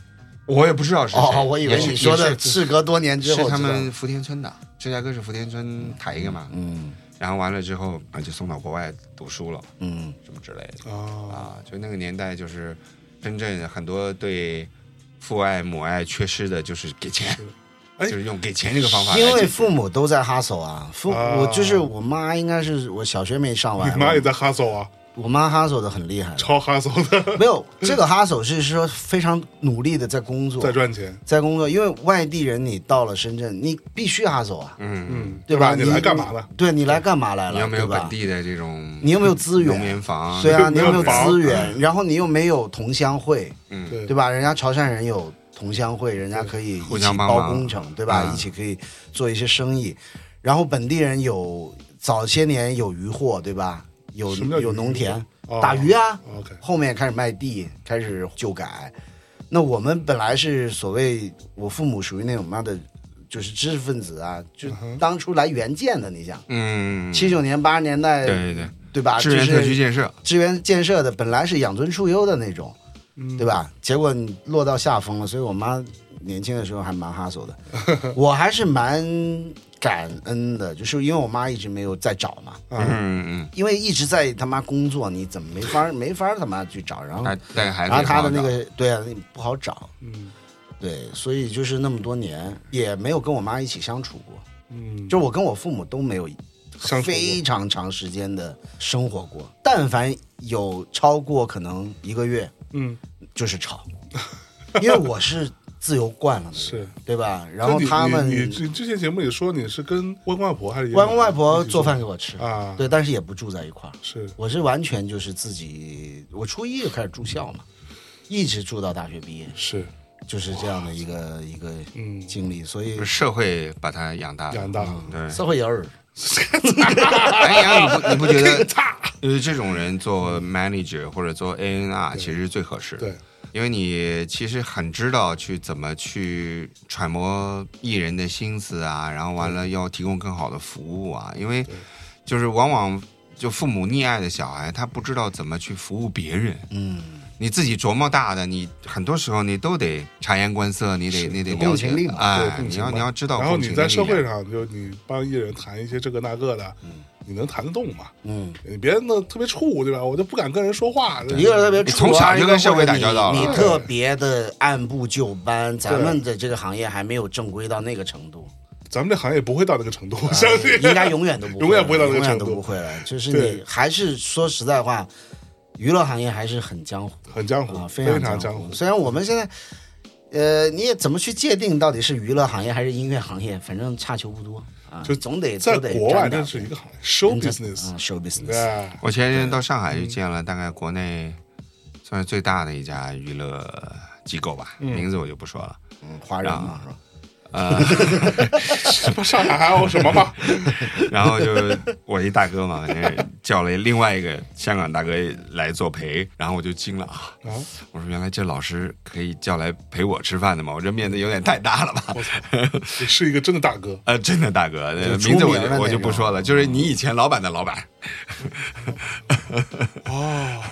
A: 我也不知道是谁，
B: 哦，我以为
A: 也许
B: 你
A: 也
B: 说的
A: 是
B: 事隔多年之
A: 是
B: 后，
A: 他们，福田村的，芝加哥是福田村抬一个嘛。
B: 嗯
A: 然后完了之后啊，就送到国外读书了，
B: 嗯，
A: 什么之类的
C: 啊，
A: 啊。就那个年代，就是深圳很多对父爱母爱缺失的，就是给钱，
C: 哎
A: 就是用给钱这个方法来解决。
B: 哎嗯因为父母都在哈手啊，父
C: 啊
B: 我就是我妈，应该是我小学没上完，
C: 你妈也在哈手啊，
B: 我妈哈手的很厉害的，
C: 超哈手 的，
B: 没有这个哈手是说非常努力的在工作，
C: 在赚钱，
B: 在工作，因为外地人你到了深圳，你必须哈手啊，
A: 嗯，
C: 嗯，
B: 对
C: 不然
B: 吧？
C: 你来干嘛呢？？
B: 对你来干嘛来了？
A: 你要没有
B: 对吧
A: 本地的这种，
B: 你又没有资
A: 农
B: 源，
A: 民房，
B: 对啊，
C: 你
B: 你
C: 又
B: 又没
C: 没
B: 有
C: 有房
B: 资源，然后你又没有同乡会，
A: 嗯
C: 对
B: 对吧？人家潮汕人有同乡会，人家可以
A: 互
B: 一起
A: 相帮
B: 包
A: 忙
B: 工程，对吧？
A: 嗯
B: 一起可以做一些生意，然后本地人有早些年有渔获，对吧？有
C: 什么叫
B: 有农田
C: 哦
B: 打鱼啊，
C: ，OK，
B: 后面开始卖地，开始旧改。那我们本来是所谓我父母属于那种妈的，就是知识分子啊，就当初来援建的，你想
A: 嗯，
B: 七九年八十年代
A: 对对对，
B: 对吧？
A: 支援
B: 啊就是
A: 特区建设，
B: 支援建设的，本来是养尊处优的那种，
A: 嗯
B: 对吧？结果你落到下风了，所以我妈年轻的时候还蛮哈索的， 我还是蛮感恩的，就是因为我妈一直没有再找嘛，
A: 嗯嗯
B: 因为一直在他妈工作，你怎么没法没法他妈去找？然后
A: 嗯，还带个孩子
B: 然
A: 也不好找，
B: 后他的那个对啊，那不好找，
C: 嗯
B: 对，所以就是那么多年也没有跟我妈一起相处过，
C: 嗯，
B: 就是我跟我父母都没有
C: 相处过
B: 非常长时间的生活过，但凡有超过可能一个月
C: 嗯
B: 就是 吵，因为我是自由惯了的人，
C: 是，
B: 对吧？然后
C: 那你
B: 他们
C: 你你你之前节目里说你是跟外公外婆还是爷爷
B: 外公外
C: 奶
B: 婆
C: 奶
B: 做饭给我吃，
C: 啊？
B: 对，但是也不住在一块儿，
C: 是
B: 我是完全就是自己，我初一就开始住校嘛，一直住到大学毕业，
C: 是，
B: 就是这样的一个一个
C: 嗯，
B: 经历，所以
A: 不是社会把他养大，
C: 养大，
A: 对，
B: 社会有耳。
A: 哎呀，你不你不觉得，就是这种人做 manager 或者做 ANR 其实最合适，
C: 对，
A: 因为你其实很知道去怎么去揣摩艺人的心思啊，然后完了要提供更好的服务啊，因为就是往往就父母溺爱的小孩，他不知道怎么去服务别人，
B: 嗯，
A: 你自己琢磨大的，你很多时候你都得察言观色，你得
B: 是
A: 你得
B: 有
A: 了
B: 共
A: 解
B: 情力嘛
A: 哎
B: 对，共
A: 你
B: 情
A: 要
B: 嘛
A: 你要知道
C: 然后
A: 共
C: 你
A: 情
C: 在
A: 的
C: 社
A: 力
C: 会
A: 量。嗯
C: 上，就你帮艺人谈一些这个那个的，你能谈得动吗？
B: 嗯，
C: 你别弄特别怵，对吧？我就不敢跟人说话。
B: 一个是特别
A: 你
B: 怵
A: 从小就跟社会打
B: 二一个
A: 交道
B: 或者你
A: 了
B: 你特别的按部就班，咱们的这个行业还没有正规到那个程度，
C: 咱们这行业不会到那个程度，我相信
B: 哎应该永远都不会了，
C: 永远不会到那个
B: 永远
C: 程
B: 都
C: 度
B: 不，会了。就是
C: 对
B: 你还是说实在话，娱乐行业还是很江湖
C: 很江湖，
B: 啊，
C: 非
B: 常
C: 常江湖。
B: 虽然我们现在。呃，你也怎么去界定到底是娱乐行业还是音乐行业？反正差球不多啊，
C: 就
B: 总得
C: 在
B: 都得
C: 国
B: 沾
C: 外，
B: 点
C: 这
B: 儿
C: 是一个行业，show
B: 跟着
C: business，
B: 嗯，show business，
C: 对，
A: 我前一阵到上海
B: 嗯
A: 去见了大概国内算是最大的一家娱乐机构吧，名字我就不说了。
B: 嗯华人嘛是吧？
C: 什么上海还有什么吗？
A: 然后 就我一大哥嘛，反正叫了另外一个香港大哥来作陪，然后我就惊了啊！
C: 啊，
A: 我说原来这老师可以叫来陪我吃饭的嘛，我这面子有点太大了吧？
C: 你是一个真的大哥，
A: 呃，真的大哥，呃
B: 就出
A: 名字我
B: 名了
A: 就我
B: 那
A: 就
B: 种嗯
A: 不说了，就是你以前老板的老板，
C: 哦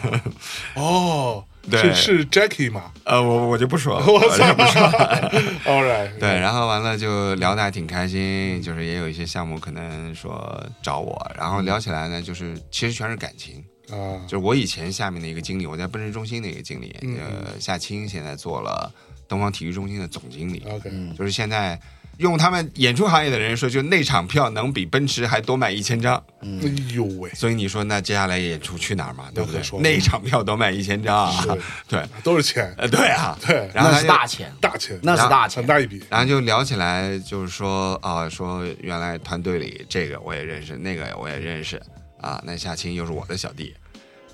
C: 哦，
A: 对
C: 是是 Jackie 吗
A: 呃，我我就不说了，
C: 我操
A: 就不说了。
C: ？All right，
A: 对，然后完了就聊得还挺开心，就是也有一些项目可能说找我，然后聊起来呢，就是其实全是感情，
C: 啊，
A: 就是我以前下面的一个经理，我在奔驰中心的一个经理，
C: 嗯
A: 呃，夏青现在做了东方体育中心的总经理，
C: OK，
A: 就是现在用他们演出行业的人说，就那场票能比奔驰还多卖一千张，
C: 哎呦喂，
A: 所以你说那接下来演出去哪儿嘛，对不
C: 那
A: 对
C: 可说？
A: 那场票多卖一千张啊
C: 是，
A: 对，
C: 都是钱，
A: 呃，对啊，
C: 对
A: 然后
B: 那
A: 他
B: 是
A: 就
B: 大钱，
C: 大钱，
B: 那是大钱
C: 很，大一笔，
A: 然后就聊起来，就是说啊、说原来团队里这个我也认识，那个我也认识啊，那夏青又是我的小弟，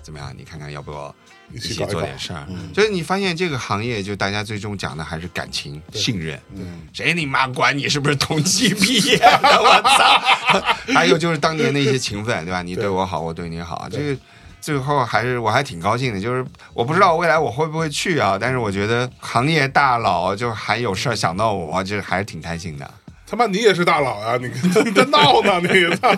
A: 怎么样？你看看要不要
C: 一
A: 一
C: 起
A: 起
C: 搞一搞嗯
A: 做点事儿？就是你发现这个行业，就大家最终讲的还是感情、信任。
C: 嗯
A: 谁你妈管你是不是同期毕业的？我 操！还有就是当年的一些情分，对吧？你对我好，我对你好，这个。最后还是我还挺高兴的，就是我不知道未来我会不会去啊，但是我觉得行业大佬就还有事儿想到我，就是还是挺开心的。
C: 他妈你也是大佬呀，你你在闹呢，你操，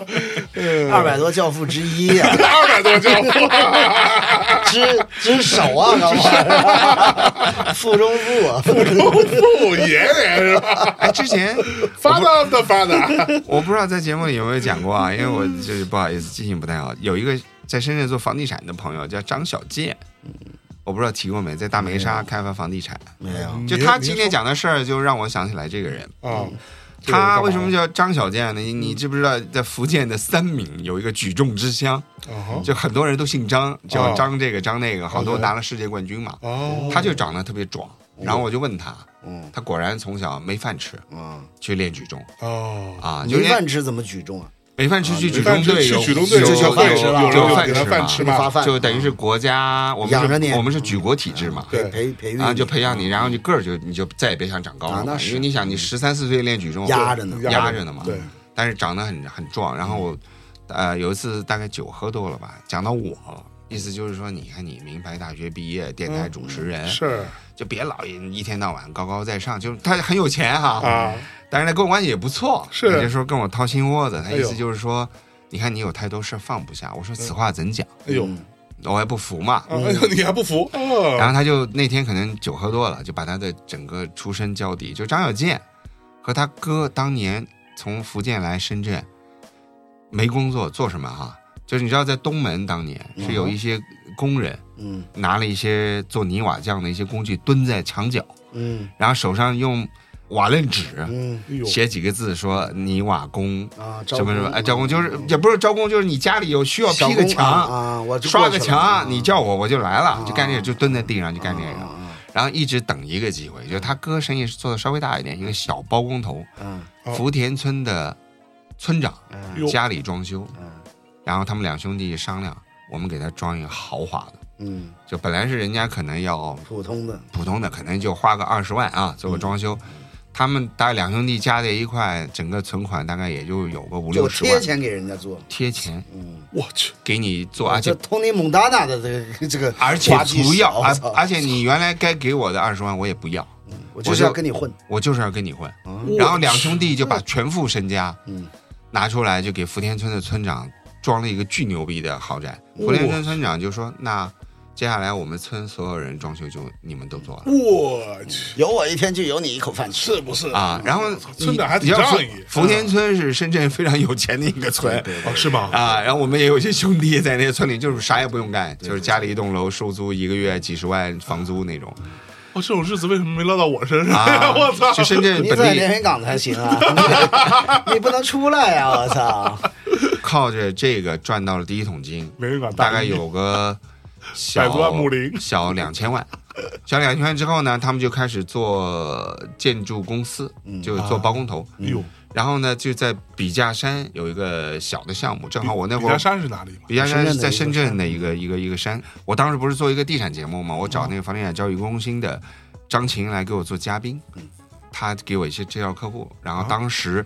B: 二百多教父之一啊呀、
C: 二百多 交付，
B: 之之首啊，搞不好，腹中腹啊，
C: 不爷爷是吧
A: 哎，之前
C: ？Father of the father，
A: 我不知道在节目里有没有讲过啊，因为我就是不好意思记性不太好。有一个在深圳做房地产的朋友叫张小健，
C: 嗯
A: 我不知道提过没，在大梅沙开发房地产。
B: 没有，
A: 就他今
C: 今
A: 天
C: 天
A: 讲的事儿，就让我想起来这个人。
C: 啊，这个干
A: 他
C: 嘛嗯
A: 为什么叫张小健呢？你你知不知道，在福建的三明有一个举重之乡，
C: 啊哈
A: 就很多人都姓张，
C: 哦
A: 叫张这个张那个，好多
C: OK
A: 拿了世界冠军嘛。
C: 哦，
A: 他就长得特别壮，然后我就问他，
B: 嗯
A: 他果然从小没饭吃，
B: 嗯，
A: 去练举重
C: 哦，
A: 啊，就
B: 没
A: 练
B: 饭吃怎么举重啊？
A: 没饭吃去举重
C: 没饭
A: 队
C: 吃
A: 有
C: 去举重队
A: 有
B: 就有饭吃了
A: 有
B: 有人
A: 有
B: 有
A: 饭
C: 给他饭吃
A: 嘛，
C: 嘛
B: 发饭
A: 就等于是国家我们是
B: 养着你
A: 我们是举国体制嘛，
C: 对嗯
B: 培培育
A: 啊，就培养你，然后你个儿就你就再也别想长高
B: 啊
A: 了
B: 那
A: 嘛，
B: 是
A: 因为你想你十三四岁练举重
B: 压着呢，
A: 压着呢嘛，
C: 对，嗯
A: 但是长得很很壮，然后我呃有一次大概酒喝多了吧，讲到我了。意思就是说，你看你名牌大学毕业，电台主持人，
C: 嗯是
A: 就别老一一天到晚高高在上，就是他很有钱哈，
C: 啊，
A: 但是他跟我关系也不错，
C: 是
A: 有些时候跟我掏心窝子，他
C: 哎
A: 意
C: 呦
A: 思就是说，你看你有太多事儿放不下。我说此话怎讲？
B: 嗯
C: 哎呦，
A: 我也不服嘛。
C: 啊哎呦，你还不服？
A: 然
C: 哦，
A: 后他就那天可能酒喝多了，就把他的整个出身交底，就张小健和他哥当年从福建来深圳，没工作做什么哈、就是你知道在东门当年
C: 嗯
A: 是有一些工人
B: 嗯
A: 拿了一些做泥瓦匠的一些工具，蹲在墙角，
B: 嗯
A: 然后手上用瓦楞纸
B: 嗯
C: 哎呦，
A: 写几个字说泥瓦工
B: 啊，招
A: 什么什么
B: 工
A: 哎，招工就是也不是招工，就是你家里有需要
B: 小
A: 劈个
B: 工啊
A: 墙、
B: 啊，我就
A: 刷
B: 过
A: 个
B: 去了
A: 墙，你
B: 啊
A: 叫我我就来了，
B: 啊
A: 就干这个，就蹲在地上就干这个，
B: 啊
A: 然后一直等一个机会。就是他哥生意是做的稍微大一点，一个小包工头，
B: 嗯
C: 哦
A: 福田村的村长
B: 嗯
C: 哟
A: 家里装修，
B: 嗯
A: 然后他们两兄弟商量，我们给他装一个豪华的，
B: 嗯，
A: 就本来是人家可能要
B: 普通的
A: 普通的可能就花个二十万啊做个装修，
B: 嗯
A: 他们大概两兄弟加在一块，整个存款大概也就有个五
B: 就
A: 六十
B: 贴
A: 万，
B: 钱给人家做，
A: 贴钱
B: 嗯，
C: 我去，
A: 给你
C: 哦
A: 做，而
B: 这
A: 且
B: 托尼蒙达纳的这个这个
A: 而且
B: 抓技
A: 不要，啊而
B: 巧我操
C: 啊
A: 而且你原来该给我的二十万我也不要，
B: 我就是要
A: 我就
B: 跟你混，
A: 我就是要跟你混。
C: 哦
A: 然后两兄弟就把全副身家
B: 嗯
A: 拿出来，就给福田村的村长装了一个巨牛逼的豪宅。福田村村长就说：“那接下来我们村所有人装修就你们都做
C: 嗯
A: 了。
C: 我去
B: 有我一天就有你一口饭吃。
C: 是不是
A: 啊，然后
C: 村长还
A: 你
C: 挺
A: 要
C: 仗
A: 说
C: 义啊
A: 福田村是深圳非常有钱的一个村，
C: 哦是吗？
A: 啊，然后我们也有一些兄弟在那些村里，就是啥也不用干，就是家里一栋楼收租一个月几十万房租那种
C: 哦，这种日子为什么没落到 我身上呀？
A: 啊
C: 我操！，
A: 去深圳
B: 你
A: 本
B: 在连
A: 地
B: 云港才行啊， 你不能出来呀、我操！
A: 靠着这个赚到了第一桶金，
C: 连云港
A: 大概
C: 一
A: 有 个小
C: 百多万木林
A: 小两千 万，小两千万之后呢，他们就开始做建筑公司，就是做包工头。
C: 嗯哎呦，
A: 然后呢，就在笔架山有一个小的项目，正好我那会
C: 笔
A: 儿
C: 架山是哪里嘛？
A: 笔架山是在
B: 深
A: 深
B: 圳
A: 圳的一个一个一个山。我当时不是做一个地产节目嘛，我
B: 哦
A: 找那个房地产教育中心的张琴来给我做嘉宾，
B: 嗯
A: 他给我一些介绍客户，然
B: 哦
A: 后当时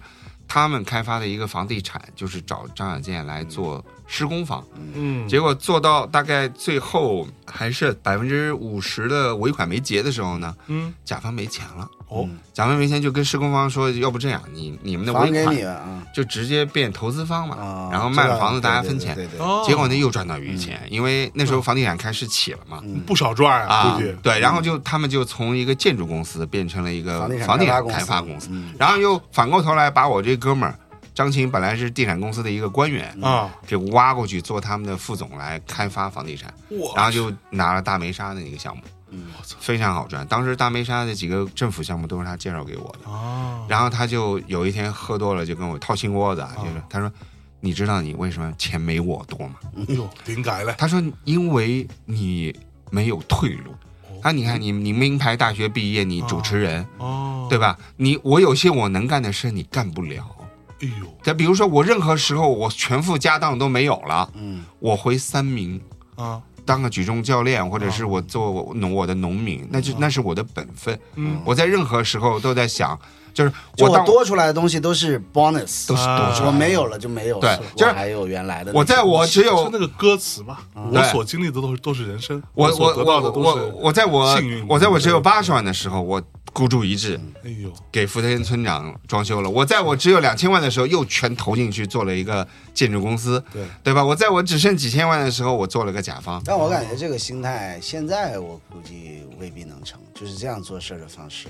A: 他们开发的一个房地产就是找张小健
B: 嗯
A: 来做施工房，
C: 嗯，
A: 结果做到大概最后还是百分之五十的尾款没结的时候呢，
C: 嗯
A: 甲方没钱了，嗯
C: 哦，
A: 甲方没钱就跟施工方说，要不这样，你你们的
B: 房
A: 尾
B: 给
A: 款
B: 你了啊
A: 就直接变投资方嘛，
B: 啊！
A: 然后卖了
B: 知道
A: 房子大家分钱。
B: 对对对对
C: 哦
A: 结果呢又赚到一笔钱，因为那时候房地产开始起了嘛，
C: 不少赚
A: 啊
C: 估计，
A: 对，然后就他们就从一个建筑公司变成了一个
B: 房地产
A: 房地产
B: 开发公
A: 开发公
B: 司
A: 司
B: 嗯，
A: 然后又反过头来把我这哥们儿张琴本来是地产公司的一个官员
C: 啊，
A: 给挖过去做他们的副总来开发房地产，
C: 我
A: 然后就拿了大梅沙的那个项目，非常好赚。当时大梅沙的几个政府项目都是他介绍给我的。
C: 啊，
A: 然后他就有一天喝多了，就跟我掏心窝子，啊，就是他说：“你知道你为什么钱没我多吗
C: 哎呦，顶改了？”，
A: 他说：“因为你没有退路。”他说你看你你名牌大学毕业，你主持人
C: 哦，
A: 对吧？你我有些我能干的事你干不了。
C: 哎呦，
A: 他比如说我任何时候我全副家当都没有了，
B: 嗯，
A: 我回三明
C: 啊，
A: 当个举重教练，或者是我做我农我的农民，那就那是我的本分。
C: 嗯，
A: 我在任何时候都在想，就是
B: 就我
A: 当
B: 多出来的东西都是 bonus，
A: 都是
C: 啊
A: 都是
B: 我没有了就没有了，
A: 对就是
B: 我还有原来的那个。
A: 我在我只有
C: 他那个歌词嘛，我所经历的都是都是人生，
A: 我
C: 所得
A: 我
C: 到的
A: 我
C: 都
A: 我
C: 是，
A: 我在我
C: 幸运
A: 我在我只有八十万的时候，我孤注一掷
C: 哎呦，
A: 给福田村长装修了；我在我只有两千万的时候，又全投进去做了一个建筑公司，
C: 对
A: 对吧？我在我只剩几千万的时候，我做了个甲方。
B: 但我感觉这个心态，现在我估计未必能成，就是这样做事儿的方式。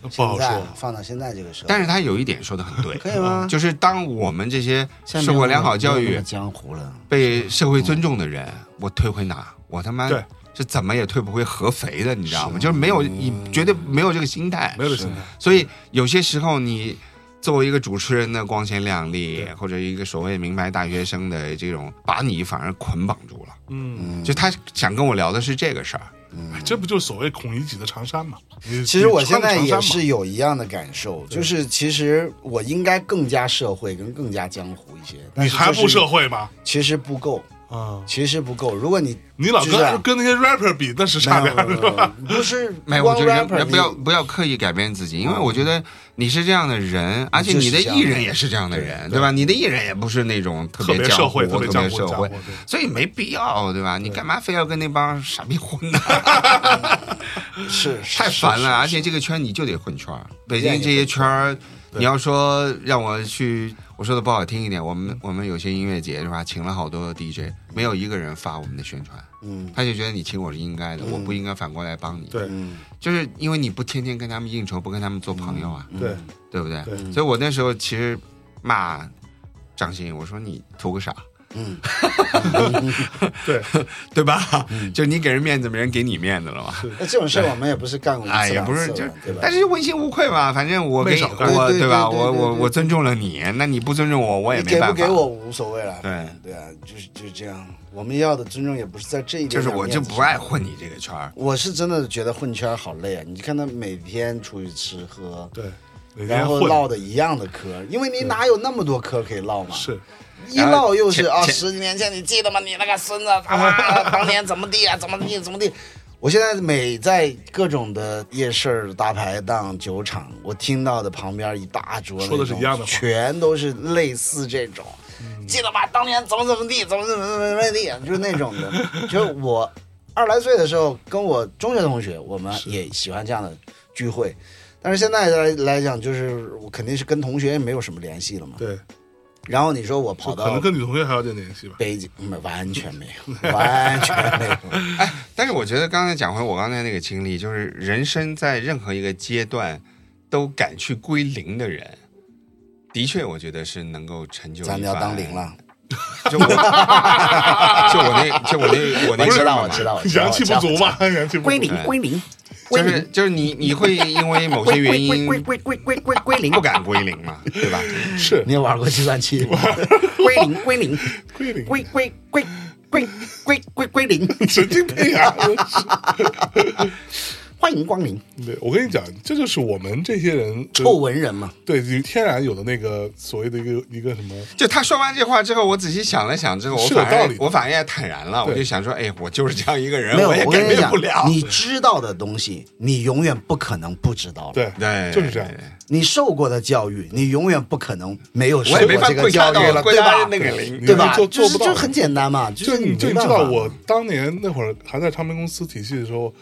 C: 那不好
B: 现在
C: 说，
B: 放到现在这个时候，
A: 但是他有一点说的很对，
B: 可以
C: 啊
B: 吗？
A: 就是当我们这些
B: 现在
A: 受过良好教
B: 没有那
A: 育
B: 么、江湖了，
A: 被社会尊重的人，我退回哪？我他妈
C: 嗯对
A: 是怎么也退不回合肥的，你知道吗？就是没有，你绝对没有这个心态，
C: 没有这心态，
A: 所以有些时候，你作为一个主持人的光鲜亮丽，或者一个所谓名牌大学生的这种，把你反而捆绑住了。
C: 嗯，
A: 就他想跟我聊的是这个事儿，
C: 哎这不就是所谓孔乙己的长衫嘛？你
B: 其实我
C: 你
B: 现
C: 穿
B: 在
C: 长衫
B: 也
C: 嘛
B: 是有一样的感受，就是其实我应该更加社会跟更加江湖一些，但
C: 你
B: 是
C: 还
B: 就是
C: 不社会吗？
B: 其实不够，
C: 啊，
B: 其实不够。如果你
C: 你老
B: 就是啊
C: 跟跟那些 rapper 比，那是差点儿
B: 没有
C: 是吧？
B: 不是
A: 没有，我
B: 光
A: 觉得人
B: rapper，
A: 人不要
B: 你
A: 不要刻意改变自己，因为我觉得你是这样的人，而且
B: 就
A: 嗯
B: 是
A: 你的
B: 这样
A: 艺
B: 的
A: 人也是这样的人，对吧？你的艺人也不是那种特
C: 特别
A: 江
C: 社
A: 湖、
C: 会
A: 特
C: 特别江湖
A: 社
C: 江
A: 会
C: 湖对，
A: 所以没必要，对吧？你干嘛非要跟那帮傻逼混呢？
B: 是是
A: 太
B: 是
A: 烦
B: 是
A: 了，而
B: 是
A: 且这个圈你就得混圈儿。北京这些圈儿，你要说让我去，我说的不好听一点，我们我们有些音乐节是吧，请了好多 DJ，没有一个人发我们的宣传，
B: 嗯
A: 他就觉得你请我是应该的，我不应该反过来帮你。
C: 对
B: 嗯
A: 就是因为你不天天跟他们应酬，不跟他们做朋友啊，
C: 对，
A: 对不对？
C: 嗯对
A: 所以我那时候其实骂张欣，我说你图个啥，
B: 嗯，
C: 对，
A: 对吧？就是你给人面子，没人给你面子了嘛。
B: 那这种事儿我们也不是干过一次
A: 哎，也
B: 两
A: 不是，
B: 次
A: 就
B: 了
A: 是
B: 对吧？
A: 但是问心无愧吧，反正我
C: 没
A: 给
C: 少干
A: 我
B: 对对
A: 吧？
B: 对对
A: 我
B: 对
A: 我
B: 对
A: 我尊重了你，那你不尊重我，我也
B: 你
A: 没
B: 给不
A: 办法
B: 给。我无所谓了，
A: 对
B: 对啊，就是就是这样。我们要的尊重也不是在这一点，
A: 就是我就不爱。混你这个圈儿，
B: 我是真的觉得混圈好累啊！你看他每天出去吃喝，
C: 对，每天
B: 然后
C: 混
B: 唠的一样的嗑，因为你哪有那么多嗑可以唠嘛？
C: 是
B: 一唠又是
A: 然后
B: 啊，
A: 前
B: 十几年前你记得吗？你那个孙子他妈的 当年怎么地啊，怎么地怎么地。我现在每在各种的夜市儿、大排档、酒场，我听到的旁边一大桌那种
C: 说的是一样的话
B: 全都是类似这种。记得吗？当年怎么怎么地，怎么怎么怎么怎么地，就是那种 的。就是我二来岁的时候，跟我中学同学，我们也喜欢这样的聚会。但是现在来来讲，就是我肯定是跟同学也没有什么联系了嘛。
C: 对，
B: 然后你说我跑
C: 可能
B: 到
C: 跟女同学还有点联系吧。
B: 北京，没嗯完全没有，完全没有。
A: 哎，但是我觉得刚才讲回我刚才那个经历，就是人生在任何一个阶段都敢去归零的人，的确我觉得是能够成就。
B: 咱们要当零。了，
A: 就我，就我那，就我那，我那
B: 我
A: 哥
B: 知
A: 们
B: 道，
A: 儿
B: 我
A: 嘛
B: 知道，我知道
C: 阳气不足嘛，，阳气不足。
B: 归零，归零，归
A: 就是
B: 零，
A: 就是你你会因为某些
B: 归
A: 原
B: 归归
A: 因
B: 归归归归归归零
A: 不。敢归零嘛，对吧？
C: 是
B: 你也玩过计算器？归零，归零，
C: 归零，
B: 归归归归归归归零，
C: 神经病啊！
B: 欢迎光临，
C: 对，我跟你讲，这就是我们这些人
B: 臭文人嘛。
C: 对对天然有的那个所谓的一个一个什么，
A: 就他说完这话之后，我仔细想了想之后，我
C: 是有
A: 反而
C: 道理的
A: 我反而也坦然了，
C: 对
A: 我就想说，哎，我就是这样一个人，
B: 没有，
A: 也
B: 我
A: 改
B: 跟你
A: 变
B: 讲
A: 不了，。
B: 你知道的东西，你永远不可能不知道。，
C: 对
A: 对，
C: 就是这样。
B: 你受过的教育，你永远不可能没有受
A: 我也没
B: 过
A: 法
B: 这个
A: 跪下
B: 教
A: 到
B: 育了，
A: 跪
B: 对
A: 下
B: 吧？
A: 那个零，
B: 对吧？
C: 就
B: 就
C: 做
B: 是
C: 不到
B: 就很简单嘛，
C: 就是你就
B: 没
C: 你
B: 办
C: 知
B: 法
C: 道，我当年那会儿还在唱片公司体系的时候，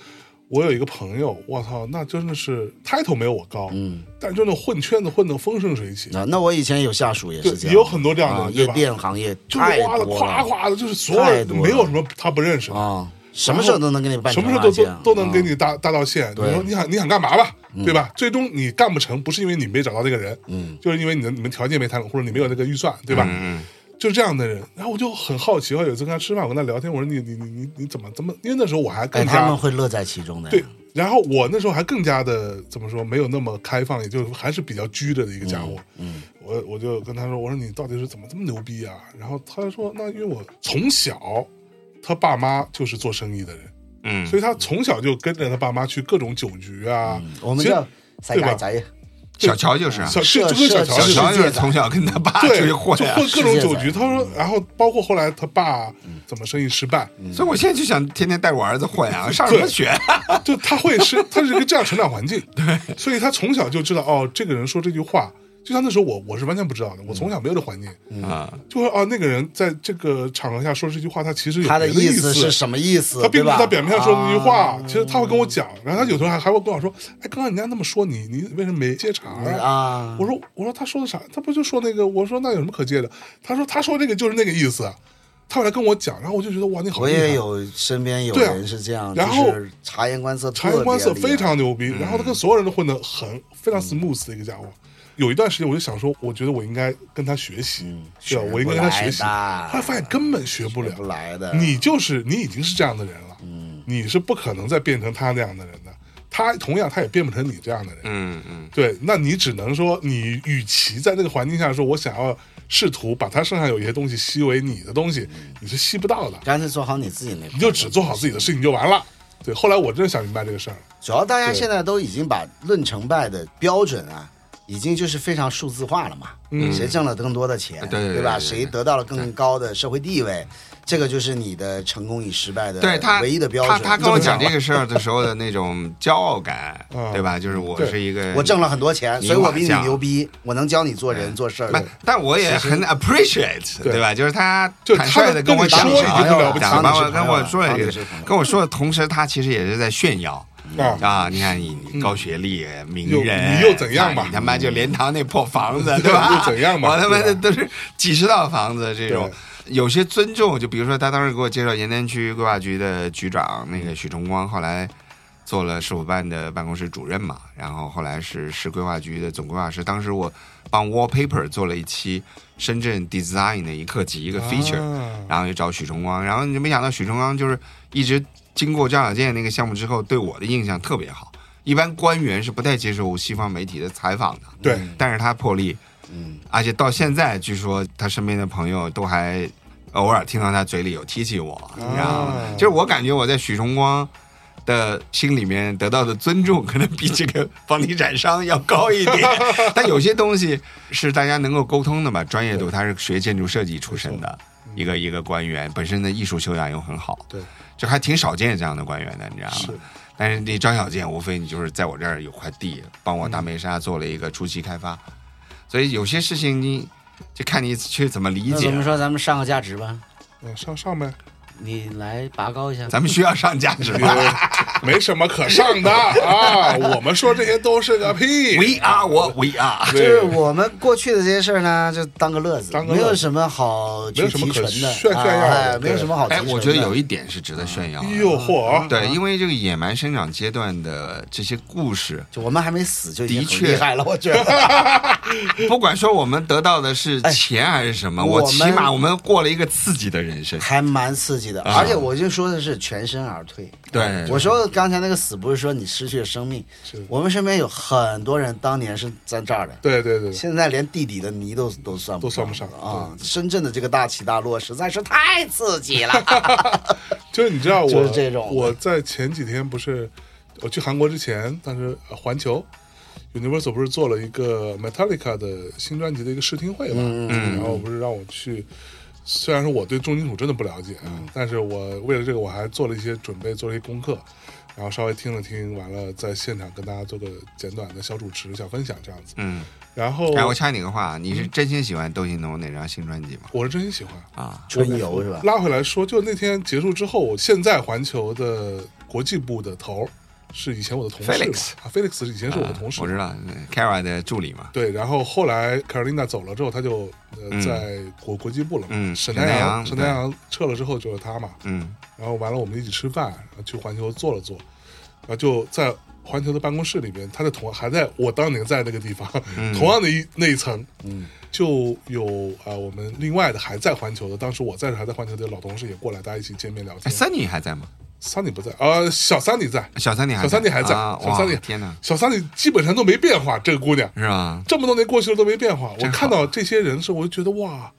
C: 我有一个朋友，我操，那真的是 title 没有我高，嗯，但真的混圈子混得风生水起，
B: 啊，那我以前有下属也
C: 对
B: 是这，样，
C: 也有很多这样的，
B: 啊
C: 对
B: 夜
C: 吧？
B: 店行业
C: 就是
B: 太
C: 夸的
B: 多
C: 夸
B: 了
C: 夸的，就是所有
B: 太
C: 人
B: 多了
C: 没有什么他不认识的，
B: 啊，什么事儿都能给你办
C: 什
B: 成
C: 么
B: 啊，
C: 事都
B: 这样
C: 都都能给你搭搭到线。你
B: 对嗯
C: 说你想你想干嘛吧，对吧？最终你干不成，不是因为你没找到那个人，嗯，就是因为你的你们条件没谈拢，或者你没有那个预算，对吧？
A: 嗯，
C: 就是这样的人。然后我就很好奇，我有一次跟他吃饭，我跟他聊天，我说你你你你你怎么怎么？因为那时候我还
B: 哎，
C: 更
B: 他
C: 加
B: 们会乐在其中的。
C: 对，然后我那时候还更加的怎么说，没有那么开放，也就还是比较拘着的一个家伙。嗯，我我就跟他说，我说你到底是怎么这么牛逼啊？然后他说，那因为我从小他爸妈就是做生意的人，
A: 嗯
C: 所以他从小就跟着他爸妈去各种酒局啊。
A: 嗯
B: 我们
C: 其实
B: 叫塞
C: 对吧
B: 嘎宅呀，
A: 小乔就是啊，
C: 小就
B: 社
C: 就跟
B: 社
C: 小乔
A: 小
C: 似的
A: 乔
B: 世
A: 就
B: 界
A: 是
B: 的
A: 从小跟他爸出
C: 对，
A: 去
C: 就
A: 混啊呀，
C: 各种酒局。
B: 世界的
C: 他说，
A: 嗯
C: 然后包括后来他爸怎么生意失败，
A: 所以我现在就想天天带我儿子混 啊，上什么
C: 对
A: 学？
C: 就他会是， 他是一个这样成长环境，对，所以他从小就知道哦，这个人说这句话，就像那时候我我是完全不知道的，我从小没有这环境，
A: 啊，
B: 嗯
C: 就会哦，那个人在这个场合下说这句话，他其实有
B: 他的
C: 别的
B: 意
C: 思
B: 思是什么意思？
C: 他并
B: 对
C: 不是
B: 吧
C: 他表面上说的那句
B: 啊
C: 话，其实他会跟我讲，然后他有时候还还会跟我说，哎，刚刚人家那么说你，你为什么没接茬啊？
B: 啊，
C: 我说我说他说的啥？他不就说那个？我说那有什么可接的？他说他说这个就是那个意思，他后来跟我讲，然后我就觉得哇，你好
B: 我
C: 厉害。
B: 也有身边有
C: 对啊
B: 人是这样，
C: 然后
B: 就是察言观色特别
C: 察
B: 厉害，嗯
C: 言观色非常牛逼，然后他跟所有人都混得很非常 smooth 的一个家伙。有一段时间我就想说，我觉得我应该跟他学习，对吧
B: 嗯学？不
C: 我应该跟他学习，
B: 来的
C: 后来发现根本学不了。
B: 不嗯来的。
C: 你就是你已经是这样的人了，你是不可能再变成他那样的人的。他同样他也变不成你这样的人。
A: 嗯嗯，
C: 对，那你只能说，你与其在那个环境下说，我想要试图把他身上有一些东西吸为你的东西，
B: 嗯
C: 你是吸不到的。
B: 干脆做好你自己那块儿，
C: 你就只做好自己的事情就完了。对，后来我真的想明白这个事儿了。
B: 主要大家
C: 对
B: 现在都已经把论成败的标准啊，已经就是非常数字化了嘛。嗯，谁挣了更多的钱，
A: 对对对
B: 吧？
A: 对对
B: 谁得到了更高的社会地位，这个就是你的成功与失败的
A: 对他
B: 唯一的标准。
A: 他他跟我讲
C: 这
A: 这个事儿的时候的那种骄傲感，
C: 嗯
A: 对吧？就是我
C: 对
A: 是一个
B: 我挣了很多钱，
A: 你
B: 所以我比你
A: 马甲
B: 牛逼，我能教你做人做事儿。
A: 不，但我也很 appreciate，
C: 对
A: 对吧？就是他
C: 就
A: 坦率的跟我讲
C: 他
A: 了，
C: 跟你说已经很了不起
A: 讲
B: 了
A: 完我跟我说了
B: 当
A: 一
B: 你
A: 个
B: 是朋友，
A: 跟我说的同时，他其实也是在炫耀。
C: 啊嗯
A: 啊！你看你你高学历、名
C: 又
A: 人，
C: 你又怎样嘛
A: 啊你他妈就莲塘那破房子，对吧？
C: 又怎样嘛
A: 我他妈的
C: 对吧
A: 都是几十套房子这种
C: 对。
A: 有些尊重，就比如说他当时给我介绍盐田区规划局的局长那个许崇光，后来做了市府办的办公室主任嘛，然后后来是市规划局的总规划师。当时我帮 Wallpaper 做了一期深圳 Design 的一课集一个 feature，、
C: 啊
A: 然后就找许崇光，然后你就没想到许崇光就是一直经过张小健那个项目之后，对我的印象特别好。一般官员是不太接受西方媒体的采访的，
C: 对
A: 但是他破例，嗯，而且到现在，据说他身边的朋友都还偶尔听到他嘴里有提起我，你知道吗？
C: 啊
A: 就是我感觉我在许崇光的心里面得到的尊重，可能比这个房地产商要高一 点。但有些东西是大家能够沟通的嘛，专业度，他是学建筑设计出身的一个一个官员，本身的艺术修养又很好，
C: 对，
A: 就还挺少见这样的官员的，你知道
C: 是
A: 吗？但是那张小健，无非你就是在我这儿有块地，帮我大梅沙做了一个初期开发，所以有些事情你就看你去怎么理
D: 那
A: 解
D: 怎。么说？咱们上个价值吧，
C: 嗯上上呗，
D: 你来拔高一下。
A: 咱们需要上价值吧？
C: 没什么可上的啊。我们说这些都是个屁。
A: We are 我 We are，
B: 就是我们过去的这些事儿呢，就当个乐子，
C: 当个乐
B: 没
C: 子
B: 有什么好去提纯
C: 没有
B: 的，
C: 什么可炫炫耀的
B: 哎，
C: 对啊
B: 没有什么好提
A: 哎，
B: 纯的。
A: 我觉得有一点是值得炫耀的。
C: 诱惑，
A: 对，因为这个野蛮生长阶段的这些故事，
B: 就我们还没死就已经
A: 的
B: 很
A: 确
B: 厉害了，我觉得。
A: 不管说我们得到的是钱还是什么，我
B: 我们
A: 起码我们过了一个刺激的人生。
B: 还蛮刺激的，
C: 啊
B: 而且我就说的是全身而退。
A: 对
B: 我说刚才那个死不是说你失去了生命，我们身边有很多人当年是在这儿的，
C: 对对对，
B: 现在连地底的泥都都算
C: 都算不上
B: 啊！深圳的这个大起大落实在是太刺激 了。
C: 就是你知道我
B: 就是这种的
C: 我在前几天不是我去韩国之前，当时呃环球 Universal 不是做了一个 Metallica 的新专辑的一个试听会嘛，嗯，然后不是让我去。虽然说我对重金属真的不了解，啊但是我为了这个我还做了一些准备，做了一些功课，然后稍微听了听，完了在现场跟大家做个简短的小主持、小分享这样子。
A: 嗯，
C: 然后
A: 哎，我插你个话，你是真心喜欢窦靖童哪张新专辑吗？
C: 我是真心喜欢，
A: 啊，
B: 春游是吧？
C: 拉回来说，就那天结束之后，我现在环球的国际部的头儿是以前我的同事
A: Felix
C: 嘛啊，Felix 是以前是我的同事，
A: 我知道嗯，Kara 的助理嘛。
C: 对，然后后来 Carolina 走了之后，他就呃、
A: 嗯
C: 在国国际部了嘛，
A: 嗯
C: 沈
A: 沈
C: 南
A: 南
C: 阳，
A: 阳
C: 沈南阳撤了之后就是他嘛，
A: 嗯
C: 然后完了我们一起吃饭，然后去环球坐了坐，然后就在环球的办公室里边，他的同还在我当年在那个地方，
A: 嗯
C: 同样的一那一层，嗯，就有啊、呃我们另外的还在环球的，当时我在还在环球的老同事也过来，大家一起见面聊
A: 哎
C: 天。
A: ，Sunny 还在吗？
C: 三里不在，呃，小三里在，
A: 小 Sunny 还
C: 小三里还在，
A: 啊
C: 小三里
A: 哇天哪，
C: 小三里基本上都没变化，这个姑娘
A: 是吧？
C: 这么多年过去了都没变化。我
A: 真好
C: 看到这些人的时候，我就觉得哇，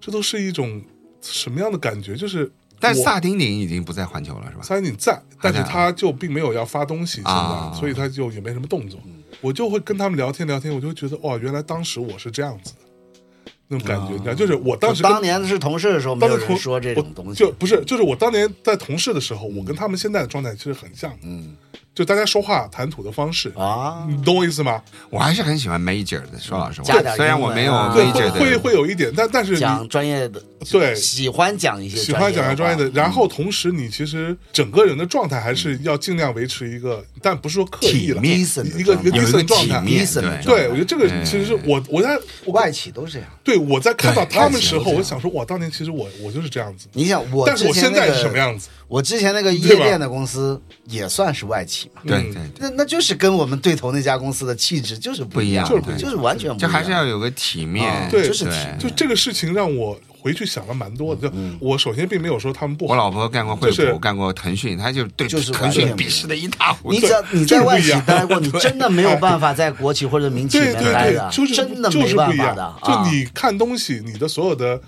C: 这都是一种什么样的感觉？就是
A: 但是
C: 我
A: 萨顶顶已经不在环球了，是吧？
C: 三井在，但是
A: 还在啊
C: 他就并没有要发东西，现在，
A: 啊
C: 所以他就也没什么动作。我就会跟他们聊天聊天，我就会觉得哇，原来当时我是这样子的那种感觉，你知道，就是我当时
B: 我
C: 跟
B: 啊当年是同事的时候，没
C: 当
B: 有
C: 时
B: 人
C: 同
B: 说这
C: 我
B: 种东西，
C: 就不是就是我当年在同事的时候，我跟他们现在的状态其实很像，嗯，就大家说话谈吐的方式，
B: 啊，
C: 你懂我意思吗？
A: 我还是很喜欢 Major 的，说老实
B: 加点
A: 话，虽然我没有
B: 英文啊
C: 嗯对，
B: 理
A: Major 的，
C: 会会会有一点，但但是你
B: 讲专业的，
C: 对
B: 喜欢讲一些
C: 喜欢讲些专业
B: 的
C: 的，
B: 话，嗯
C: 然后同时你其实整个人的状态还是要尽量维持一个，但不是说刻意
A: 体
C: 了，
A: 面
C: 一一个一个
A: 有一个
C: decent 的状
A: 体
C: 态。
A: 面，
B: decent
A: 对
B: 的状态
C: 对，我觉得这个
A: 哎
C: 其实是我我在我
B: 外企都这样。
C: 对我在看到
A: 对
C: 他们时
A: 外
C: 候，
A: 企
C: 我想说，哇，当年其实我我就是这样子，
B: 你想我
C: 但是
B: 之
C: 我
B: 前
C: 现
B: 那
C: 在
B: 个
C: 是什么样子？
B: 我之前那个夜店的公司也算是外企嘛，
A: 对
C: 嗯
A: 对对，
B: 那那就是跟我们对头那家公司的气质就是不一样，
A: 不一样对
B: 就是完全不一
A: 就
B: 样。
A: 还是要有个体面
B: 啊，
C: 对
B: 就是体
A: 对
C: 就这个事情让我回去想了蛮多的。就
B: 嗯
C: 我首先并没有说他们不
A: 我
C: 好，
A: 老婆干过惠
C: 就是
A: 普，干过腾讯，她就对
B: 就是
A: 腾
B: 完
A: 讯
B: 全不一
A: 鄙
B: 样
A: 视的一塌糊
B: 你
A: 涂
B: 只。要你在外企
C: 这个不一
B: 待
C: 样
B: 过， 你真的没有办法在国企或者民企里
C: 对
B: 面
C: 对
B: 待的
C: 对，，就是
B: 真的
C: 就是
B: 没
C: 不
B: 办
C: 一
B: 法
C: 样
B: 的。啊
C: 就你看东西，你的所有的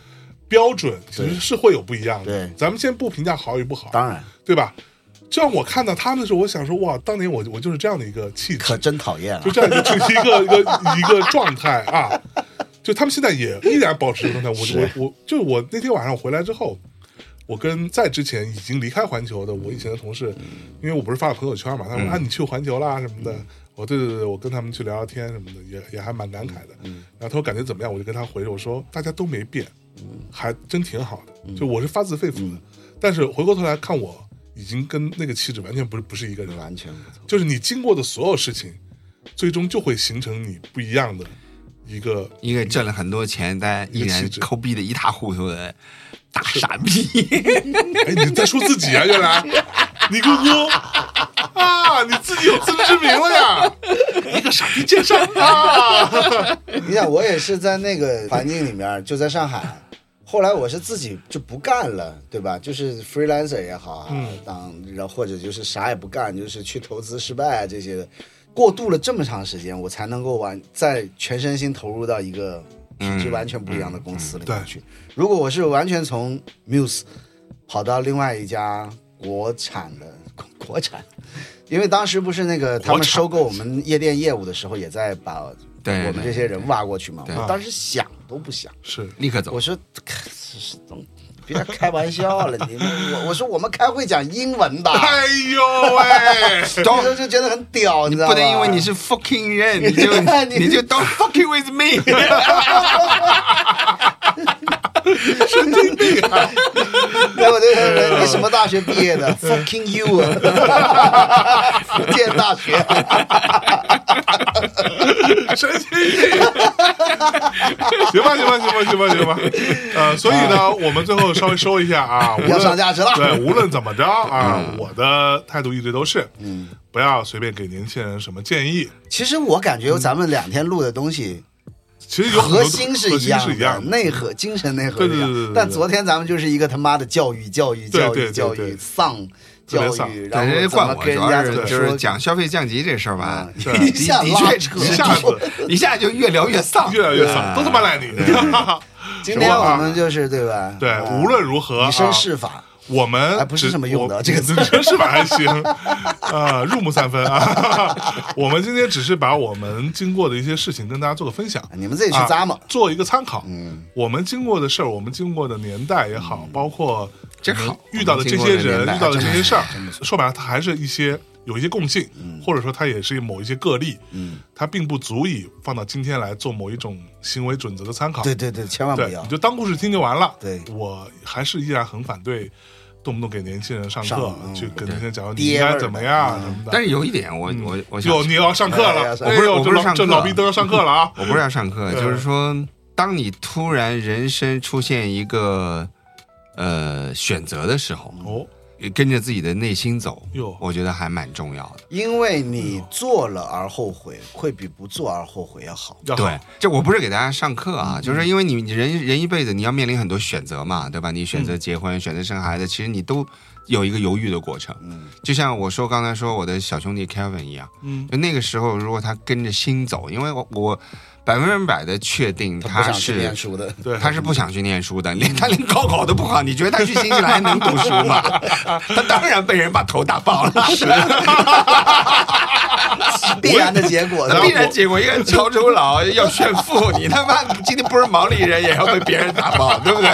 C: 标准其实是会有不一样的。
B: 对
C: 咱们先不评价好与不好，
B: 当然
C: 对吧？就让我看到他们的时候，我想说，哇，当年我我就是这样的一个气质
B: 可，真讨厌啊
C: 就！这样一个就一个一个一个状态啊。就他们现在也依然保持这个状态。我我我，就我那天晚上我回来之后，我跟在之前已经离开环球的我以前的同事，因为我不是发了朋友圈嘛，他们说啊你去环球啦什么的。我对对对，我跟他们去聊聊天什么的，也也还蛮感慨的。然后他说感觉怎么样，我就跟他回我说大家都没变，还真挺好的。就我是发自肺腑的，但是回过头来看我，已经跟那个气质完全不是不是一个人了。
B: 完全不同。
C: 就是你经过的所有事情，最终就会形成你不一样的一个。
A: 一个挣了很多钱，但依
C: 一个
A: 然
C: 气质
A: 抠逼的一塌糊涂的大傻 逼，
C: 哎，你在说自己啊，原来你姑姑啊，你自己有自知之明了呀，一个傻逼奸商啊！
B: 你想，我也是在那个环境里面，就在上海。后来我是自己就不干了，对吧？就是 freelancer 也好啊，
C: 嗯
B: 当然后或者就是啥也不干，就是去投资失败啊这些的。过渡了这么长时间，我才能够完再全身心投入到一个品质完全不一样的
C: 嗯
B: 公司里面去。如果我是完全从 Muse 跑到另外一家国产的国国产，因为当时不是那个他们
C: 国产
B: 收购我们夜店业务的时候，也在把
A: 对
B: 我们这些人挖过去嘛。
A: 对
B: 我当时想都不想，
C: 是
A: 立刻走
B: 我。说，别开玩笑了，你们我我说我们开会讲英文的，
C: 哎呦喂，
B: 当时就觉得很屌，你知道吗？
A: 不能因为 你是 fucking 人，你就
B: 你
A: 你 就 don't fucking with me。
C: 神经病啊！
B: 然后我就想说，你什么大学毕业 的？Fucking you 啊！ 福建 大学。
C: 神经病！行吧，行吧，行吧，行吧，行吧。呃，所以呢，我们最后稍微说一下啊，无
B: 啊要
C: 论
B: 上嗯价值了
C: 对，无论怎么着啊，我的态度一直都是，嗯，不要随便给年轻人什么建议。
B: 其实我感觉咱们两天录的东西
C: 其实有很多
B: 核心是
C: 核
B: 一
C: 心
B: 样
C: 是一
B: 的，
C: 样的，
B: 内核精神内核是一
C: 对对对对
B: 样
C: 对。
B: 但昨天咱们就是一个他妈的教育，教育，教
C: 对
B: 育，
C: 对
B: 教
C: 对
B: 育，
C: 对
B: 丧
C: 特别
B: 教
C: 丧
B: 育，然
A: 但人家
B: 后怎么
A: 惯我，
B: 跟
A: 主要
B: 人家
A: 是
B: 怎么
A: 就是
B: 说
A: 讲消费降级这事儿 吧，
B: 嗯
A: 的
C: 对
B: 一下
A: 的
B: 拉
A: 确
B: 扯
A: 一
C: 一
A: 下
C: 下
A: 子
C: 子
A: 一下就越聊越丧，
C: 越来越丧，都他妈赖你。
B: 啊今天我们就是对吧？
C: 对，
B: 啊
C: 无论如何，
B: 以身
C: 啊
B: 试法，
C: 我们
B: 哎不是
C: 只
B: 什么用的
C: 我
B: 这个词
C: 你说是吧？还行， 啊，入木三分啊。 我们今天只是把我们经过的一些事情跟大家做个分享，
B: 你们自己去咂摸
C: 啊。做一个参考。嗯，我们经过的事儿，我们经过的年代也好，
B: 嗯
C: 包括
A: 真好
C: 遇到的这
A: 我
C: 些
A: 们经过的年
C: 人，
A: 代
C: 遇到的这些事儿
B: 真嗯不，
C: 说白了，它还是一些有一些共性，或者说它也是某一些个例。嗯，它并不足以放到今天来做某一种行为准则的参考。
B: 对对对，千万不
C: 对，
B: 要
C: 你。就当故事听就完了。
B: 对
C: 我还是依然很反对，动不动给年轻人上课
B: 上，嗯
C: 去跟年轻人讲你应
B: 爹味儿
C: 该
B: 的
C: 怎么样什么的。
A: 但是有一点，我
B: 嗯
A: 我我想
C: 哟，你要上课
B: 哎
C: 了
B: 呀，
C: 哎
A: 我不是
C: 呦
A: 我不
C: 这
A: 是
C: 老
A: 上
C: 这
A: 课
C: 老逼都要上课了 啊！
A: 我不是要上课，
C: 对
A: 就是说，当你突然人生出现一个呃选择的时候，
C: 哦，
A: 跟着自己的内心走
C: 哟，
A: 我觉得还蛮重要的。
B: 因为你做了而后悔，会比不做而后悔要好。
C: 要好
A: 对，这我不是给大家上课啊，
B: 嗯
A: 就是因为你你人人一辈子你要面临很多选择嘛，对吧？你选
B: 嗯
A: 择结婚，选择生孩子，其实你都有一个犹豫的过程。
B: 嗯，
A: 就像我说刚才说我的小兄弟 Kevin 一样，
C: 嗯，
A: 就那个时候如果他跟着心走，因为我我百分之百的确定
B: 他不想去
A: 是
B: 念书的，
C: 对，
A: 他是不想去念书的，连他连高考都不考，你觉得他去新西兰能读书 吗？他当然被人把头打爆了，
B: 必然的结果。
A: 必然结果一个潮州佬要炫富，你他妈今天不是毛利人也要被别人打爆，对不对？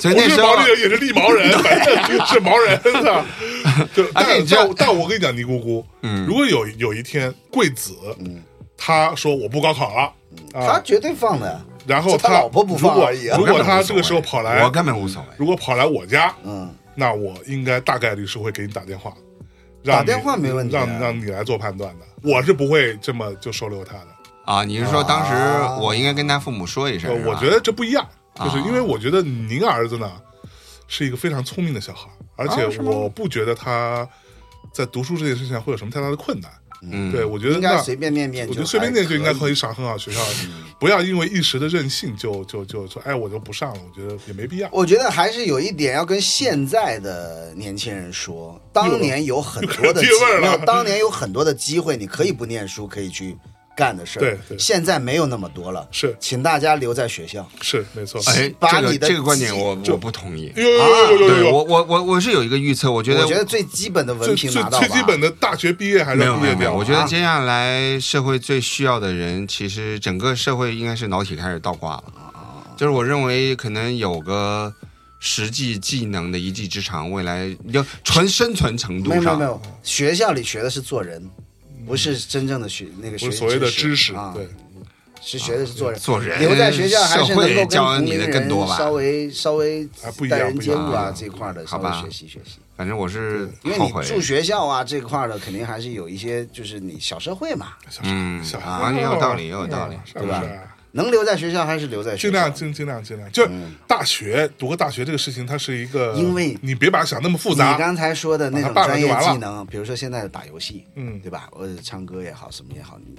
A: 所以
C: 不
A: 那
C: 是
A: 时
C: 毛
A: 候
C: 利人也是利毛人，反正是毛人的。就
A: 而且
C: 但
A: 你知道
C: 但但我跟你讲，尼姑姑，如果有有一天贵子，他说我不高考了，啊
B: 他绝对放的呀。
C: 然后
B: 就他老婆不放而已啊
C: 如
A: 我根本无所
C: 果
A: 谓
C: 他这个时候跑来
A: 我，根本无所谓。
C: 如果跑来我家，
B: 嗯，
C: 那我应该大概率是会给你打电话，让
B: 打
C: 你
B: 电话没问题啊
C: 让让你来做判断的。我是不会这么就收留他的，
A: 啊，你是说当时我应该跟他父母说一声
C: 呃？
A: 是吧
C: 我觉得这不一样，
A: 啊
C: 就是因为我觉得您儿子呢是一个非常聪明的小孩，而且我不觉得他在读书这件事情上会有什么太大的困难。
A: 嗯
C: 对，我觉得
B: 应该
C: 那
B: 随便念念
C: 我
B: 就还可以，
C: 觉得随便念就应该可以上很好学校，不要因为一时的任性就就就说哎我就不上了，我觉得也没必要。
B: 我觉得还是有一点要跟现在的年轻人说，当年有很多的机
C: 有地味儿了
B: 没有，当年有很多的机会，你可以不念书，可以去干的事儿。
C: 对对
B: 现在没有那么多了。
C: 是
B: 请大家留在学校。
C: 是没错，
A: 哎，
B: 把
A: 这个
B: 你的
A: 这个观点
B: 记
A: 我我不同意。
C: 呦呦呦呦呦
A: 对
C: 呦
A: 我我我我是有一个预测，我觉得
B: 我觉得最基本的文
C: 最
B: 凭
C: 最
B: 拿到吧。
C: 最基本的大学毕业还是
A: 没
C: 要
A: 有
C: 毕
A: 没
C: 业
A: 有没
C: 掉
A: 有，
C: 啊。
A: 我觉得接下来社会最需要的人，其实整个社会应该是脑体开始倒挂了。就是我认为可能有个实际技能的一技之长，未来要纯生存程
B: 没有
A: 度
B: 没有
A: 上
B: 没，有，学校里学的是做人，不是真正的学那个
C: 不
B: 学
C: 是所谓的知
B: 知
C: 识，
B: 啊，
C: 对，啊
B: 是学的是做人。
A: 做人
B: 留在学校还是
A: 社
B: 能够
A: 会
B: 跟
A: 教
B: 同
A: 你
B: 龄
A: 的
B: 人
A: 更多
B: 稍
A: 吧。
B: 微稍微
C: 啊不一样
B: 待人
C: 不一
B: 接
C: 样
B: 物
C: 啊
B: 啊这一块儿的稍
A: 好
B: 微
A: 吧
B: 学习学习。
A: 反正我是
B: 因为
A: 后
B: 你
A: 悔，
B: 住学校啊这块儿的，肯定还是有一些就是你小社会嘛，
C: 小
A: 嗯
C: 小
A: 啊也有道理也有道理
C: 是不是
B: 对
C: 啊？
B: 能留在学校还是留在学
C: 尽
B: 校
C: 量。尽尽量尽量，就是大学读个大学这个事情，它是一个，
B: 嗯因为
C: 你别把它想那么复
B: 你
C: 杂，
B: 刚才说的那种
C: 把它
B: 专
C: 办了就
B: 业
C: 完了
B: 技能，比如说现在打游戏，
C: 嗯
B: 对吧？或者唱歌也好，什么也好，你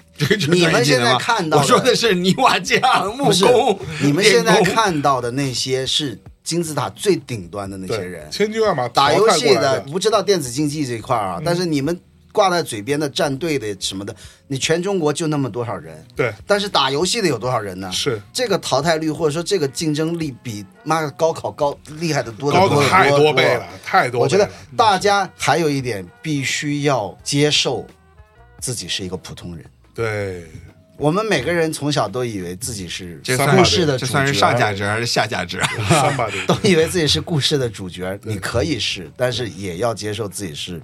A: 你
B: 你们现在看到的
A: 我说的是泥瓦匠、木
B: 不是
A: 工，
B: 你们现在
A: 电工
B: 看到的那些是金字塔最顶端的那些
C: 对，
B: 人，
C: 千军万马
B: 打游
C: 淘汰
B: 戏
C: 过来的，嗯
B: 不知道电子竞技这一块儿啊，但是你们挂在嘴边的战队的什么的，你全中国就那么多少人，
C: 对，
B: 但是打游戏的有多少人呢？
C: 是
B: 这个淘汰率或者说这个竞争力比妈的高考高厉害的多得
C: 高
B: 多
C: 的
B: 得
C: 太
B: 多
C: 倍了。，太多倍了。
B: 我觉得大家还有一点必须要接受，自己是一个普通人。
C: 对，
B: 我们每个人从小都以为自己是
A: 这
C: 三
B: 故
C: 八
A: 算
B: 事
A: 是
B: 的
A: 这
B: 主
A: 算是
B: 角
A: 上价值还是下 价值？
C: 三把的
B: 都，以为自己是故事的主角，你可以是，但是也要接受自己是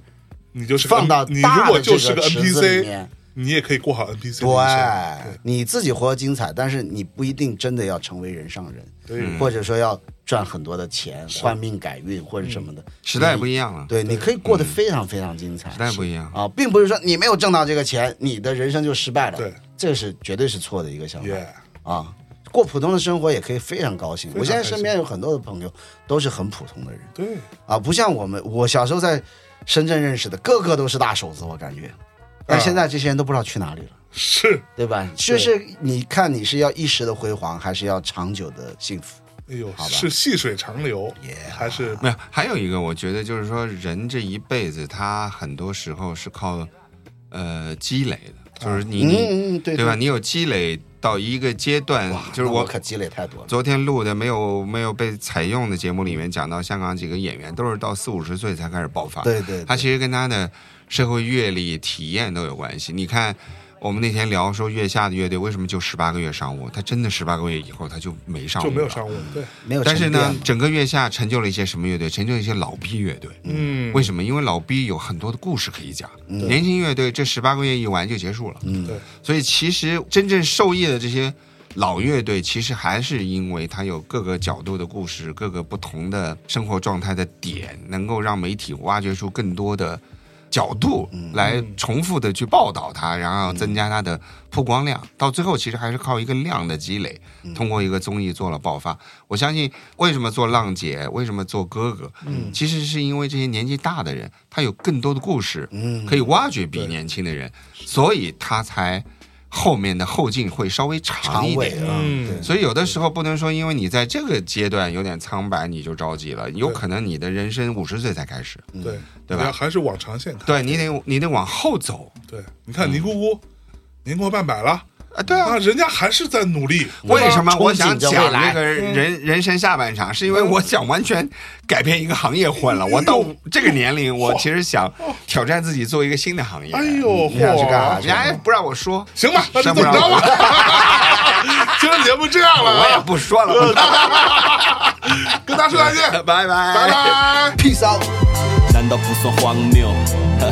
C: 你就是个
B: 放到
C: 你如
B: 大
C: 果
B: 的
C: 就
B: 这
C: 是
B: 个
C: 个
B: 池子里
C: NPC，
B: 面，
C: 你也可以过好 NPC 的一生。
B: 对，你自己活得精彩，但是你不一定真的要成为人上人，
C: 对
B: 或者说要赚很多的钱、换命改运或者什么的。
A: 时代不一样了，
B: 对，你可以过得非常非常精彩
A: 嗯时代不一样。
B: 啊，并不是说你没有挣到这个钱，你的人生就失败了。
C: 对，
B: 这是绝对是错的一个想法。
C: 耶，
B: 啊，过普通的生活也可以非常高兴。
C: 非常
B: 我现在
C: 开心
B: 身边有很多的朋友都是很普通的人
C: 对，
B: 啊，不像我们，我小时候在深圳认识的，个个都是大手子，我感觉。但现在这些人都不知道去哪里了，
C: 是，
B: 对吧？就是你看你是要一时的辉煌，还是要长久的幸福？
C: 哎呦，是细水长流，还是
A: 没有，还有一个我觉得就是说，人这一辈子，他很多时候是靠呃积累的，就是你你
B: 啊嗯嗯，对
A: 对吧？？你有积累到一个阶段
B: 哇，，
A: 就是
B: 那我
A: 我
B: 可积累太多了。
A: 昨天录的没有没有被采用的节目里面讲到，香港几个演员都是到四五十岁才开始爆发。
B: 对对，
A: 他
B: 对
A: 其实跟他的社会阅历、体验都有关系。你看，我们那天聊说月下的乐队为什么就十八个月上午，他真的十八个月以后他就没上
C: 就
A: 午，
C: 没有商务？对，
B: 没有
A: 但是
B: 呃沉淀
A: 呢
B: 嘛，，
A: 整个月下成就了一些什么乐队？成就一些老逼乐队。
C: 嗯，
A: 为
C: 什
A: 什么？因为老逼有很多的故事可以讲。
B: 嗯
A: 年轻乐队这十八个月一玩就结束了，
C: 么？对，
A: 所以其实真正受益的这些老乐队，其实还是因为它有各个角度的故事，各个不同的生活状态的点，能够让媒体挖掘出更多的角度
B: 嗯
A: 来重复的去报道它，然后增加它的曝光量。
B: 嗯
A: 到最后，其实还是靠一个量的积累，通过一个综艺做了爆发。我相信，为什么做浪姐，为什么做哥哥，
C: 嗯
A: 其实是因为这些年纪大的人，他有更多的故事，
B: 嗯，
A: 可以挖掘比年轻的人，所以他才后面的后劲会稍微长
B: 长
A: 一
B: 尾
A: 点。
B: 了，
C: 嗯
B: 对
A: 所以有的时候不能说，因为你在这个阶段有点苍白，你就着急了。有可能你的人生五十岁才开始，
C: 对，
A: 对
C: 你
A: 吧
C: 要还是往长线看。
A: 对你得你得往后走
C: 对，你看尼姑姑，年过半百了，
A: 啊！对啊
C: 啊，，人家还是在努力。
A: 为什么我
B: 憧
A: 想
B: 憬着
A: 讲
B: 未来
A: 那个
C: 嗯
A: 人人生下半场，是因为我想完全改变一个行业混了。我
C: 哎
A: 到这个年龄，我其实想挑战自己做一个新的行业。
C: 哎呦，
B: 你想去干啥
C: 嚯
A: 人！家不让我说，
C: 行吧，那就
A: 真不
C: 这么
A: 让
C: 着
A: 我说，
C: 吧。 今儿节目这样了
A: 我也
C: 啊，
A: 不说 了。
C: 跟大家说再见，
A: 拜拜，
C: 拜
A: 拜
C: 拜。
B: ，peace out。
D: 难道不算荒谬？ 呵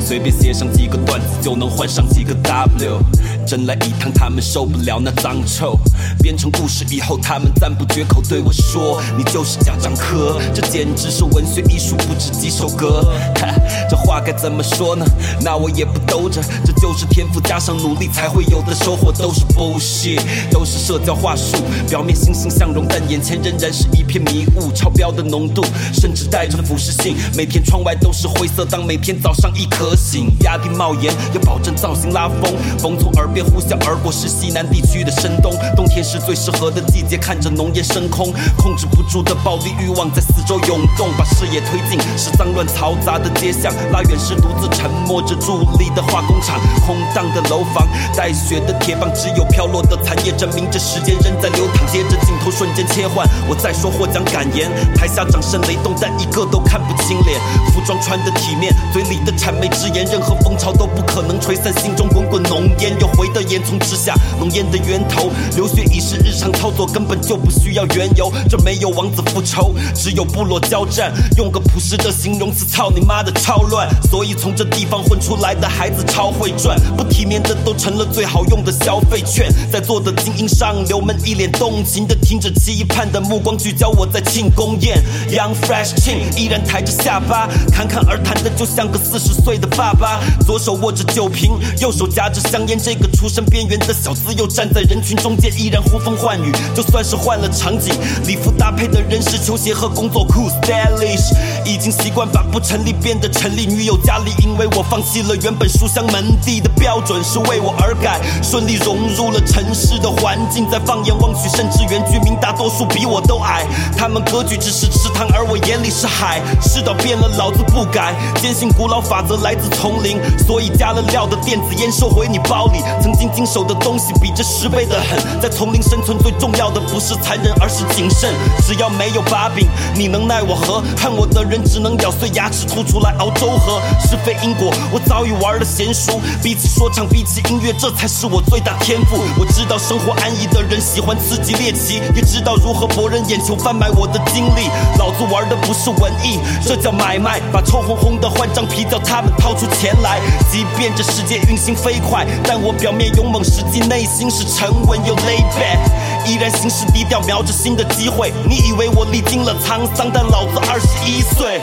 D: 随便写上几个段子就能换上几个 W，真来一趟他们受不了那脏臭。编成故事以后，他们赞不绝口对我说：“你就是家长科，这简直是文学艺术，不止几首歌。 哈”这话该怎么说呢？那我也不兜着，这就是天赋加上努力才会有的收获，都是 bullshit，都是社交话术，表面欣欣向荣，但眼前仍然是一片迷雾，超标的浓度，甚至带着腐蚀性。每天窗外都是灰色，当每天早上一颗醒，压低帽檐，要保证造型拉风，风从耳边呼啸而过，是西南地区的深冬。冬天是最适合的季节，看着浓烟升空，控制不住的暴力欲望在四周涌动，把视野推进是脏乱嘈杂的街巷，拉远是独自沉默着伫立的化工厂，空荡的楼房，带血的铁棒，只有飘落的残叶，证明这时间仍在流淌。接着镜头瞬间切换，我在说或讲感言，台下掌声雷动，但一个都看不清脸。服装穿的体面，嘴里的谄媚之言，任何风潮都不可能吹散心中滚滚浓烟。又回到烟囱之下，浓烟的源头。流血已是日常操作，根本就不需要缘由。这没有王子复仇，只有部落交战。用个朴实的形容词，操你妈的超乱。所以从这地方混出来的孩子超会赚，不体面的都成了最好用的消费券。在座的精 英上流们一脸动情的听着期盼的目光聚焦我在庆功宴。Young Fresh King 依然抬着下巴，侃侃而谈的就像个四十岁的爸爸，左手握着酒瓶，右手夹着香烟。这个出身边缘的小子又站在人群中间，依然呼风唤雨。就算是换了场景，礼服搭配的人是球鞋和工作裤，stylish。已经习惯把不成立变得成立。女友家里因为我放弃了原本书香门第的标准，是为我而改，顺利融入了城市的环境。再放眼望去，甚至原居民大多数比我都矮，他们格局只是池塘，而我眼里是海。世道变了，老子不改，坚信古老法则来自丛林，所以加了料的电子烟收回你包里。曾经经手的东西比这十倍的狠。在丛林生存最重要的不是残忍，而是谨慎。只要没有把柄，你能奈我何？看我的人只能咬碎牙齿吐出来熬粥喝。是非因果，我早已玩的娴熟。比起说唱，比起音乐，这才是我最大天赋。我知道生活安逸的人喜欢刺激猎奇，也知道如何博人眼球，贩卖我的精力。老子玩的不是文艺，这叫买卖。把臭烘烘的换张皮，叫他们掏出钱来。即便这世界运行飞快，但我表面勇猛，实际内心是沉稳又 laid back。依然行事低调，瞄着新的机会。你以为我历经了沧桑，但老子二十一岁。